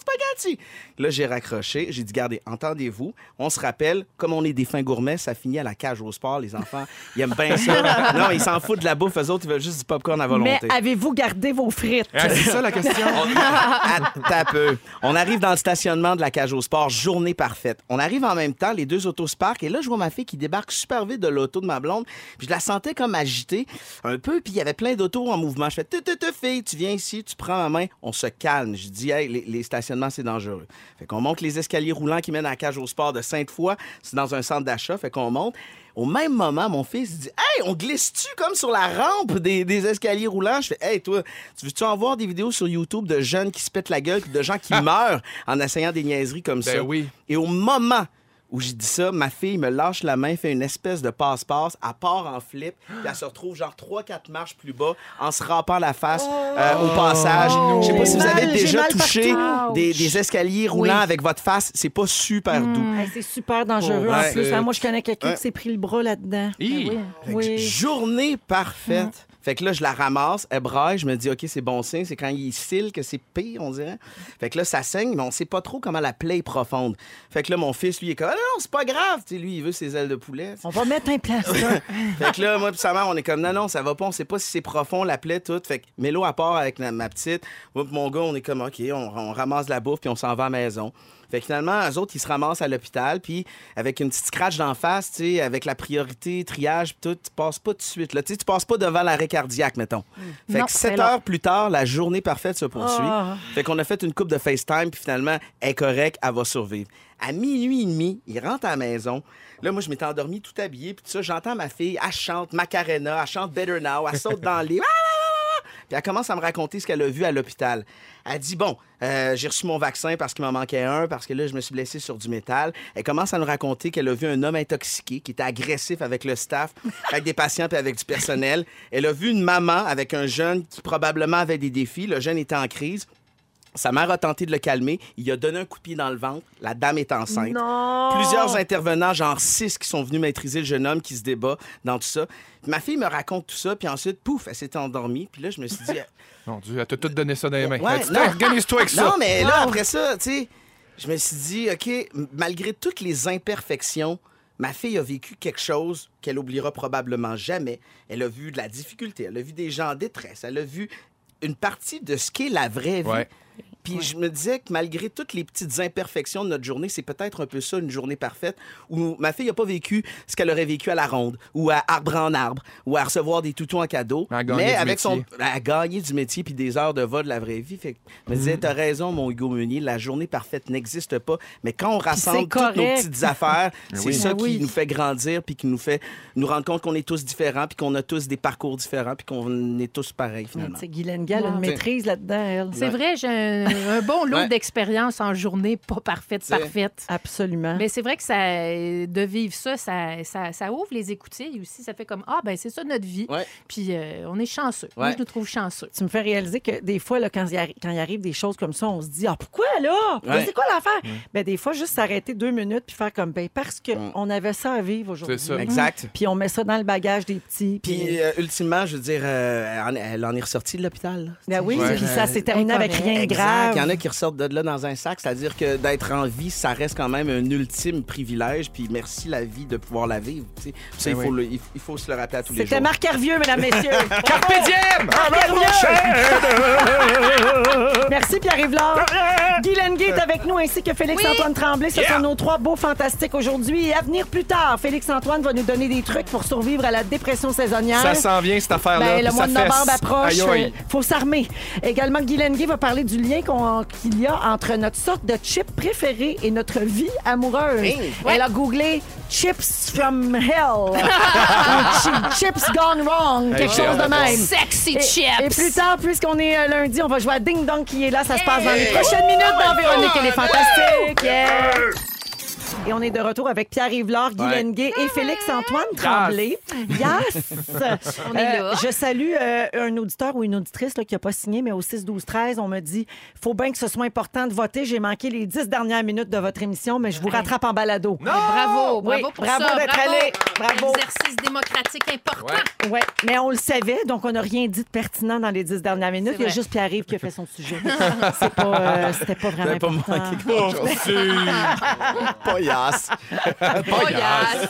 Speaker 4: spaghetti. Là, j'ai raccroché. J'ai dit, gardez, entendez-vous. On se rappelle, comme on est des fins gourmets, ça finit à la cage au sport. Les enfants, ils aiment bien ça. Non, ils s'en foutent de la bouffe. Eux autres, ils veulent juste du popcorn à volonté.
Speaker 1: Mais avez-vous gardé vos frites?
Speaker 2: Ah, c'est ça la question.
Speaker 4: Attends un peu. On arrive dans le stationnement de la cage au sport, journée parfaite. On arrive en même temps, les deux autos se parquent, et là, je vois ma fille qui débarque super vite de l'auto de ma blonde, puis je la sentais comme agitée, un peu, puis il y avait plein d'autos en mouvement. Je fais, tu, tu, tu, fille, tu viens ici, tu prends ma main, on se calme. Je dis, hey, les, les stationnements, c'est dangereux. Fait qu'on monte les escaliers roulants qui mènent à la cage au sport de Sainte-Foy, c'est dans un centre d'achat, fait qu'on monte. Au même moment, mon fils dit Hey, on glisse-tu comme sur la rampe des, des escaliers roulants Je fais Hey, toi, tu veux-tu en voir des vidéos sur YouTube de jeunes qui se pètent la gueule puis de gens qui meurent en essayant des niaiseries comme
Speaker 2: Ben
Speaker 4: ça
Speaker 2: oui.
Speaker 4: Et au moment où j'ai dit ça, ma fille me lâche la main, fait une espèce de passe-passe, à part en flip, puis elle se retrouve genre 3-4 marches plus bas en se rampant la face euh, au passage. Je sais pas si vous
Speaker 1: Oh! J'ai
Speaker 4: avez
Speaker 1: mal, j'ai
Speaker 4: déjà
Speaker 1: mal
Speaker 4: touché
Speaker 1: partout. Hmm.
Speaker 4: des, des escaliers roulants avec votre face, c'est pas super doux.
Speaker 1: Hey, c'est super dangereux
Speaker 2: Oh, ouais.
Speaker 1: en plus.
Speaker 2: Euh,
Speaker 1: Ah, moi, je connais quelqu'un qui s'est pris le bras là-dedans.
Speaker 2: Hi.
Speaker 1: Oui.
Speaker 4: Journée parfaite. Fait que là, je la ramasse, elle braille, je me dis, OK, c'est bon signe, c'est quand il cile que c'est pire, on dirait. Fait que là, ça saigne, mais on sait pas trop comment la plaie est profonde. Fait que là, mon fils, lui, il est comme, ah, non, c'est pas grave. Tu sais, lui, il veut ses ailes de poulet.
Speaker 1: On va mettre un plaster.
Speaker 4: fait que là, moi, pis sa mère, on est comme, non, non, ça va pas, on sait pas si c'est profond, la plaie, tout. Fait que Mélo, à part avec ma, ma petite, moi, pis mon gars, on est comme, OK, on, on ramasse la bouffe, puis on s'en va à la maison. Fait que finalement, eux autres, ils se ramassent à l'hôpital, puis avec une petite scratch d'en face, tu sais, avec la priorité, triage, pis tout, tu passes pas tout de suite. Là, tu sais, tu passes pas devant l'arrêt cardiaque, mettons. Fait
Speaker 3: Hmm. Non,
Speaker 4: que
Speaker 3: c'est
Speaker 4: 7
Speaker 3: long.
Speaker 4: heures plus tard, la journée parfaite se poursuit.
Speaker 1: Ah.
Speaker 4: Fait qu'on a fait une coupe de FaceTime, puis finalement, elle est correcte, elle va survivre. À minuit et demi, il rentre à la maison. Là, moi, je m'étais endormi tout habillé, puis tout ça, j'entends ma fille, elle chante Macarena, elle chante Better Now, elle saute dans le lit. Ah, ah, ah, ah. Puis elle commence à me raconter ce qu'elle a vu à l'hôpital. Elle dit Bon, euh, j'ai reçu mon vaccin parce qu'il m'en manquait un, parce que là, je me suis blessé sur du métal. Elle commence à me raconter qu'elle a vu un homme intoxiqué qui était agressif avec le staff, avec des patients et avec du personnel. Elle a vu une maman avec un jeune qui probablement avait des défis. Le jeune était en crise. Sa mère a tenté de le calmer. Il a donné un coup de pied dans le ventre. La dame est enceinte.
Speaker 1: Non.
Speaker 4: Plusieurs intervenants, genre six, qui sont venus maîtriser le jeune homme qui se débat dans tout ça. Ma fille me raconte tout ça, puis ensuite, pouf, elle s'est endormie. Puis là, je me suis dit,
Speaker 2: Mon Dieu, elle t'a tout donné ça dans les mains.
Speaker 4: Ouais,
Speaker 2: Elle dit,
Speaker 4: non.
Speaker 2: Organise-toi avec ça.
Speaker 4: Non, mais là, après ça, tu sais, je me suis dit, OK, m- malgré toutes les imperfections, ma fille a vécu quelque chose qu'elle oubliera probablement jamais. Elle a vu de la difficulté, elle a vu des gens en détresse, elle a vu une partie de ce qu'est la vraie vie.
Speaker 2: Ouais.
Speaker 4: Puis je me disais que malgré toutes les petites imperfections de notre journée, c'est peut-être un peu ça, une journée parfaite, où ma fille n'a pas vécu ce qu'elle aurait vécu à la ronde, ou à arbre en arbre, ou à recevoir des toutous en cadeau.
Speaker 2: À gagner
Speaker 4: mais
Speaker 2: du
Speaker 4: avec son,
Speaker 2: métier.
Speaker 4: à gagner du métier puis des heures de vol de la vraie vie. Fait que je me
Speaker 2: Mm.
Speaker 4: disais, t'as raison, mon Hugo Meunier, la journée parfaite n'existe pas. Mais quand on rassemble toutes
Speaker 1: correct.
Speaker 4: nos petites affaires, c'est
Speaker 2: oui.
Speaker 4: ça
Speaker 1: Ben
Speaker 4: qui
Speaker 1: oui.
Speaker 4: nous fait grandir puis qui nous fait nous rendre compte qu'on est tous différents puis qu'on a tous des parcours différents puis qu'on est tous pareils finalement.
Speaker 1: C'est Guy Lengal,
Speaker 3: Wow.
Speaker 1: une maîtrise là-dedans, elle.
Speaker 3: C'est vrai, j'ai un, un bon lot
Speaker 4: Ouais.
Speaker 3: d'expérience en journée pas parfaite,
Speaker 4: C'est-
Speaker 3: parfaite.
Speaker 1: Absolument.
Speaker 3: Mais c'est vrai que ça, euh, de vivre ça ça, ça, ça ouvre les écoutilles aussi. Ça fait comme Ah, ben c'est ça notre vie.
Speaker 4: Ouais.
Speaker 3: Puis euh, on est chanceux. Moi,
Speaker 4: Ouais.
Speaker 3: je nous trouve chanceux.
Speaker 1: tu me fais réaliser que des fois, là, quand, il arri- quand il arrive des choses comme ça, on se dit Ah, pourquoi là Mais
Speaker 4: Ouais.
Speaker 1: C'est quoi l'affaire ben, Des fois, juste s'arrêter deux minutes puis faire comme ben, Parce qu'on avait ça à vivre aujourd'hui.
Speaker 2: C'est ça.
Speaker 4: Exact.
Speaker 1: Puis on met ça dans le bagage des petits. Puis.
Speaker 4: Puis euh, ultimement, je veux dire, euh, elle en- elle en est ressortie de l'hôpital. là.
Speaker 1: Ben oui,
Speaker 2: Ouais.
Speaker 1: puis ça s'est terminé avec
Speaker 3: Incorrect.
Speaker 1: rien de
Speaker 4: Exact.
Speaker 1: grave.
Speaker 4: Il y en a qui ressortent de là dans un sac, c'est-à-dire que d'être en vie, ça reste quand même un ultime privilège. Puis merci la vie de pouvoir la vivre. tu sais. Ça, il,
Speaker 2: Ben
Speaker 4: faut le- il- il faut se le rappeler à tous les jours.
Speaker 1: C'était Marc Hervieux, mesdames, messieurs.
Speaker 2: Carpe diem!
Speaker 1: Merci Pierre-Yves Laure. Guy Lenguet est avec nous ainsi que Félix-Antoine Tremblay. Ce sont nos trois beaux fantastiques aujourd'hui. Et à venir plus tard, Félix-Antoine va nous donner des trucs pour survivre à la dépression saisonnière.
Speaker 2: Ça s'en vient, cette affaire-là.
Speaker 1: hein? Ben, le
Speaker 2: puis
Speaker 1: mois
Speaker 2: ça
Speaker 1: de novembre
Speaker 2: fesse.
Speaker 1: approche.
Speaker 2: Aïe, aïe.
Speaker 1: euh, faut s'armer. Également, Guy Lenguet va parler du lien qu'on- qu'il y a entre notre sorte de chip préférée et notre vie amoureuse. Elle a googlé Chips from Hell. Ou chi- chips Gone Wrong. Quelque
Speaker 2: j'ai
Speaker 1: chose de
Speaker 2: hâte de voir.
Speaker 1: même.
Speaker 3: Sexy
Speaker 1: Et-
Speaker 3: chips!
Speaker 1: Et, plus tard, puisqu'on est euh, lundi, on va jouer à Ding Dong qui est là. Ça se passe dans les prochaines minutes dans Véronique et les Fantastiques. Yeah. Et on est de retour avec Pierre Yvelore, Guy
Speaker 4: Ouais.
Speaker 1: Lenguet et Félix-Antoine Tremblay. Yes!
Speaker 3: Ah. On est là.
Speaker 1: Je salue euh, un auditeur ou une auditrice là, qui n'a pas signé, mais au 6-12-13, on me dit faut bien que ce soit important de voter. J'ai manqué les 10 dernières minutes de votre émission, mais je vous rattrape en balado.
Speaker 3: Bravo, bravo
Speaker 1: Oui,
Speaker 3: pour
Speaker 1: bravo
Speaker 3: ça.
Speaker 1: d'être allé. Bravo.
Speaker 3: Exercice démocratique important.
Speaker 1: Oui, mais on le savait, donc on n'a rien dit de pertinent dans les dix dernières minutes.
Speaker 3: C'est
Speaker 1: Il y a
Speaker 3: vrai.
Speaker 1: juste Pierre-Yves qui a fait son sujet. C'est pas, euh, c'était pas vraiment
Speaker 4: J'avais pas
Speaker 1: important.
Speaker 4: manqué Paillasse.
Speaker 3: Oh, Coriace.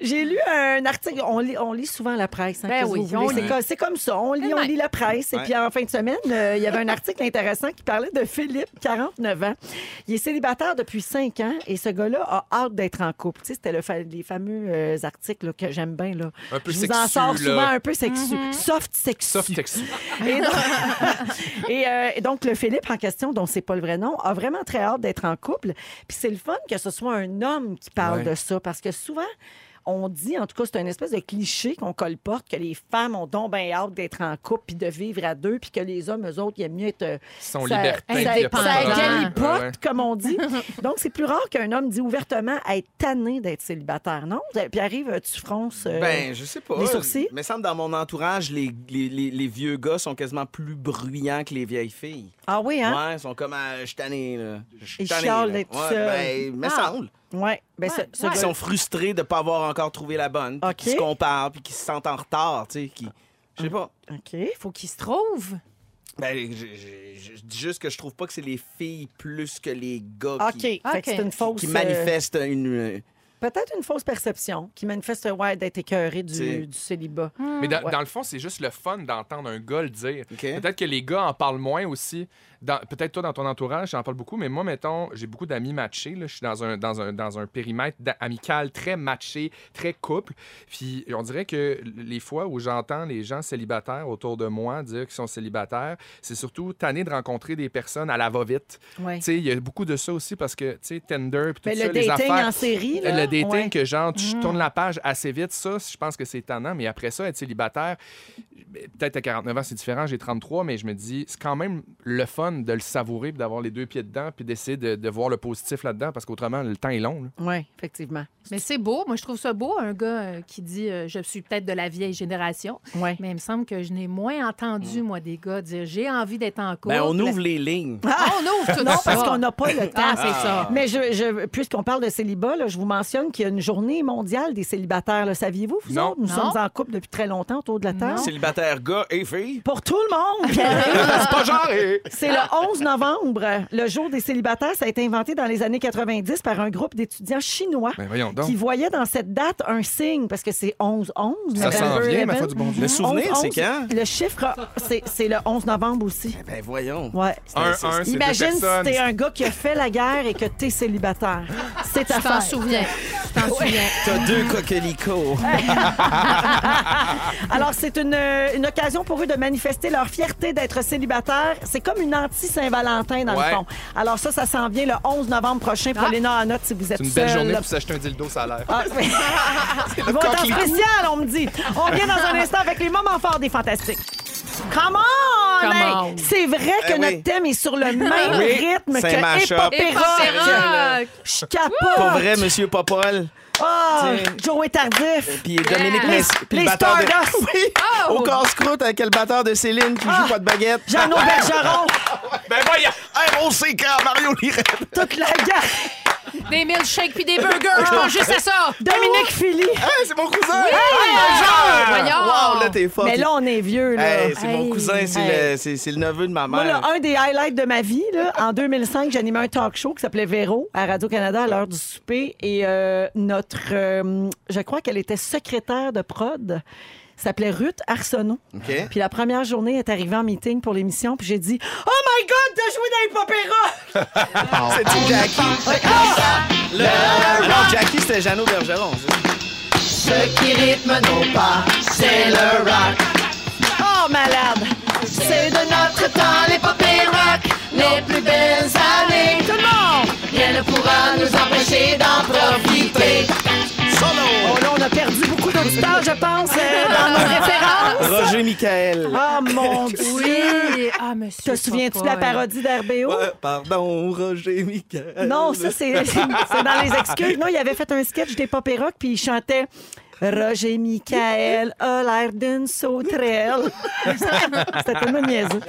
Speaker 1: J'ai lu un article. On lit, on lit souvent la presse. hein,
Speaker 3: Ben
Speaker 1: qu'est-ce que
Speaker 3: oui,
Speaker 1: vous voulez.
Speaker 3: on
Speaker 1: c'est,
Speaker 3: lit.
Speaker 1: co- c'est comme ça. On lit, on lit la presse. Et
Speaker 4: Ouais.
Speaker 1: puis en fin de semaine, euh, il y avait un article intéressant qui parlait de Philippe, 49 ans. Il est célibataire depuis 5 ans et ce gars-là a hâte d'être en couple. Tu sais, c'était le fa- les fameux euh, articles là, que j'aime bien. Là.
Speaker 2: Un peu
Speaker 1: Je vous
Speaker 2: sexu,
Speaker 1: en sors souvent
Speaker 2: là.
Speaker 1: un peu sexu.
Speaker 3: Mm-hmm.
Speaker 1: Soft sexu.
Speaker 2: Soft textu.
Speaker 1: Et donc, et, euh, et donc, le Philippe en question, dont c'est pas le vrai nom, a vraiment très hâte d'être en couple. Puis c'est le fun que ce soit un homme qui parle
Speaker 2: Ouais.
Speaker 1: de ça, parce que souvent, on dit, en tout cas, c'est une espèce de cliché qu'on colporte, que les femmes ont donc bien hâte d'être en couple, puis de vivre à deux, puis que les hommes, eux autres, ils aiment mieux être... euh,
Speaker 2: Ils sont
Speaker 1: ça- ça-
Speaker 2: libertins. puis il y a pas de
Speaker 1: ça
Speaker 3: indépendants.
Speaker 2: problème.
Speaker 1: galipote,
Speaker 2: Ouais, ouais.
Speaker 1: comme on dit. Donc, c'est plus rare qu'un homme dit ouvertement être tanné d'être célibataire, non? Puis arrive, tu fronces... euh,
Speaker 4: Ben, je sais pas.
Speaker 1: Les sourcils?
Speaker 4: Mais semble dans mon entourage, les, les, les, les vieux gars sont quasiment plus bruyants que les vieilles filles.
Speaker 1: Ah oui, hein?
Speaker 4: Ouais, ils sont comme à. Je suis tanné, là. Je suis
Speaker 1: Ils
Speaker 4: tanné,
Speaker 1: chialent
Speaker 4: là.
Speaker 1: d'être
Speaker 4: Ouais,
Speaker 1: seuls.
Speaker 4: Ben, mais
Speaker 3: Ah.
Speaker 4: semble.
Speaker 1: Ouais. Ben, ce- ce
Speaker 3: Ouais.
Speaker 1: gars-
Speaker 4: Ils sont frustrés de ne pas avoir encore trouvé la bonne.
Speaker 1: OK. Ah.
Speaker 4: Qui se comparent, puis qui se sentent en retard, tu sais. Qui... Je sais pas.
Speaker 1: OK.
Speaker 3: Faut qu'il se trouve.
Speaker 4: Ben, je, je- je dis juste que je trouve pas que c'est les filles plus que les gars
Speaker 1: OK.
Speaker 4: qui,
Speaker 1: Fait que c'est une
Speaker 3: Ok.
Speaker 1: fausse.
Speaker 4: qui
Speaker 1: euh,
Speaker 4: manifestent une. euh,
Speaker 1: Peut-être une fausse perception qui manifeste ouais, d'être écœuré du,
Speaker 4: C'est-
Speaker 1: du célibat.
Speaker 3: Hmm.
Speaker 2: Mais dans,
Speaker 1: Ouais.
Speaker 2: dans le fond, c'est juste le fun d'entendre un gars le dire.
Speaker 4: OK.
Speaker 2: Peut-être que les gars en parlent moins aussi. Dans- Peut-être toi, dans ton entourage, j'en parle beaucoup, mais moi, mettons, j'ai beaucoup d'amis matchés. là. Je suis dans un, dans un, dans un périmètre d'a- amical très matché, très couple. Puis on dirait que les fois où j'entends les gens célibataires autour de moi dire qu'ils sont célibataires, c'est surtout tanné de rencontrer des personnes à la va-vite.
Speaker 1: Ouais.
Speaker 2: Tu sais, Il y a beaucoup de ça aussi parce que tu sais, Tinder, puis tout
Speaker 1: Mais
Speaker 2: ça,
Speaker 1: le
Speaker 2: les
Speaker 1: dating
Speaker 2: affaires... Euh,
Speaker 1: en série, là,
Speaker 2: Le dating
Speaker 1: Ouais.
Speaker 2: que genre, tu tournes la page assez vite, ça, je pense que c'est tannant. Mais après ça, être célibataire, ben, peut-être à 49 ans, c'est différent, j'ai 33, mais je me dis, c'est quand même le fun de le savourer, puis d'avoir les deux pieds dedans, puis d'essayer de, de voir le positif là-dedans, parce qu'autrement, le temps est long. là.
Speaker 1: Oui, effectivement.
Speaker 3: Mais c'est beau. Moi, je trouve ça beau, un gars euh, qui dit euh, Je suis peut-être de la vieille génération.
Speaker 1: Ouais.
Speaker 3: Mais il me semble que je n'ai moins entendu, moi, des gars dire J'ai envie d'être en couple.
Speaker 4: Mm. Ben, on ouvre les lignes.
Speaker 3: Ah, on ouvre tout
Speaker 1: Non,
Speaker 3: ça.
Speaker 1: parce qu'on n'a pas le temps.
Speaker 3: Ah, c'est ça.
Speaker 1: Mais je, je- puisqu'on parle de célibat, là, je vous mentionne qu'il y a une journée mondiale des célibataires. le Saviez-vous, vous
Speaker 2: Non.
Speaker 1: autres? Nous
Speaker 3: Non.
Speaker 1: sommes en couple depuis très longtemps autour de la table.
Speaker 4: Célibataire gars et fille.
Speaker 1: Pour tout le monde, Pierre-Yves.
Speaker 2: c'est pas genre! eh.
Speaker 1: Ben c'est le 11 novembre. Le jour des célibataires, ça a été inventé dans les années 90 par un groupe d'étudiants chinois
Speaker 2: Ben voyons donc.
Speaker 1: qui voyaient dans cette date un signe, parce que c'est 11-11.
Speaker 2: Ça s'en vient, ma foi
Speaker 1: foi
Speaker 2: du bon Dieu.
Speaker 4: Le souvenir, c'est quand?
Speaker 1: Le chiffre, c'est c'est le 11 novembre aussi.
Speaker 4: Ben voyons.
Speaker 1: Ouais.
Speaker 2: Un, un, c'est deux
Speaker 1: Imagine si
Speaker 2: personnes.
Speaker 1: t'es un gars qui a fait la guerre et que t'es célibataire. C'est ta
Speaker 3: Je t'en
Speaker 1: affaire.
Speaker 3: souviens. Je t'en souviens.
Speaker 4: T'as deux coquelicots.
Speaker 1: Ah. Alors, c'est une, euh, une occasion pour eux de manifester leur fierté d'être célibataire. C'est comme une anti-Saint-Valentin, dans
Speaker 2: Ouais.
Speaker 1: le fond. Alors ça, ça s'en vient le 11 novembre prochain.
Speaker 3: Ah.
Speaker 1: Prenez-le en note si vous êtes
Speaker 2: C'est une belle
Speaker 1: seul.
Speaker 2: journée pour s'acheter un dildo, ça a l'air.
Speaker 1: Ah, mais- Ils vont être en spécial, on me dit. On revient dans un instant avec les moments forts des Fantastiques. Come on!
Speaker 3: Come
Speaker 1: hey!
Speaker 3: on.
Speaker 1: C'est vrai que
Speaker 4: Eh oui.
Speaker 1: notre thème est sur le même rythme
Speaker 4: c'est un
Speaker 1: que
Speaker 4: mash-up.
Speaker 1: Hip Hop
Speaker 3: Rock.
Speaker 1: Je
Speaker 4: Pour
Speaker 1: capote!
Speaker 4: vrai, Monsieur Popol.
Speaker 1: Ah,
Speaker 4: T'sais.
Speaker 1: Joey Tardif!
Speaker 4: Puis Dominique
Speaker 3: Les-
Speaker 4: Messi. Puis
Speaker 1: les
Speaker 4: le batteur de...
Speaker 1: Stardust. Ah.
Speaker 4: Oui,
Speaker 3: Oh.
Speaker 4: au casse-croûte avec le batteur de Céline qui joue pas de baguette.
Speaker 1: Jeannot Bergeron,
Speaker 4: Ben voyons. ROCK, Mario Lirette.
Speaker 1: toute la gare,
Speaker 3: Des milkshakes puis des burgers. Je pense juste à ça.
Speaker 1: Dominique Philly.
Speaker 4: Hey, c'est mon cousin.
Speaker 3: Ah, voyons.
Speaker 4: Wow, là, t'es fort.
Speaker 1: Mais là, on est vieux, là.
Speaker 4: Hey, c'est mon
Speaker 3: Hey.
Speaker 4: cousin, c'est
Speaker 1: Hey.
Speaker 4: le, c'est- c'est le neveu de ma
Speaker 1: Moi,
Speaker 4: mère.
Speaker 1: là, un des highlights de ma vie, là, en 2005, j'animais un talk show qui s'appelait Véro à Radio-Canada à l'heure du souper. Et euh, notre, euh, je crois qu'elle était secrétaire de prod, s'appelait Ruth Arsenault.
Speaker 4: OK.
Speaker 1: Puis la première journée, elle est arrivée en meeting pour l'émission. Puis j'ai dit Oh my God, t'as joué dans les
Speaker 4: C'est Jackie. Ah! Le Non, Jackie, c'était Jeannot Bergeron. c'est ça.
Speaker 1: Papéras! Oh, malade! C'est de notre temps, les papéras!
Speaker 8: Les plus belles années,
Speaker 1: Tout le monde!
Speaker 8: rien ne pourra nous empêcher d'en profiter.
Speaker 1: Oh là, on a perdu beaucoup d'auditeurs, je pense, euh, dans nos références.
Speaker 4: Roger Michael.
Speaker 1: Oh mon Dieu!
Speaker 3: Oui. Ah, monsieur.
Speaker 1: Te souviens-tu de la
Speaker 3: Popol.
Speaker 1: parodie d'RBO?
Speaker 4: Ouais, pardon, Roger Michael.
Speaker 1: Non, ça, c'est c'est dans les excuses. Non, il avait fait un sketch des Pop et Rock, puis il chantait Roger Michael a l'air d'une sauterelle. C'était tellement niaiseux.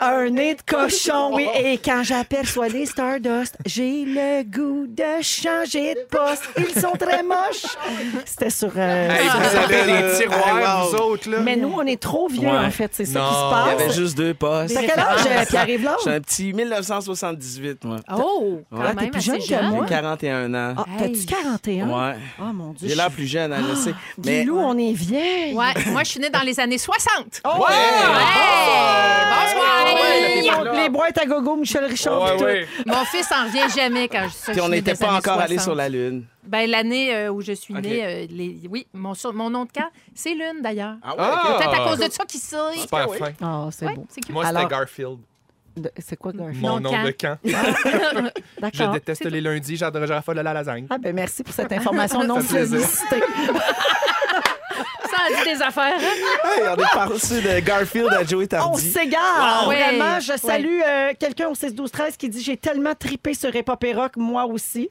Speaker 1: Un nez de cochon, oui. Et quand j'aperçois les Stardust, j'ai le goût de changer de poste. Ils sont très moches. C'était sur. euh,
Speaker 2: Hey, vous avez des tiroirs,
Speaker 4: euh, Hey, wow.
Speaker 2: vous autres, là.
Speaker 1: Mais nous, on est trop vieux,
Speaker 4: Ouais.
Speaker 1: en fait. C'est ça qui
Speaker 2: Non.
Speaker 1: se passe.
Speaker 4: Il y avait juste deux postes.
Speaker 1: T'as quel âge, euh, Pierre-Yves Lard?
Speaker 4: J'ai un petit 1978, moi.
Speaker 3: Oh, quand
Speaker 4: Ouais.
Speaker 1: T'es
Speaker 3: même,
Speaker 1: plus
Speaker 3: assez
Speaker 1: jeune que moi.
Speaker 4: J'ai 41 ans.
Speaker 1: Ah, t'as-tu
Speaker 3: Hey.
Speaker 1: 41?
Speaker 4: Ouais.
Speaker 1: Oh mon Dieu. Ah,
Speaker 4: J'ai l'air plus jeune, hein, je sais. Mais
Speaker 1: Guilou, on est vieille.
Speaker 3: Ouais, moi, je suis née dans les années 60.
Speaker 1: Oh!
Speaker 2: Ouais!
Speaker 3: Bonsoir!
Speaker 1: Ils ont les boîtes à gogo, Michel Richard.
Speaker 2: Ouais,
Speaker 1: pis tout.
Speaker 2: ouais.
Speaker 3: Mon fils en revient jamais quand je dis ça.
Speaker 4: puis on n'était pas encore allé sur la Lune.
Speaker 3: Ben, l'année euh, où je suis
Speaker 4: Ok.
Speaker 3: née, euh, les- oui, mon, sur- mon nom de camp, c'est Lune d'ailleurs.
Speaker 2: Ah!
Speaker 3: Peut-être à cause de ça qu'il sait.
Speaker 2: Super fin.
Speaker 1: Ah, c'est
Speaker 3: Ouais,
Speaker 1: beau.
Speaker 3: c'est cute.
Speaker 2: Moi,
Speaker 1: Alors-
Speaker 2: c'était Garfield.
Speaker 1: De- C'est quoi, Garfield?
Speaker 2: Mon
Speaker 3: de
Speaker 2: nom
Speaker 3: camp.
Speaker 2: de camp. Je
Speaker 1: D'accord.
Speaker 2: déteste les lundis, j'adore Jaffa de la lasagne.
Speaker 1: Ah, ben merci pour cette information non
Speaker 2: Ça fait plaisir.
Speaker 1: sollicitée.
Speaker 3: Ça a dit des affaires. hein?
Speaker 4: Hey, on est parti de Garfield à Joey
Speaker 1: On
Speaker 4: Tardy.
Speaker 3: Wow.
Speaker 1: s'égare! Vraiment,
Speaker 3: Ouais.
Speaker 1: je salue euh, quelqu'un au 6-12-13 qui dit « J'ai tellement tripé sur Hip Hop et Rock, moi aussi.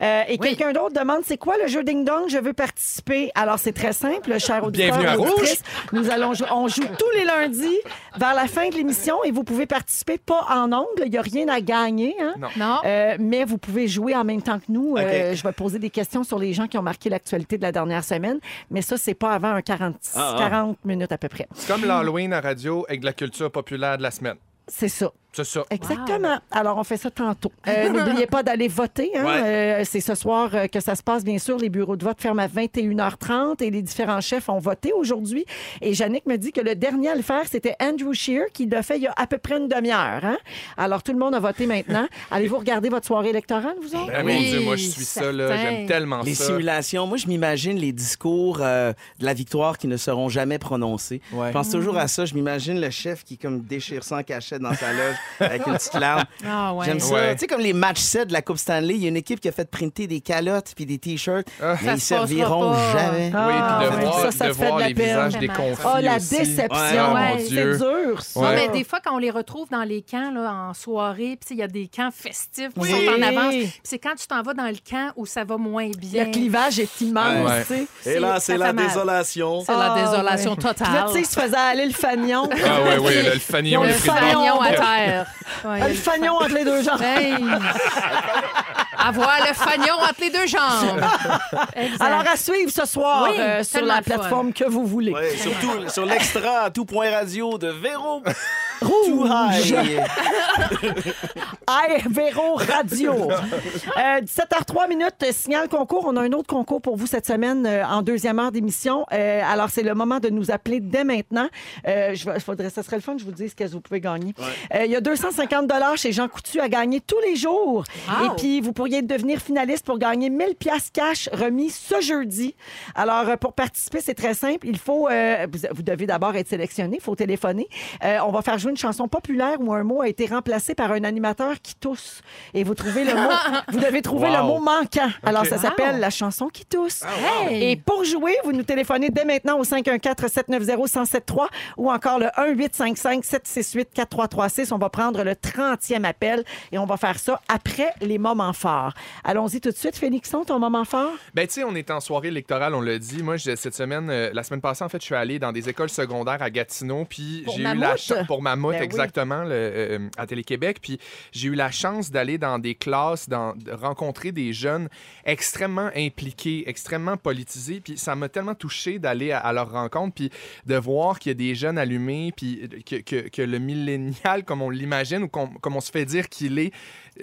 Speaker 1: Euh, Et
Speaker 3: Oui.
Speaker 1: quelqu'un d'autre demande « C'est quoi le jeu Ding Dong? Je veux participer. » Alors, c'est très simple, cher auditeur.
Speaker 2: Bienvenue à
Speaker 1: auditrice. Nous allons jouer- on joue tous les lundis vers la fin de l'émission et vous pouvez participer pas en ondes. Il n'y a rien à gagner. hein.
Speaker 2: Non.
Speaker 3: Non.
Speaker 1: Euh, mais vous pouvez jouer en même temps que nous. Euh, je vais poser des questions sur les gens qui ont marqué l'actualité de la dernière semaine, mais ça, c'est pas avant un 40,
Speaker 2: Ah,
Speaker 1: 40 minutes à peu près.
Speaker 2: C'est comme l'Halloween à radio avec de la culture populaire de la semaine.
Speaker 1: C'est ça.
Speaker 2: C'est ça.
Speaker 1: Exactement. Alors, on fait ça tantôt. Euh, N'oubliez pas d'aller voter. hein. Euh, c'est ce soir euh, que ça se passe, bien sûr. Les bureaux de vote ferment à 21h30 et les différents chefs ont voté aujourd'hui. Et Yannick me dit que le dernier à le faire, c'était Andrew Shear qui l'a fait il y a à peu près une demi-heure. hein. Alors, tout le monde a voté maintenant. Allez-vous regarder votre soirée électorale, vous autres?
Speaker 2: Ben,
Speaker 3: Oui,
Speaker 2: mon Dieu, moi, je suis ça, là.
Speaker 3: certain.
Speaker 2: J'aime tellement
Speaker 4: Les
Speaker 2: ça.
Speaker 4: simulations, moi je m'imagine les discours euh, de la victoire qui ne
Speaker 3: Mm.
Speaker 4: seront jamais prononcés. Je pense toujours à ça, je m'imagine le chef qui comme déchire sans cachette dans sa loge avec une petite larme.
Speaker 3: Ah ouais.
Speaker 4: J'aime ça.
Speaker 2: Ouais.
Speaker 4: Tu sais, comme les matchs 7 de la Coupe Stanley, il y a une équipe qui a fait printer des calottes puis des T-shirts,
Speaker 2: Ah.
Speaker 3: Ça
Speaker 4: mais ils
Speaker 3: se passera
Speaker 4: serviront
Speaker 3: pas.
Speaker 4: jamais.
Speaker 1: Ah.
Speaker 2: oui, puis de
Speaker 1: ouais.
Speaker 2: voir,
Speaker 1: Ça, ça
Speaker 2: de
Speaker 1: te fait
Speaker 2: voir
Speaker 1: de la
Speaker 2: les
Speaker 1: peine.
Speaker 2: visages des conflits.
Speaker 1: Oh, la
Speaker 2: aussi. Ah,
Speaker 1: déception.
Speaker 2: Ouais,
Speaker 3: ouais.
Speaker 1: C'est dur, ça.
Speaker 2: Ouais.
Speaker 3: Non, mais des fois, quand on les retrouve dans les camps, là, en soirée, puis tu sais, il y a des camps festifs qui
Speaker 1: Oui.
Speaker 3: sont en avance. Puis c'est quand tu t'en vas dans le camp où ça va moins bien.
Speaker 1: Le clivage est immense,
Speaker 2: Ouais.
Speaker 1: tu sais.
Speaker 4: Et là,
Speaker 3: C'est-
Speaker 4: c'est
Speaker 3: ça
Speaker 4: la
Speaker 3: fait mal.
Speaker 4: désolation.
Speaker 3: C'est la
Speaker 1: Ah,
Speaker 3: désolation
Speaker 1: ouais.
Speaker 3: totale.
Speaker 1: Puis là, tu sais, il se faisait aller le fanion.
Speaker 2: Ah ouais, oui, le fanion,
Speaker 1: Le
Speaker 2: les
Speaker 3: le
Speaker 2: frites de
Speaker 1: fanion.
Speaker 3: fanion
Speaker 1: banque.
Speaker 3: à terre. Ouais,
Speaker 1: Ah, Le fanion entre les deux jambes.
Speaker 3: Hey! Avoir le fanion entre les deux jambes. Exact.
Speaker 1: Alors, à suivre ce soir
Speaker 3: Oui,
Speaker 1: euh, sur
Speaker 3: tellement
Speaker 1: la
Speaker 3: le fun.
Speaker 1: plateforme que vous voulez.
Speaker 4: Ouais, surtout sur l'extra à tout point radio de Véro. Too
Speaker 1: Rouge!
Speaker 4: high.
Speaker 1: Air Véro Radio. Euh, 17h03 minutes, euh, signal concours. On a un autre concours pour vous cette semaine euh, en deuxième heure d'émission. Euh, alors, c'est le moment de nous appeler dès maintenant. Euh, je, vais- faudrait, ça serait le fun que je vous dise ce que vous pouvez gagner. Euh, Il y a 250 chez Jean Coutu à gagner tous les jours.
Speaker 3: Wow.
Speaker 1: Et puis, vous pourriez devenir finaliste pour gagner 1000 pièces cash remis ce jeudi. Alors, euh, pour participer, c'est très simple. Il faut, euh, vous- vous devez d'abord être sélectionné. Il faut téléphoner. Euh, on va faire jouer une chanson populaire où un mot a été remplacé par un animateur qui tousse. Et vous trouvez le mot, vous devez trouver
Speaker 2: Wow.
Speaker 1: le mot manquant. Alors, ça
Speaker 3: Wow.
Speaker 1: s'appelle la chanson qui tousse.
Speaker 3: Hey!
Speaker 1: Et pour jouer, vous nous téléphonez dès maintenant au 514-790-1073 ou encore le 1-855-768-4336. On va prendre le 30e appel et on va faire ça après les moments forts. Allons-y tout de suite, Félixon, ton moment fort?
Speaker 2: Ben, tu sais, on est en soirée électorale, on l'a dit. Moi, j'ai- cette semaine, euh, la semaine passée, en fait, je suis allé dans des écoles secondaires à Gatineau, puis
Speaker 1: Pour
Speaker 2: j'ai eu la
Speaker 1: Mammouth?
Speaker 2: chance pour Mammouth,
Speaker 1: Ben oui.
Speaker 2: exactement, le, euh, à Télé-Québec, puis j'ai eu la chance d'aller dans des classes, dans, de rencontrer des jeunes extrêmement impliqués, extrêmement politisés, puis ça m'a tellement touché d'aller à, à leur rencontre, puis de voir qu'il y a des jeunes allumés, puis que, que- que le millénial, comme on l'imagine ou qu'on- comme on se fait dire qu'il est,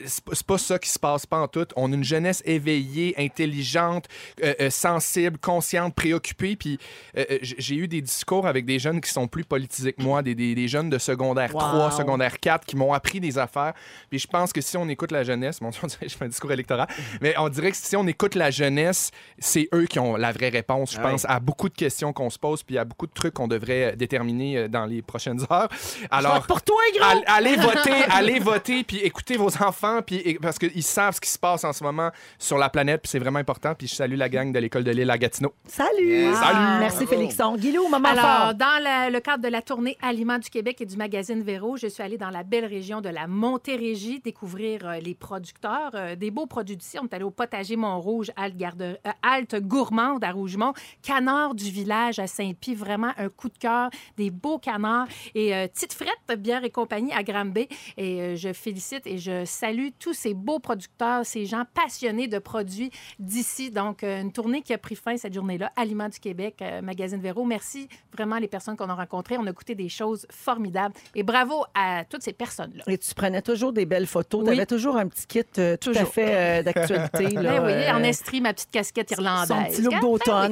Speaker 2: c'est pas- c'est pas ça qui se passe pas en tout. On a une jeunesse éveillée, intelligente, euh, euh, sensible, consciente, préoccupée. Puis euh, euh, j- j'ai eu des discours avec des jeunes qui sont plus politisés que moi, des, des- des jeunes de secondaire
Speaker 1: Wow.
Speaker 2: 3, secondaire 4, qui m'ont appris des affaires. Puis je pense que si on écoute la jeunesse, bon, on dirait que je fais un discours électoral, mais on dirait que si on écoute la jeunesse, c'est eux qui ont la vraie réponse, je
Speaker 4: Ah oui.
Speaker 2: pense, à beaucoup de questions qu'on se pose, puis à beaucoup de trucs qu'on devrait euh, déterminer euh, dans les prochaines heures.
Speaker 1: Vote
Speaker 4: Ah.
Speaker 2: Alors,
Speaker 1: pour toi, gros!
Speaker 2: All- allez voter, allez voter, puis écoutez vos enfants, puis é- parce qu'ils savent ce qui se passe en ce moment sur la planète, puis c'est vraiment important. Puis je salue la gang de l'école de l'île à Gatineau.
Speaker 1: Salut! Ah,
Speaker 4: Yes.
Speaker 3: Salut.
Speaker 1: Merci, Félixon. Guilou, moment fort.
Speaker 3: Alors, dans la- le cadre de la tournée Aliments du Québec et du magazine Véro, je suis allée dans la belle région de la Montérégie découvrir euh, les producteurs, euh, des beaux produits d'ici. On est allé au potager Montrouge, Halte, Garde- euh, Halte Gourmande à Rougemont, Canard du village à Saint-Pie, vraiment un coup de cœur, des beaux canards et euh, Petite Frette, Bière et compagnie à Granby. Et euh, je félicite et je salue tous ces beaux producteurs, ces gens passionnés de produits d'ici. Donc, euh, une tournée qui a pris fin cette journée-là, Aliments du Québec, euh, Magazine Véro. Merci vraiment les personnes qu'on a rencontrées. On a goûté des choses formidables. Et bravo à toutes ces personnes-là.
Speaker 1: Et tu prenais toujours des belles photos.
Speaker 3: Oui.
Speaker 1: Tu avais toujours un petit kit euh, tout à
Speaker 3: Toujours.
Speaker 1: fait euh, d'actualité. là,
Speaker 3: Ben oui,
Speaker 1: euh,
Speaker 3: en estrie, ma petite casquette irlandaise.
Speaker 1: son petit look
Speaker 3: Hein?
Speaker 1: d'automne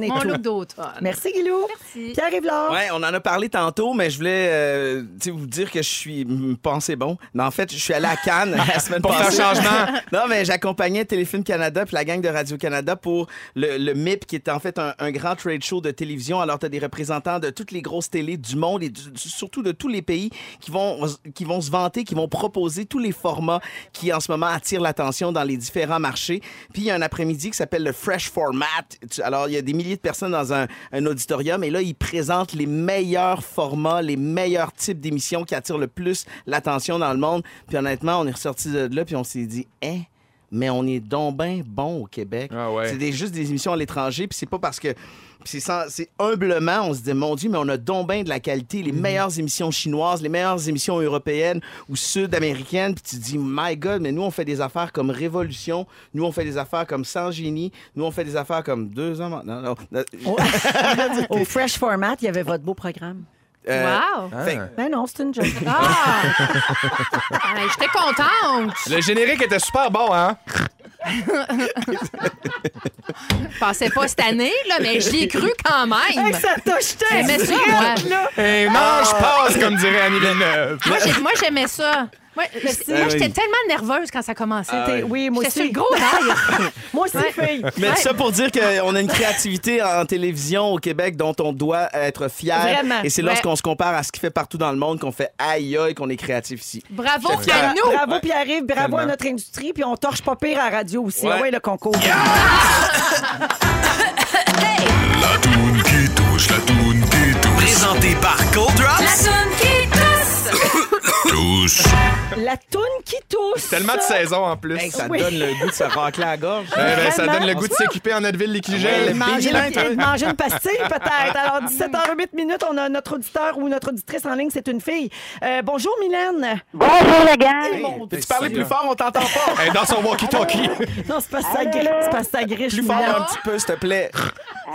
Speaker 3: Ben oui,
Speaker 1: et
Speaker 3: Mon
Speaker 1: tout.
Speaker 3: look d'automne.
Speaker 1: Merci, Guilou.
Speaker 3: Merci.
Speaker 1: Pierre Yvelard.
Speaker 4: Ouais, on en a parlé tantôt, mais je voulais euh, tu sais, vous dire que je suis. mm, Pensez bon. Mais en fait, je suis allé à Cannes la semaine
Speaker 2: Pour faire
Speaker 4: passée.
Speaker 2: changement.
Speaker 4: non, mais j'accompagnais Téléfilm Canada puis la gang de Radio-Canada pour le, le MIP, qui est en fait un, un grand trade show de télévision. Alors, tu as des représentants de toutes les grosses télés du monde et du- du- surtout de tous les pays qui vont, qui vont se vanter, qui vont proposer tous les formats qui, en ce moment, attirent l'attention dans les différents marchés. Puis, il y a un après-midi qui s'appelle le Fresh Format. Tu- Alors, il y a des milliers de personnes dans un, un auditorium et là, ils présentent les meilleurs formats, les meilleurs types d'émissions qui attirent le plus l'attention dans le monde. Puis, honnêtement, on est ressorti de là puis on s'est dit, hein? mais on est donc ben bon au Québec.
Speaker 2: Ah ouais.
Speaker 4: C'est des- juste des émissions à l'étranger, puis c'est pas parce que. puis C'est, sans- c'est humblement, on se dit, mon Dieu, mais on a donc ben de la qualité, les meilleures émissions chinoises, les meilleures émissions européennes ou sud-américaines. Puis tu te dis, my God, mais nous, on fait des affaires comme Révolution, nous, on fait des affaires comme Sans Génie, nous, on fait des affaires comme Deux ans maintenant. Non, non,
Speaker 1: Au- Au Fresh Format, il y avait votre beau programme.
Speaker 4: euh,
Speaker 3: Wow!
Speaker 2: Ah.
Speaker 4: fait-
Speaker 1: Ben non, c'est une joke.
Speaker 3: Ah! Ah, J'étais contente!
Speaker 2: Le générique était super bon, hein?
Speaker 3: Je pensais pas cette année, là, mais j'y ai cru quand
Speaker 1: Hey,
Speaker 3: même.
Speaker 1: ça t'a jeté!
Speaker 3: J'aimais ça, moi.
Speaker 2: Ah! Et mange passe, comme dirait Annie Villeneuve.
Speaker 3: Moi, j'ai- moi, j'aimais ça. Ouais, euh,
Speaker 1: Merci.
Speaker 3: Moi,
Speaker 4: Eh
Speaker 3: j'étais
Speaker 4: oui.
Speaker 3: tellement nerveuse quand ça commençait.
Speaker 4: Ah ouais.
Speaker 1: Oui, Ben Euh, moi
Speaker 3: J'étais sur
Speaker 1: aussi.
Speaker 3: le gros hein? rail.
Speaker 1: Moi aussi, fille.
Speaker 4: Mais
Speaker 3: Ouais.
Speaker 4: ça pour dire qu'on a une créativité en télévision au Québec dont on doit être fier.
Speaker 1: Vraiment,
Speaker 4: Et c'est
Speaker 3: ouais.
Speaker 4: lorsqu'on se compare à ce qui fait partout dans le monde qu'on fait aïe aïe qu'on est créatif ici.
Speaker 3: Bravo
Speaker 1: Bravo,
Speaker 3: à nous.
Speaker 1: Bravo, Pierre-Yves. Bravo à
Speaker 2: Tellement.
Speaker 1: notre industrie. Puis on torche pas pire à la radio aussi.
Speaker 4: Ouais.
Speaker 1: Ah ouais, le concours.
Speaker 5: La toune qui touche, la toune qui touche.
Speaker 9: Présenté par Cold Drops.
Speaker 5: Touche.
Speaker 1: La toune qui tousse.
Speaker 2: Tellement de saisons en plus.
Speaker 4: Hey, Ben, ça
Speaker 1: Oui.
Speaker 4: donne le goût de se racler la gorge.
Speaker 2: Eh ben, ça
Speaker 1: Vraiment.
Speaker 2: donne le goût de s'équiper en Advil
Speaker 1: Et
Speaker 2: Liquigel.
Speaker 1: de manger, et de manger une pastille, peut-être. Alors, 17h08 minutes, on a notre auditeur ou notre auditrice en ligne, c'est une fille. Euh, bonjour, Mylène.
Speaker 7: Bonjour, la gang!
Speaker 4: Peux-tu parler plus fort? On t'entend pas.
Speaker 2: Eh, Dans son walkie-talkie.
Speaker 1: Non, c'est pas ça griche. C'est pas ça griche,
Speaker 4: Plus fort un
Speaker 1: Mylène.
Speaker 4: petit peu, s'il te plaît.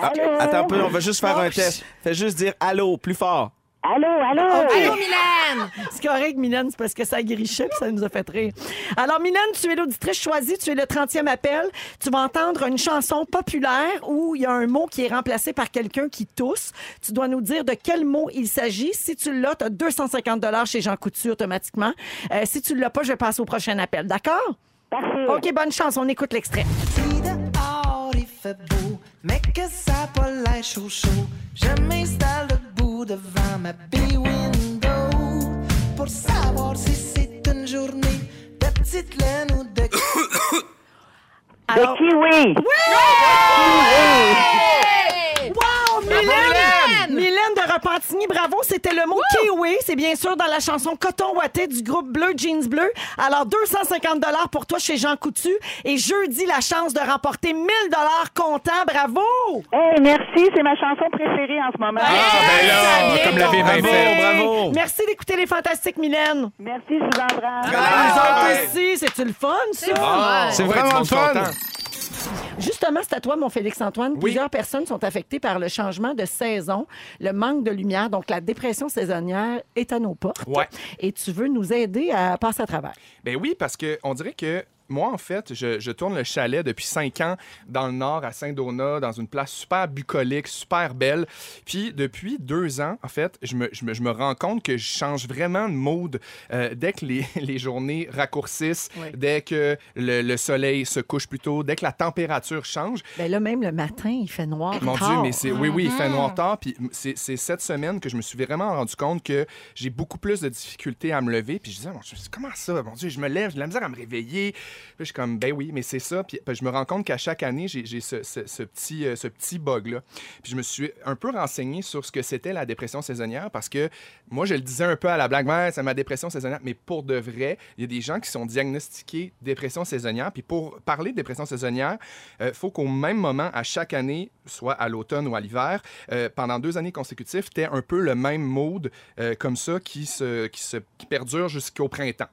Speaker 4: Ah, Attends un peu, on va juste faire un test. Fais juste dire allô, plus fort.
Speaker 7: Allô, allô!
Speaker 8: Oh,
Speaker 3: Allô, Mylène.
Speaker 1: C'est correct, Mylène, c'est parce que ça grichait puis ça nous a fait rire. Alors, Mylène, tu es l'auditrice choisie, tu es le 30e appel. Tu vas entendre une chanson populaire où il y a un mot qui est remplacé par quelqu'un qui tousse. Tu dois nous dire de quel mot il s'agit. Si tu l'as, tu as 250 chez Jean Coutu automatiquement. Euh, si tu l'as pas, je passe au prochain appel. D'accord?
Speaker 7: Parfait.
Speaker 1: OK, bonne chance. On écoute l'extrait.
Speaker 8: Si dehors il fait beau, mais que ça pas l'air chaud chaud, je m'installe debout devant ma bay window pour savoir si c'est une journée de petite laine ou de
Speaker 1: Alors,
Speaker 7: kiwi!
Speaker 1: wow, Mylène! Mylène de Repentigny, bravo. C'était le mot kiwi. C'est bien sûr dans la chanson Coton Watté du groupe Bleu Jeans Bleu. Alors, 250 pour toi chez Jean Coutu. Et jeudi, la chance de remporter 1000 comptant. Bravo!
Speaker 7: Hey, merci, c'est ma chanson préférée en ce moment.
Speaker 2: Ah, ben
Speaker 3: Ça vient
Speaker 2: là, comme l'avait bien
Speaker 4: Bravo,
Speaker 2: fait.
Speaker 4: bravo.
Speaker 1: Merci d'écouter les Fantastiques, Mylène.
Speaker 7: Merci, je vous embrasse.
Speaker 1: Ah,
Speaker 2: ouais.
Speaker 1: aussi, c'est-tu le fun, ça? Ah!
Speaker 4: C'est vraiment le fun.
Speaker 1: Justement, c'est à toi, mon Félix-Antoine. Plusieurs personnes sont affectées par le changement de saison, le manque de lumière. Donc, la dépression saisonnière est à nos portes.
Speaker 2: Ouais.
Speaker 1: Et tu veux nous aider à passer à travers.
Speaker 2: Ben oui, parce que on dirait que moi, en fait, je, je tourne le chalet depuis cinq ans dans le nord, à Saint-Donat, dans une place super bucolique, super belle. Puis depuis deux ans, en fait, je me, je me- je me rends compte que je change vraiment de mode euh, dès que les, les journées raccourcissent, dès que le, le soleil se couche plus tôt, dès que la température change.
Speaker 1: Ben là, même le matin, il fait noir.
Speaker 2: Mon
Speaker 1: tard. Mm-hmm.
Speaker 2: Dieu, mais c'est oui, oui, il fait noir tard. Puis c'est c'est cette semaine que je me suis vraiment rendu compte que j'ai beaucoup plus de difficultés à me lever. Puis je disais, Mon Dieu, comment ça, mon Dieu, je me lève, j'ai de la misère à me réveiller. Puis je suis comme, ben oui, mais c'est ça. Puis puis je me rends compte qu'à chaque année, j'ai j'ai ce, ce- ce petit, euh, ce petit bug-là. Puis je me suis un peu renseigné sur ce que c'était la dépression saisonnière parce que moi, je le disais un peu à la blague, Ouais, c'est ma dépression saisonnière. Mais pour de vrai, il y a des gens qui sont diagnostiqués dépression saisonnière. Puis pour parler de dépression saisonnière, il Euh, faut qu'au même moment, à chaque année, soit à l'automne ou à l'hiver, euh, pendant deux années consécutives, tu un peu le même mode euh, comme ça qui, se, qui, se, qui perdure jusqu'au printemps.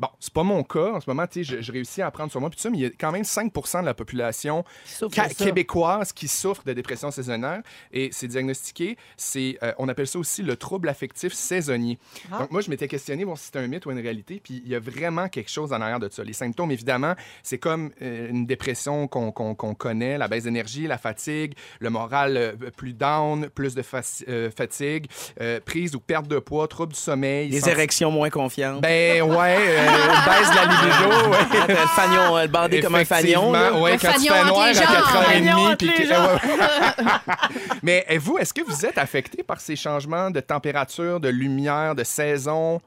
Speaker 2: Bon, c'est pas mon cas. En ce moment, tu sais, je, je réussis à prendre sur moi. Puis tout ça, mais il y a quand même 5 de la population
Speaker 1: souffre
Speaker 2: ca-
Speaker 1: de Ah, ça.
Speaker 2: québécoise qui souffre de dépression saisonnière. Et c'est diagnostiqué. C'est, euh, on appelle ça aussi le trouble affectif saisonnier.
Speaker 1: Ah.
Speaker 2: Donc, moi, je m'étais questionné, bon, si c'était un mythe ou une réalité. Puis il y a vraiment quelque chose en arrière de ça. Les symptômes, évidemment, c'est comme euh, une dépression qu'on, qu'on- qu'on connaît, la baisse d'énergie, la fatigue, le moral euh, plus down, plus de faci- euh, fatigue, euh, prise ou perte de poids, trouble du sommeil.
Speaker 4: Des
Speaker 2: senti-
Speaker 4: érections moins confiantes.
Speaker 2: ben ouais, euh, baisse de la libido. ouais.
Speaker 4: Quand t'as le fagnon, euh, le bandé comme un fagnon. là.
Speaker 2: Effectivement, ouais,
Speaker 3: Un
Speaker 2: quand tu
Speaker 3: fagnon
Speaker 2: fais
Speaker 3: entre
Speaker 2: noir à
Speaker 3: les jambes.
Speaker 2: 4h30.
Speaker 1: Fagnon
Speaker 2: puis
Speaker 1: entre les
Speaker 2: que- Mais et vous, est-ce que vous êtes affecté par ces changements de température, de lumière, de saison?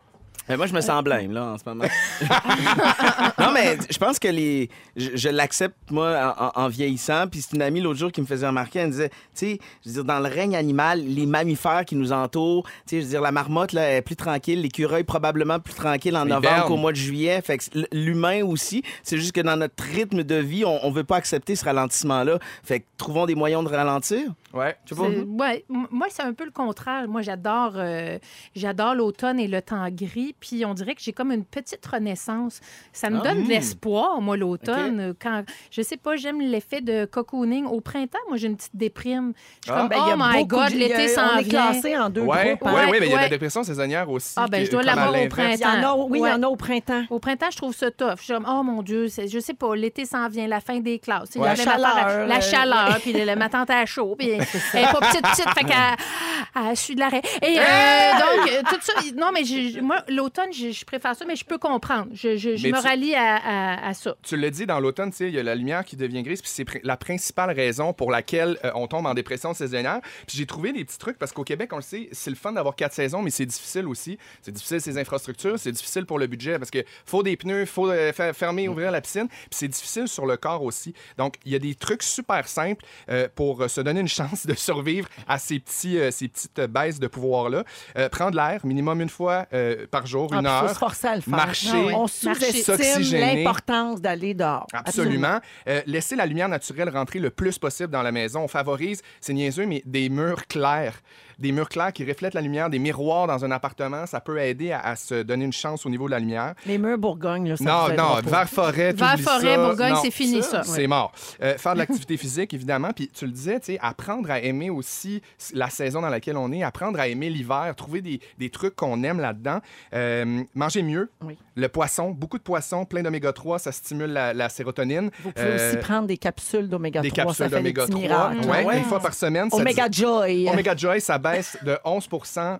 Speaker 4: Mais moi, je me sens blême, là, en ce moment. non, mais je pense que les. Je, je l'accepte, moi, en, en- en vieillissant. Puis c'est une amie l'autre jour qui me faisait remarquer. Elle me disait, tu sais, je veux dire, dans le règne animal, les mammifères qui nous entourent, tu sais, je veux dire, la marmotte, là, elle est plus tranquille, l'écureuil, probablement plus tranquille en
Speaker 2: Les
Speaker 4: novembre
Speaker 2: bernes.
Speaker 4: qu'au mois de juillet. Fait que l- l'humain aussi, c'est juste que dans notre rythme de vie, on, on veut pas accepter ce ralentissement-là. Fait que trouvons des moyens de ralentir.
Speaker 2: Ouais.
Speaker 4: Je sais pas.
Speaker 3: C'est- ouais, m- moi, c'est un peu le contraire. Moi, j'adore euh, j'adore l'automne et le temps gris. Puis on dirait que j'ai comme une petite renaissance. Ça me
Speaker 4: Ah,
Speaker 3: donne
Speaker 4: hmm.
Speaker 3: de l'espoir, moi, l'automne. Euh, Quand, je sais pas, j'aime l'effet de cocooning. Au printemps, moi, j'ai une petite déprime. Je suis
Speaker 2: Ah.
Speaker 3: comme,
Speaker 1: Ben, il y
Speaker 3: oh
Speaker 1: a
Speaker 3: my
Speaker 1: beaucoup
Speaker 3: God,
Speaker 1: de- il y a-
Speaker 3: l'été
Speaker 1: On
Speaker 3: s'en
Speaker 1: est
Speaker 3: vient.
Speaker 1: classé en deux
Speaker 2: Ouais, ouais,
Speaker 1: groupes. hein.
Speaker 2: ouais, mais il y a de
Speaker 3: Ouais.
Speaker 2: la dépression saisonnière aussi.
Speaker 3: Ah, ben,
Speaker 2: qui-
Speaker 3: je dois
Speaker 2: comme à
Speaker 3: l'avoir au
Speaker 2: l'inverse.
Speaker 1: Il y en a, oui, il y en a au printemps.
Speaker 3: Au printemps, je trouve ça tough. Je suis comme, oh mon Dieu, c'est- je sais pas, l'été s'en vient, la fin des classes. Il y
Speaker 1: La
Speaker 3: avait ma tante à-
Speaker 1: chaleur,
Speaker 3: La
Speaker 1: euh,
Speaker 3: chaleur, puis le- ma tante à chaud, puis Elle est pas petite, petite. Fait qu'elle elle suit de l'arrêt. Et euh, donc, euh, tout ça. Non, mais j'ai- moi, l'automne, je je préfère ça, mais je peux comprendre. Je, je- je
Speaker 2: Mais
Speaker 3: me
Speaker 2: tu-
Speaker 3: rallie à, à- à ça.
Speaker 2: Tu l'as dit, dans l'automne, tu sais, il y a la lumière qui devient grise, puis c'est pri- la principale raison pour laquelle euh, on tombe en dépression saisonnière. Puis j'ai trouvé des petits trucs, parce qu'au Québec, on le sait, c'est le fun d'avoir quatre saisons, mais c'est difficile aussi. C'est difficile ces infrastructures, c'est difficile pour le budget, parce que faut des pneus, faut euh, fa- fermer, ouvrir la piscine, puis c'est difficile sur le corps aussi. Donc, il y a des trucs super simples euh, pour euh, se donner une chance de survivre à ces, petits, euh, ces petites euh, baisses de pouvoir-là. Euh, prendre l'air, minimum une fois euh, par jour, une
Speaker 1: Ah, puis faut
Speaker 2: heure.
Speaker 1: se forcer à le faire.
Speaker 2: Marcher,
Speaker 1: Ah ouais. On sous-estime
Speaker 2: s'oxygéner.
Speaker 1: l'importance d'aller dehors.
Speaker 2: Absolument. Euh, laisser la lumière naturelle rentrer le plus possible dans la maison. On favorise, c'est niaiseux, mais des murs clairs. Des murs clairs qui reflètent la lumière, des miroirs dans un appartement, ça peut aider à, à se donner une chance au niveau de la lumière.
Speaker 1: Les murs Bourgogne, là, ça vous
Speaker 2: Non,
Speaker 1: aidera
Speaker 2: non,
Speaker 1: pas.
Speaker 2: vers forêt,
Speaker 3: Vers
Speaker 2: t'oublies
Speaker 3: forêt,
Speaker 2: ça.
Speaker 3: Bourgogne,
Speaker 2: Non,
Speaker 3: c'est fini, ça.
Speaker 2: C'est mort. Euh, faire de l'activité physique, évidemment. Puis tu le disais, tu sais, apprendre à aimer aussi la saison dans laquelle on est, apprendre à aimer l'hiver, trouver des, des trucs qu'on aime là-dedans. Euh, manger mieux.
Speaker 1: Oui.
Speaker 2: Le poisson, beaucoup de poissons, plein d'oméga 3, ça stimule la, la sérotonine.
Speaker 1: Vous pouvez aussi
Speaker 2: Euh,
Speaker 1: prendre des capsules d'oméga 3.
Speaker 2: des capsules
Speaker 1: ça fait des
Speaker 2: d'oméga
Speaker 1: petits
Speaker 2: 3.
Speaker 1: miracles.
Speaker 2: Ouais,
Speaker 4: Ouais.
Speaker 2: Une fois par semaine. ça
Speaker 1: Oméga Joy.
Speaker 2: Oméga Joy, ça baisse de 11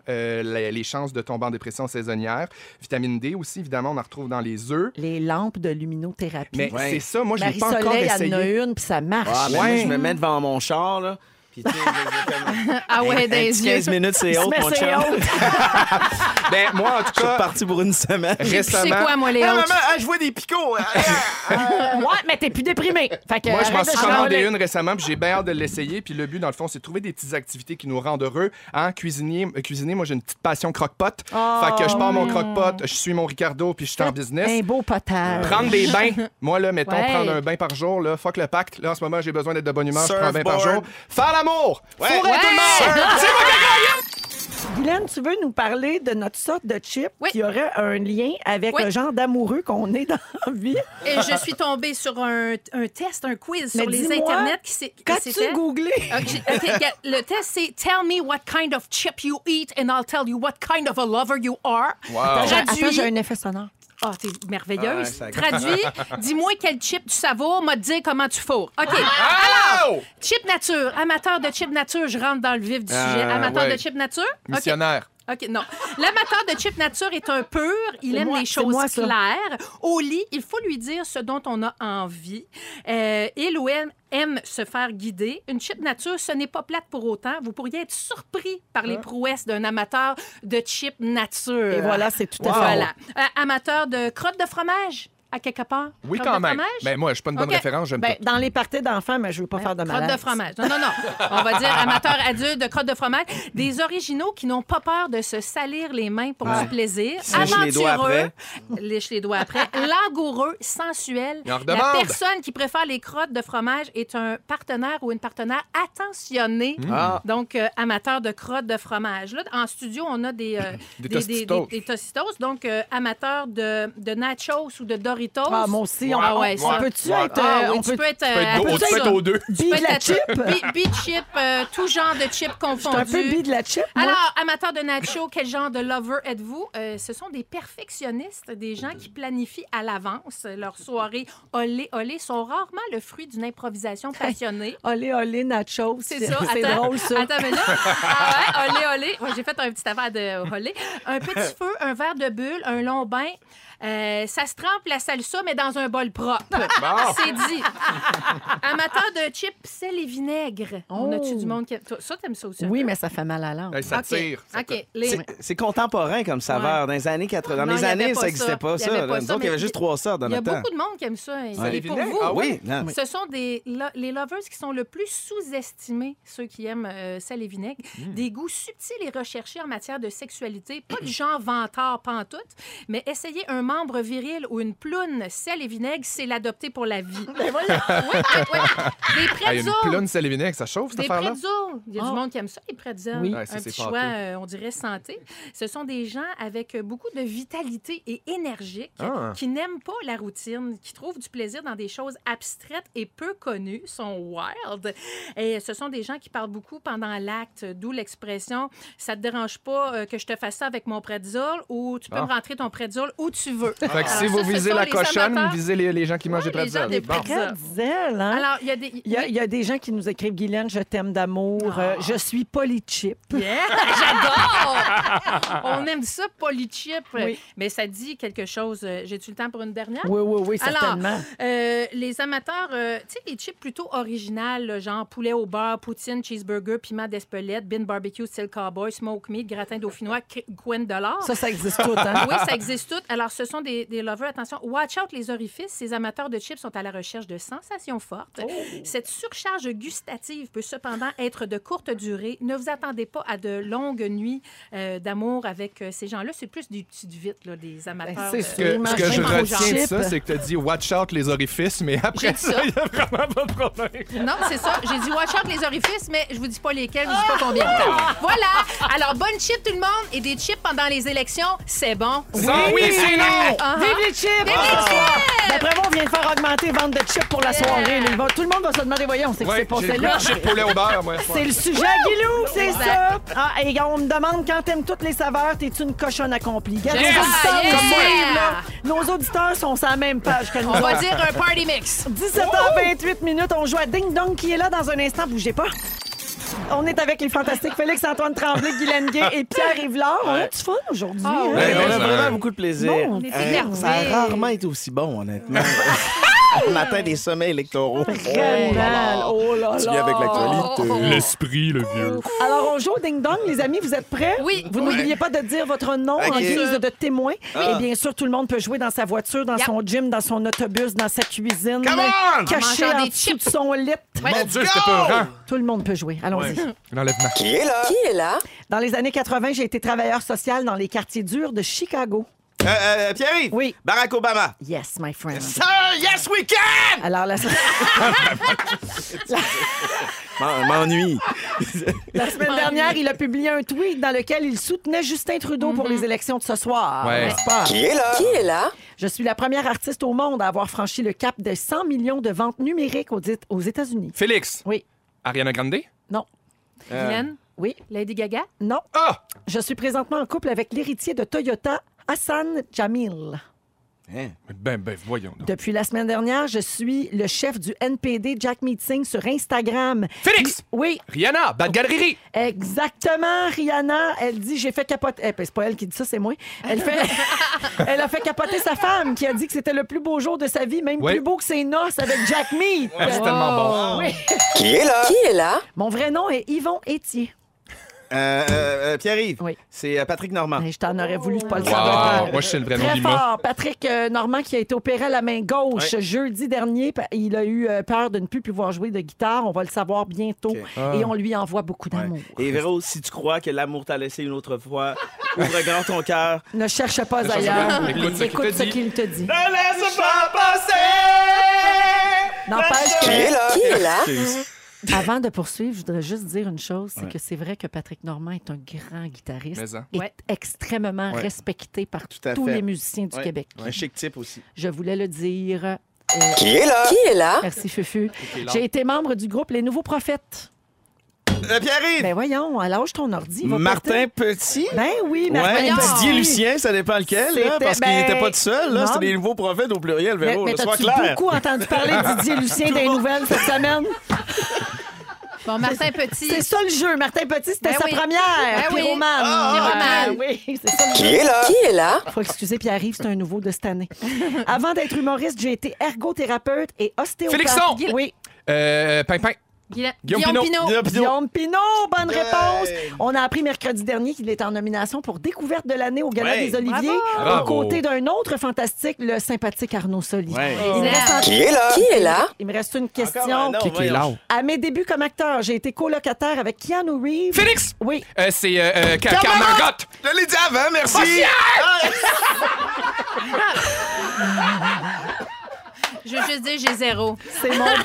Speaker 2: euh, les, les chances de tomber en dépression saisonnière. Vitamine D aussi, évidemment, on en retrouve dans les œufs.
Speaker 1: Les lampes de luminothérapie.
Speaker 2: Mais
Speaker 4: Ouais.
Speaker 2: c'est ça, moi, je l'ai pas encore
Speaker 1: Marie-Soleil, elle
Speaker 2: essayé.
Speaker 1: en a une, puis ça marche.
Speaker 4: Ah, mais moi,
Speaker 2: Ouais.
Speaker 4: je me mets devant mon char, là. Puis, tu sais, je- je- comme-
Speaker 3: Ah
Speaker 4: Un-
Speaker 3: ouais,
Speaker 4: un
Speaker 3: des
Speaker 4: petit
Speaker 3: yeux.
Speaker 4: 15 minutes, c'est
Speaker 1: Il se
Speaker 4: haut,
Speaker 1: met
Speaker 4: mon
Speaker 1: ses
Speaker 4: chum.
Speaker 1: hautes.
Speaker 2: Ben, moi, en tout
Speaker 4: Je suis
Speaker 2: cas,
Speaker 4: parti pour une semaine.
Speaker 3: Puis
Speaker 2: récemment...
Speaker 3: C'est quoi, moi, les
Speaker 4: Ah, maman,
Speaker 3: autres?
Speaker 4: ah, je vois des picots. Ah,
Speaker 1: Ouais, mais t'es plus déprimé. Fait que
Speaker 2: Moi, je m'en
Speaker 1: arrête de
Speaker 2: suis
Speaker 1: chialer.
Speaker 2: commandé une récemment, puis j'ai bien hâte de l'essayer. Puis le but, dans le fond, c'est de trouver des petites activités qui nous rendent heureux. Hein? Cuisiner, euh, cuisiner moi, j'ai une petite passion croque-pot.
Speaker 1: Oh.
Speaker 2: Fait que je pars mon croque-pot, je suis mon Ricardo, puis je suis en business.
Speaker 1: Un beau potage.
Speaker 2: Prendre des bains. Moi, là, mettons,
Speaker 3: Ouais.
Speaker 2: prendre un bain par jour, là, fuck le pacte. Là, en ce moment, j'ai besoin d'être de bonne humeur, je prends un bain par jour.
Speaker 4: Surfboard.
Speaker 2: Faire l'amour!
Speaker 4: Ouais.
Speaker 2: Fourrer
Speaker 4: Ouais.
Speaker 2: tout le monde!
Speaker 1: Guylaine, tu veux nous parler de notre sorte de chip
Speaker 3: Oui.
Speaker 1: qui aurait un lien avec
Speaker 3: Oui.
Speaker 1: le genre d'amoureux qu'on est dans la vie?
Speaker 3: Et je suis tombée sur un, un test, un quiz
Speaker 1: Mais
Speaker 3: sur les
Speaker 1: dis-moi,
Speaker 3: internets qui s'est. Euh, qui
Speaker 1: Qu'as-tu
Speaker 3: s'était-
Speaker 1: googlé?
Speaker 3: Ok, j'ai- ok, regarde, le test, c'est Tell me what kind of chip you eat and I'll tell you what kind of a lover you are.
Speaker 2: Wow.
Speaker 3: Traduit-
Speaker 1: Attends, j'ai un effet sonore.
Speaker 3: Ah, t'es merveilleuse.
Speaker 4: Ah ouais, ça-
Speaker 3: Traduit, dis-moi quel chip tu savoures, m'a dire comment tu fourres. OK.
Speaker 2: Ah.
Speaker 4: Ah!
Speaker 2: Alors!
Speaker 3: Chip nature. Amateur de chip nature, je rentre dans le vif du sujet. Amateur
Speaker 2: ouais.
Speaker 3: de chip nature? OK.
Speaker 2: Missionnaire.
Speaker 3: OK, non. L'amateur de chip nature est un pur. Il
Speaker 1: C'est
Speaker 3: aime
Speaker 1: moi,
Speaker 3: les
Speaker 1: c'est
Speaker 3: choses
Speaker 1: moi, ça.
Speaker 3: claires. Au lit, il faut lui dire ce dont on a envie. Euh, il ou elle aime se faire guider. Une chip nature, ce n'est pas plate pour autant. Vous pourriez être surpris par les prouesses d'un amateur de chip nature.
Speaker 1: Ah. Et voilà, c'est tout à fait.
Speaker 3: Voilà. Euh, amateur de crotte de fromage, à quelque part.
Speaker 2: Oui,
Speaker 3: Crotte
Speaker 2: quand
Speaker 3: de
Speaker 2: même. Ben,
Speaker 3: fromage?
Speaker 2: Mais moi, je suis pas une bonne
Speaker 3: Ok.
Speaker 2: référence, j'aime
Speaker 1: Ben,
Speaker 2: tout.
Speaker 1: dans les parties d'enfants, mais je veux pas faire de
Speaker 3: Crotte
Speaker 1: mal.
Speaker 3: de fromage. Non, non, non. On va dire amateur adulte de crotte de fromage. Des originaux qui n'ont pas peur de se salir les mains pour du plaisir.
Speaker 4: Sèche les doigts après.
Speaker 3: Lèche les doigts après. Langoureux, sensuel.
Speaker 2: Il en redemande.
Speaker 3: La personne qui préfère les crottes de fromage est un partenaire ou une partenaire attentionnée.
Speaker 2: Hmm.
Speaker 4: Ah.
Speaker 3: Donc, euh, amateur de crottes de fromage. Là, en studio, on a des, euh,
Speaker 2: Des
Speaker 3: des,
Speaker 2: Tostitos.
Speaker 3: des Tostitos. Donc, euh, amateur de, de nachos ou de Doritos.
Speaker 1: Ah, moi aussi, on,
Speaker 3: Ah ouais,
Speaker 1: on
Speaker 3: ça.
Speaker 1: peut-tu
Speaker 2: Ouais.
Speaker 1: être.
Speaker 3: Ah
Speaker 1: euh,
Speaker 3: oui,
Speaker 1: on
Speaker 3: tu
Speaker 1: peut
Speaker 3: peux être,
Speaker 2: peux
Speaker 3: euh,
Speaker 2: être
Speaker 3: à
Speaker 2: dos,
Speaker 3: tout
Speaker 2: tu peux
Speaker 3: ça.
Speaker 2: être aux deux.
Speaker 1: bi de la chip?
Speaker 3: Bi- bi-chip, euh, tout genre de chip confondu.
Speaker 1: un peu bi de la chip. moi.
Speaker 3: Alors, amateur de nacho, quel genre de lover êtes-vous? Euh, ce sont des perfectionnistes, des gens qui planifient à l'avance leurs soirées olé olé, sont rarement le fruit d'une improvisation passionnée.
Speaker 1: Olé, olé, nachos.
Speaker 3: C'est ça,
Speaker 1: C'est
Speaker 3: attends.
Speaker 1: drôle, ça.
Speaker 3: Attends, mais là, ah ouais, olé, olé. Ouais, J'ai fait un petit affaire de olé. Un petit feu, un verre de bulle, un long bain. Euh, ça se trempe la salsa, mais dans un bol propre.
Speaker 1: Ah.
Speaker 2: Bon.
Speaker 3: C'est dit. Amateur de chips, sel et vinaigre. On a-tu
Speaker 1: Oh.
Speaker 3: du monde qui... aime- Toi, Ça, t'aimes ça aussi? un
Speaker 1: Oui,
Speaker 3: peu?
Speaker 1: mais ça fait mal à l'âme.
Speaker 2: Hey, ça
Speaker 3: OK.
Speaker 2: tire. ça
Speaker 3: OK.
Speaker 2: tire.
Speaker 3: Les-
Speaker 4: C'est- C'est contemporain comme saveur. Dans les années 80. Dans
Speaker 3: Non,
Speaker 4: mes
Speaker 3: il y avait
Speaker 4: années,
Speaker 3: pas
Speaker 4: ça n'existait
Speaker 3: ça.
Speaker 4: pas,
Speaker 3: Il y
Speaker 4: ça.
Speaker 3: avait pas
Speaker 4: Dans
Speaker 3: ça,
Speaker 4: il y avait
Speaker 3: mais
Speaker 4: juste trois sortes dans
Speaker 3: Il y a
Speaker 4: notre temps.
Speaker 3: beaucoup de monde qui aime ça. hein. Et
Speaker 4: Ouais.
Speaker 3: et pour vous,
Speaker 4: Ah oui? Non.
Speaker 3: ce sont des lo- les lovers qui sont le plus sous-estimés, ceux qui aiment euh, sel et vinaigre. Des goûts subtils et recherchés en matière de sexualité. Pas du genre vantard pantoute, mais essayer un membre viril ou une ploune sel et vinaigre, c'est l'adopter pour la vie. Oui, oui, oui. Des
Speaker 2: Hey,
Speaker 3: pretzels.
Speaker 2: une plume sel et vinaigre, ça chauffe, cette
Speaker 3: Des
Speaker 2: affaire-là?
Speaker 3: pretzels. Il y a
Speaker 1: Ah.
Speaker 3: du monde qui aime ça, les pretzels.
Speaker 1: Oui.
Speaker 2: Ouais, ça,
Speaker 3: un
Speaker 2: c'est
Speaker 3: petit
Speaker 2: pâteux.
Speaker 3: choix, euh, on dirait santé. Ce sont des gens avec euh, beaucoup de vitalité et énergique,
Speaker 2: Ah.
Speaker 3: qui n'aiment pas la routine, qui trouvent du plaisir dans des choses abstraites et peu connues, sont wild. Et ce sont des gens qui parlent beaucoup pendant l'acte, d'où euh, l'expression « ça te dérange pas euh, que je te fasse ça avec mon pretzel » ou « tu peux
Speaker 2: Ah.
Speaker 3: me rentrer ton pretzel où tu veut.
Speaker 2: Fait que
Speaker 3: Alors,
Speaker 2: si vous
Speaker 3: Ah, ça, ce
Speaker 2: visez
Speaker 3: sont
Speaker 2: la
Speaker 3: les
Speaker 2: cochonne,
Speaker 3: amateurs.
Speaker 2: visez les, les gens qui mangent
Speaker 3: Ouais,
Speaker 2: des
Speaker 3: les gens
Speaker 2: pretzels.
Speaker 3: des
Speaker 2: Bon.
Speaker 3: pretzels.
Speaker 1: Pretzel, hein?
Speaker 3: Alors, il y a des.
Speaker 1: Il y, a,
Speaker 3: oui.
Speaker 1: il y a des gens qui nous écrivent, Guylaine, je t'aime d'amour,
Speaker 3: Ah.
Speaker 1: euh, je suis polychip.
Speaker 3: Yeah, J'adore! On aime ça, polychip.
Speaker 1: Oui.
Speaker 3: Mais ça dit quelque chose. Euh, J'ai-tu le temps pour une dernière?
Speaker 1: Oui, oui, oui,
Speaker 3: Ah. Alors,
Speaker 1: certainement.
Speaker 3: Euh, les amateurs, euh, tu sais, les chips plutôt originales, là, genre poulet au beurre, poutine, cheeseburger, piment d'espelette, bin barbecue, style cowboy, smoke meat, gratin dauphinois, cr- Gwen de l'or.
Speaker 1: Ça, ça existe tout, hein?
Speaker 3: ah. Oui, ça existe tout. Alors, ce sont des, des lovers. Attention, watch out les orifices. Ces amateurs de chips sont à la recherche de sensations fortes.
Speaker 2: Oh.
Speaker 3: Cette surcharge gustative peut cependant être de courte durée. Ne vous attendez pas à de longues nuits euh, d'amour avec euh, ces gens-là. C'est plus des petites vites, là, des amateurs.
Speaker 1: c'est
Speaker 3: de-
Speaker 2: Ben, Ce que, ce que je
Speaker 1: Vraiment
Speaker 2: retiens de
Speaker 1: chip.
Speaker 2: ça, c'est que tu as dit watch out les orifices, mais après
Speaker 3: J'ai dit ça.
Speaker 2: ça, il n'y a vraiment pas de problème.
Speaker 3: Non, c'est ça. J'ai dit watch out les orifices, mais je vous dis pas lesquels, je vous dis pas combien de temps.
Speaker 2: Ah!
Speaker 3: Voilà. Alors, bonne chip tout le monde et des chips pendant les élections, c'est bon.
Speaker 2: Ça, oui, c'est non!
Speaker 3: Ah, ah.
Speaker 1: Vive les chips!
Speaker 3: Vive les chips!
Speaker 1: D'après moi, on vient de faire augmenter vente de chips pour la soirée. là. Il va- Tout le monde va se demander, voyons, c'est que
Speaker 2: Ouais,
Speaker 1: c'est passé
Speaker 2: j'ai
Speaker 1: là.
Speaker 2: le chip poulet au beurre, moi.
Speaker 1: C'est le sujet, Guilou, c'est ça. Ah, et on me demande quand t'aimes toutes les saveurs, t'es-tu une cochonne accomplie? Regarde,
Speaker 3: Yes!
Speaker 1: nos auditeurs
Speaker 3: Yeah!
Speaker 1: nous suivent, là. Nos auditeurs sont sur la même page que nous.
Speaker 3: On va dire un party mix.
Speaker 1: 17h28 minutes, on joue à Ding Dong qui est là dans un instant, bougez pas. On est avec les fantastiques Félix-Antoine Tremblay, Guylaine Gay et Pierre Rivlard. On a du fun aujourd'hui.
Speaker 3: Ah
Speaker 1: hein?
Speaker 3: ouais.
Speaker 4: Ben, on a
Speaker 2: mais ça-
Speaker 4: vraiment beaucoup de plaisir.
Speaker 1: Non, on est
Speaker 3: énervés.
Speaker 4: ça a rarement été aussi bon, honnêtement. on atteint des sommets électoraux.
Speaker 3: Oh,
Speaker 1: Quel mal. Oh là là.
Speaker 4: Ben Tu viens avec l'actualité.
Speaker 3: oh,
Speaker 2: L'esprit, le vieux.
Speaker 1: Alors, on joue au ding-dong, les amis. Vous êtes prêts?
Speaker 3: Oui.
Speaker 1: Vous
Speaker 3: Oui.
Speaker 1: n'oubliez pas de dire votre nom
Speaker 4: Ok.
Speaker 1: en guise de témoin. Et bien sûr, tout le monde peut jouer dans sa voiture, dans
Speaker 3: Yep.
Speaker 1: son gym, dans son autobus, dans sa cuisine,
Speaker 2: Come on!
Speaker 1: caché
Speaker 3: En mangeant
Speaker 1: en
Speaker 3: des
Speaker 1: dessous de
Speaker 3: chips.
Speaker 1: son lit.
Speaker 2: Mon Dieu, c'était peurant.
Speaker 1: Tout le monde peut jouer. Allons-y.
Speaker 2: L'enlèvement.
Speaker 9: Qui est là?
Speaker 1: Dans les années 80, j'ai été travailleur social dans les quartiers durs de Chicago.
Speaker 4: Euh, euh, Pierre-Yves,
Speaker 1: Oui.
Speaker 4: Barack Obama.
Speaker 1: Yes, my friend.
Speaker 4: Ça, yes, we can!
Speaker 1: Alors, la,
Speaker 4: M'en- M'ennuie.
Speaker 1: la semaine dernière, il a publié un tweet dans lequel il soutenait Justin Trudeau pour les élections de ce soir.
Speaker 2: Ouais.
Speaker 1: n'est-ce pas?
Speaker 9: Mm-hmm. Qui est là?
Speaker 1: Je suis la première artiste au monde à avoir franchi le cap de 100 millions de ventes numériques aux, dit- aux États-Unis.
Speaker 2: Félix.
Speaker 1: Oui.
Speaker 2: Ariana Grande.
Speaker 1: Non.
Speaker 3: Guylaine,
Speaker 1: Oui.
Speaker 3: Lady Gaga,
Speaker 1: Non.
Speaker 2: Ah!
Speaker 1: Je suis présentement en couple avec l'héritier de Toyota, Hassan Jamil.
Speaker 4: Hein?
Speaker 2: Ben, ben, voyons. donc.
Speaker 1: Depuis la semaine dernière, je suis le chef du NPD Jack Meeting sur Instagram.
Speaker 2: Félix!
Speaker 1: Il- Oui,
Speaker 2: Rihanna, Bad Galerie.
Speaker 1: Exactement, Rihanna. Elle dit j'ai fait capoter. Eh, ben, c'est pas elle qui dit ça, c'est moi. Elle fait. elle a fait capoter sa femme qui a dit que c'était le plus beau jour de sa vie, même
Speaker 2: Oui.
Speaker 1: plus beau que ses noces avec Jack Meat.
Speaker 2: Ah, c'est tellement bon.
Speaker 1: Oui.
Speaker 9: Qui est là?
Speaker 1: Mon vrai nom est Yvon Étier.
Speaker 4: Euh, euh, euh, Pierre-Yves,
Speaker 1: Oui.
Speaker 4: c'est euh, Patrick Normand.
Speaker 1: Ben, je t'en aurais voulu pas le
Speaker 2: Ah. Wow.
Speaker 1: savoir.
Speaker 2: Moi, je suis le vrai nom
Speaker 1: Très
Speaker 2: d'Ima.
Speaker 1: fort. Patrick euh, Normand qui a été opéré à la main gauche jeudi dernier. Pa- Il a eu euh, peur de ne plus pouvoir jouer de guitare. On va le savoir bientôt.
Speaker 4: Ok.
Speaker 2: Ah.
Speaker 1: Et on lui envoie beaucoup
Speaker 4: Ouais.
Speaker 1: d'amour.
Speaker 4: Et Véro, si tu crois que l'amour t'a laissé une autre fois, ouvre grand ton cœur.
Speaker 1: Ne cherche pas
Speaker 2: Ne cherche
Speaker 1: ailleurs.
Speaker 2: pas. Écoute ce qu'il te
Speaker 1: Écoute ce
Speaker 2: dit.
Speaker 1: qu'il te dit.
Speaker 4: Ne laisse pas passer!
Speaker 1: N'empêche que-
Speaker 9: Qui est là?
Speaker 1: Avant de poursuivre, je voudrais juste dire une chose, c'est que c'est vrai que Patrick Normand est un grand guitariste
Speaker 2: Mais hein. en.
Speaker 1: et
Speaker 3: Ouais.
Speaker 1: extrêmement
Speaker 4: Ouais.
Speaker 1: respecté par
Speaker 4: Tout à
Speaker 1: tous
Speaker 4: fait.
Speaker 1: les musiciens du
Speaker 4: Ouais.
Speaker 1: Québec.
Speaker 4: Un chic type aussi.
Speaker 1: Je voulais le dire. Euh,
Speaker 9: Qui est là? Qui est là?
Speaker 1: merci Fufu.
Speaker 2: là.
Speaker 1: J'ai été membre du groupe Les Nouveaux Prophètes.
Speaker 4: Euh, Pierre-Yves!
Speaker 1: Ben voyons, à l'âge ton ordi. va péter.
Speaker 4: Martin Petit?
Speaker 1: Ben oui, Martin.
Speaker 4: Ouais,
Speaker 1: Petit.
Speaker 4: Didier Lucien, ça dépend lequel, là,
Speaker 1: C'était-
Speaker 4: parce qu'il
Speaker 1: ben,
Speaker 4: n'était pas tout seul. là,
Speaker 1: non.
Speaker 4: C'était des nouveaux prophètes au pluriel,
Speaker 1: Mais,
Speaker 4: Véro.
Speaker 1: mais
Speaker 4: là, sois
Speaker 1: t'as-tu
Speaker 4: clair.
Speaker 1: beaucoup entendu parler de Didier Lucien des nouvelles cette semaine?
Speaker 3: bon, Martin Petit.
Speaker 1: C'est ça le jeu. Martin Petit, c'était
Speaker 3: Ben
Speaker 1: sa
Speaker 3: oui.
Speaker 1: première.
Speaker 3: Ben oui.
Speaker 1: Pyromane.
Speaker 3: Ah,
Speaker 1: Ah, oui, c'est ça le jeu.
Speaker 9: Qui est là? Qui est là?
Speaker 1: Faut excuser puis arrive, c'est un nouveau de cette année. Avant d'être humoriste, j'ai été ergothérapeute et ostéopathe.
Speaker 2: Félixon!
Speaker 1: Oui.
Speaker 2: Euh, Pimpin.
Speaker 3: Guilla-
Speaker 2: Guillaume
Speaker 3: Guillaume
Speaker 2: Pinault.
Speaker 3: Pinault.
Speaker 1: Guillaume Pinot, bonne réponse. On a appris mercredi dernier qu'il est en nomination pour découverte de l'année au Gala
Speaker 4: Ouais.
Speaker 1: des Oliviers,
Speaker 2: Bravo.
Speaker 1: aux côtés d'un autre fantastique, le sympathique Arnaud Soli.
Speaker 4: Ouais.
Speaker 1: Il, me reste
Speaker 9: Qui est là? Qui est là?
Speaker 1: il me reste une
Speaker 4: Encore un
Speaker 1: question.
Speaker 4: autre,
Speaker 2: Qui est là?
Speaker 4: voyons.
Speaker 1: À mes débuts comme acteur, j'ai été colocataire avec Keanu Reeves.
Speaker 2: Félix!
Speaker 1: Oui.
Speaker 2: Euh, c'est euh, euh, Car- Karl Margot.
Speaker 4: Je l'ai dit avant, merci! Ah,
Speaker 3: Je veux juste dire, j'ai zéro.
Speaker 1: C'est mon,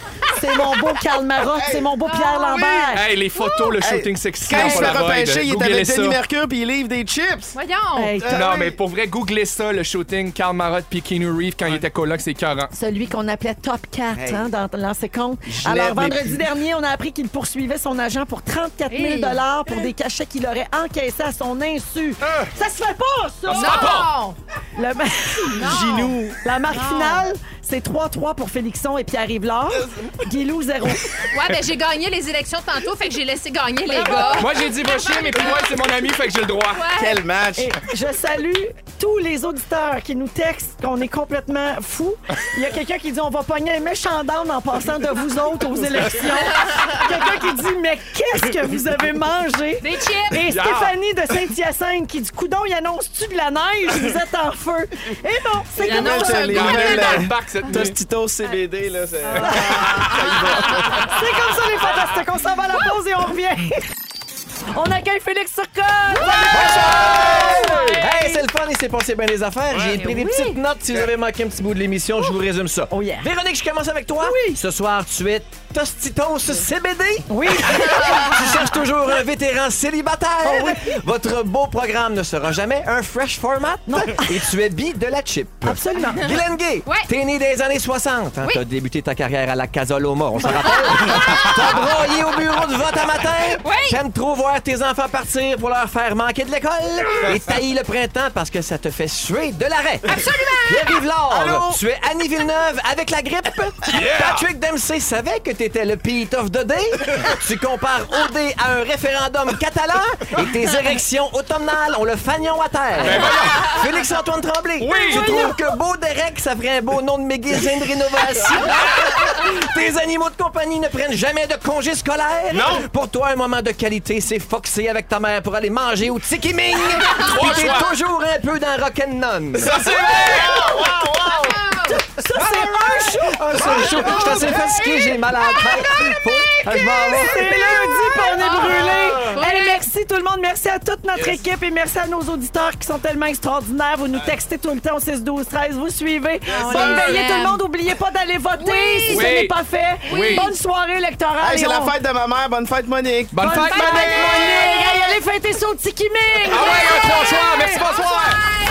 Speaker 1: C'est mon beau Karl Marotte, c'est mon beau Pierre Lambert.
Speaker 2: Hey, les photos, le shooting sexy.
Speaker 4: Quand
Speaker 2: en
Speaker 4: je l'ai
Speaker 2: Polaroid,
Speaker 4: repêché, il est
Speaker 2: euh, googlez
Speaker 4: avec
Speaker 2: ça.
Speaker 4: Denis Mercure puis il livre des chips.
Speaker 3: Voyons!
Speaker 1: Hey,
Speaker 4: Euh,
Speaker 2: Non,
Speaker 4: oui.
Speaker 2: mais pour vrai, googlez ça, le shooting Karl Marotte puis Keanu Reeves quand il était coloc, c'est 40.
Speaker 1: Celui qu'on appelait Top 4
Speaker 4: Hey.
Speaker 1: hein, dans l'ancien compte.
Speaker 4: Je
Speaker 1: Alors,
Speaker 4: lève mes
Speaker 1: vendredi
Speaker 4: plis.
Speaker 1: dernier, on a appris qu'il poursuivait son agent pour 34 000
Speaker 3: Hey.
Speaker 1: pour des cachets qu'il aurait encaissés à son insu. Ça se fait pas, ça!
Speaker 3: Non!
Speaker 1: Le ma-
Speaker 4: Ginou.
Speaker 1: La marque finale, c'est 3-3 pour Félixon et Pierre Rivlard. Guilou, 0.
Speaker 3: Ouais, ben j'ai gagné les élections tantôt, fait que j'ai laissé gagner les gars.
Speaker 2: Moi, j'ai dit, va chier, mais puis moi, c'est mon ami, fait que j'ai le droit.
Speaker 4: Quel match!
Speaker 1: Et je salue tous les auditeurs qui nous textent qu'on est complètement fous. Il y a quelqu'un qui dit on va pogner un méchant down en passant de vous autres aux élections. quelqu'un qui dit mais qu'est-ce que vous avez mangé?
Speaker 3: Des chips!
Speaker 1: Et Stéphanie de Saint-Hyacinthe qui dit Coudon, il annonce-tu de la neige? Vous êtes en feu. Et non, c'est
Speaker 3: Il
Speaker 1: comme
Speaker 3: annonce
Speaker 1: ça.
Speaker 4: un
Speaker 2: Il y en a eu
Speaker 4: nouvelles,
Speaker 2: dans
Speaker 4: euh,
Speaker 2: le bac cette nuit.
Speaker 4: Tostitos CBD, là, c'est...
Speaker 1: C'est comme ça, les fantastiques. On s'en va à la pause et on revient. On accueille Félix Turcotte.
Speaker 10: Hey, c'est le fun, il s'est passé bien des affaires. J'ai pris des petites notes si vous avez manqué un petit bout de l'émission. Je vous résume ça.
Speaker 1: Oh yeah.
Speaker 10: Véronique, je commence avec toi. Oui. Ce soir, tu es Tostitos CBD.
Speaker 1: Oui.
Speaker 10: tu cherches toujours un vétéran célibataire.
Speaker 4: Oh
Speaker 10: Votre beau programme ne sera jamais un fresh format. Non. Et tu es bi de la chip.
Speaker 4: Ah.
Speaker 1: Absolument.
Speaker 10: Guylaine Gay,
Speaker 3: Ouais.
Speaker 10: t'es né des années 60. hein,
Speaker 3: Oui.
Speaker 10: T'as débuté ta carrière à la Casaloma, on s'en rappelle. T'as broyé au bureau de vote à matin.
Speaker 3: Oui.
Speaker 10: T'aimes trop voir tes enfants partir pour leur faire manquer de l'école. Et taillis le printemps parce que ça te fait suer de l'arrêt. Absolument. Pierre Vivlard, tu es Annie Villeneuve avec la grippe. Patrick Dempsey savait que t'étais le Pete of the Day. tu compares OD à un référendum catalan. Et tes érections automnales ont le fanion à terre. Félix-Antoine Tremblay,
Speaker 2: Oui.
Speaker 10: tu trouves que beau Derek, ça ferait un beau nom de magasin de rénovation. Tes animaux de compagnie ne prennent jamais de congé scolaire.
Speaker 2: Non.
Speaker 10: Pour toi, un moment de qualité, c'est foxer avec ta mère pour aller manger au Tikiming. Puis t'es
Speaker 2: choix.
Speaker 10: toujours un peu dans Rock'n'None.
Speaker 2: Ça, c'est vrai!
Speaker 1: Ça, c'est un show.
Speaker 10: Ah, c'est chaud. Je suis assez fatigué, j'ai mal à la tête. Faut- Ah, je m'en vais.
Speaker 1: C'est lundi, puis on est brûlé. Hey, merci tout le monde. Merci à toute notre équipe et merci à nos auditeurs qui sont tellement extraordinaires. Vous nous textez tout le temps au 6 12 13. Vous suivez. Bonne
Speaker 3: les
Speaker 1: veillée
Speaker 3: aime.
Speaker 1: tout le monde. N'oubliez pas d'aller voter si
Speaker 2: Oui.
Speaker 1: ce n'est pas fait.
Speaker 2: Oui.
Speaker 1: Bonne soirée électorale.
Speaker 4: Hey, c'est
Speaker 1: et
Speaker 4: la
Speaker 1: on-
Speaker 4: fête de ma mère. Bonne fête, Monique.
Speaker 2: Bonne fête,
Speaker 1: Bonne fête,
Speaker 2: Monique!
Speaker 1: Monique. Hey, Allez fêter ça au Tiki Ming.
Speaker 2: Ah ouais, un, trois, soir, merci, bonsoir!
Speaker 3: Bonsoir.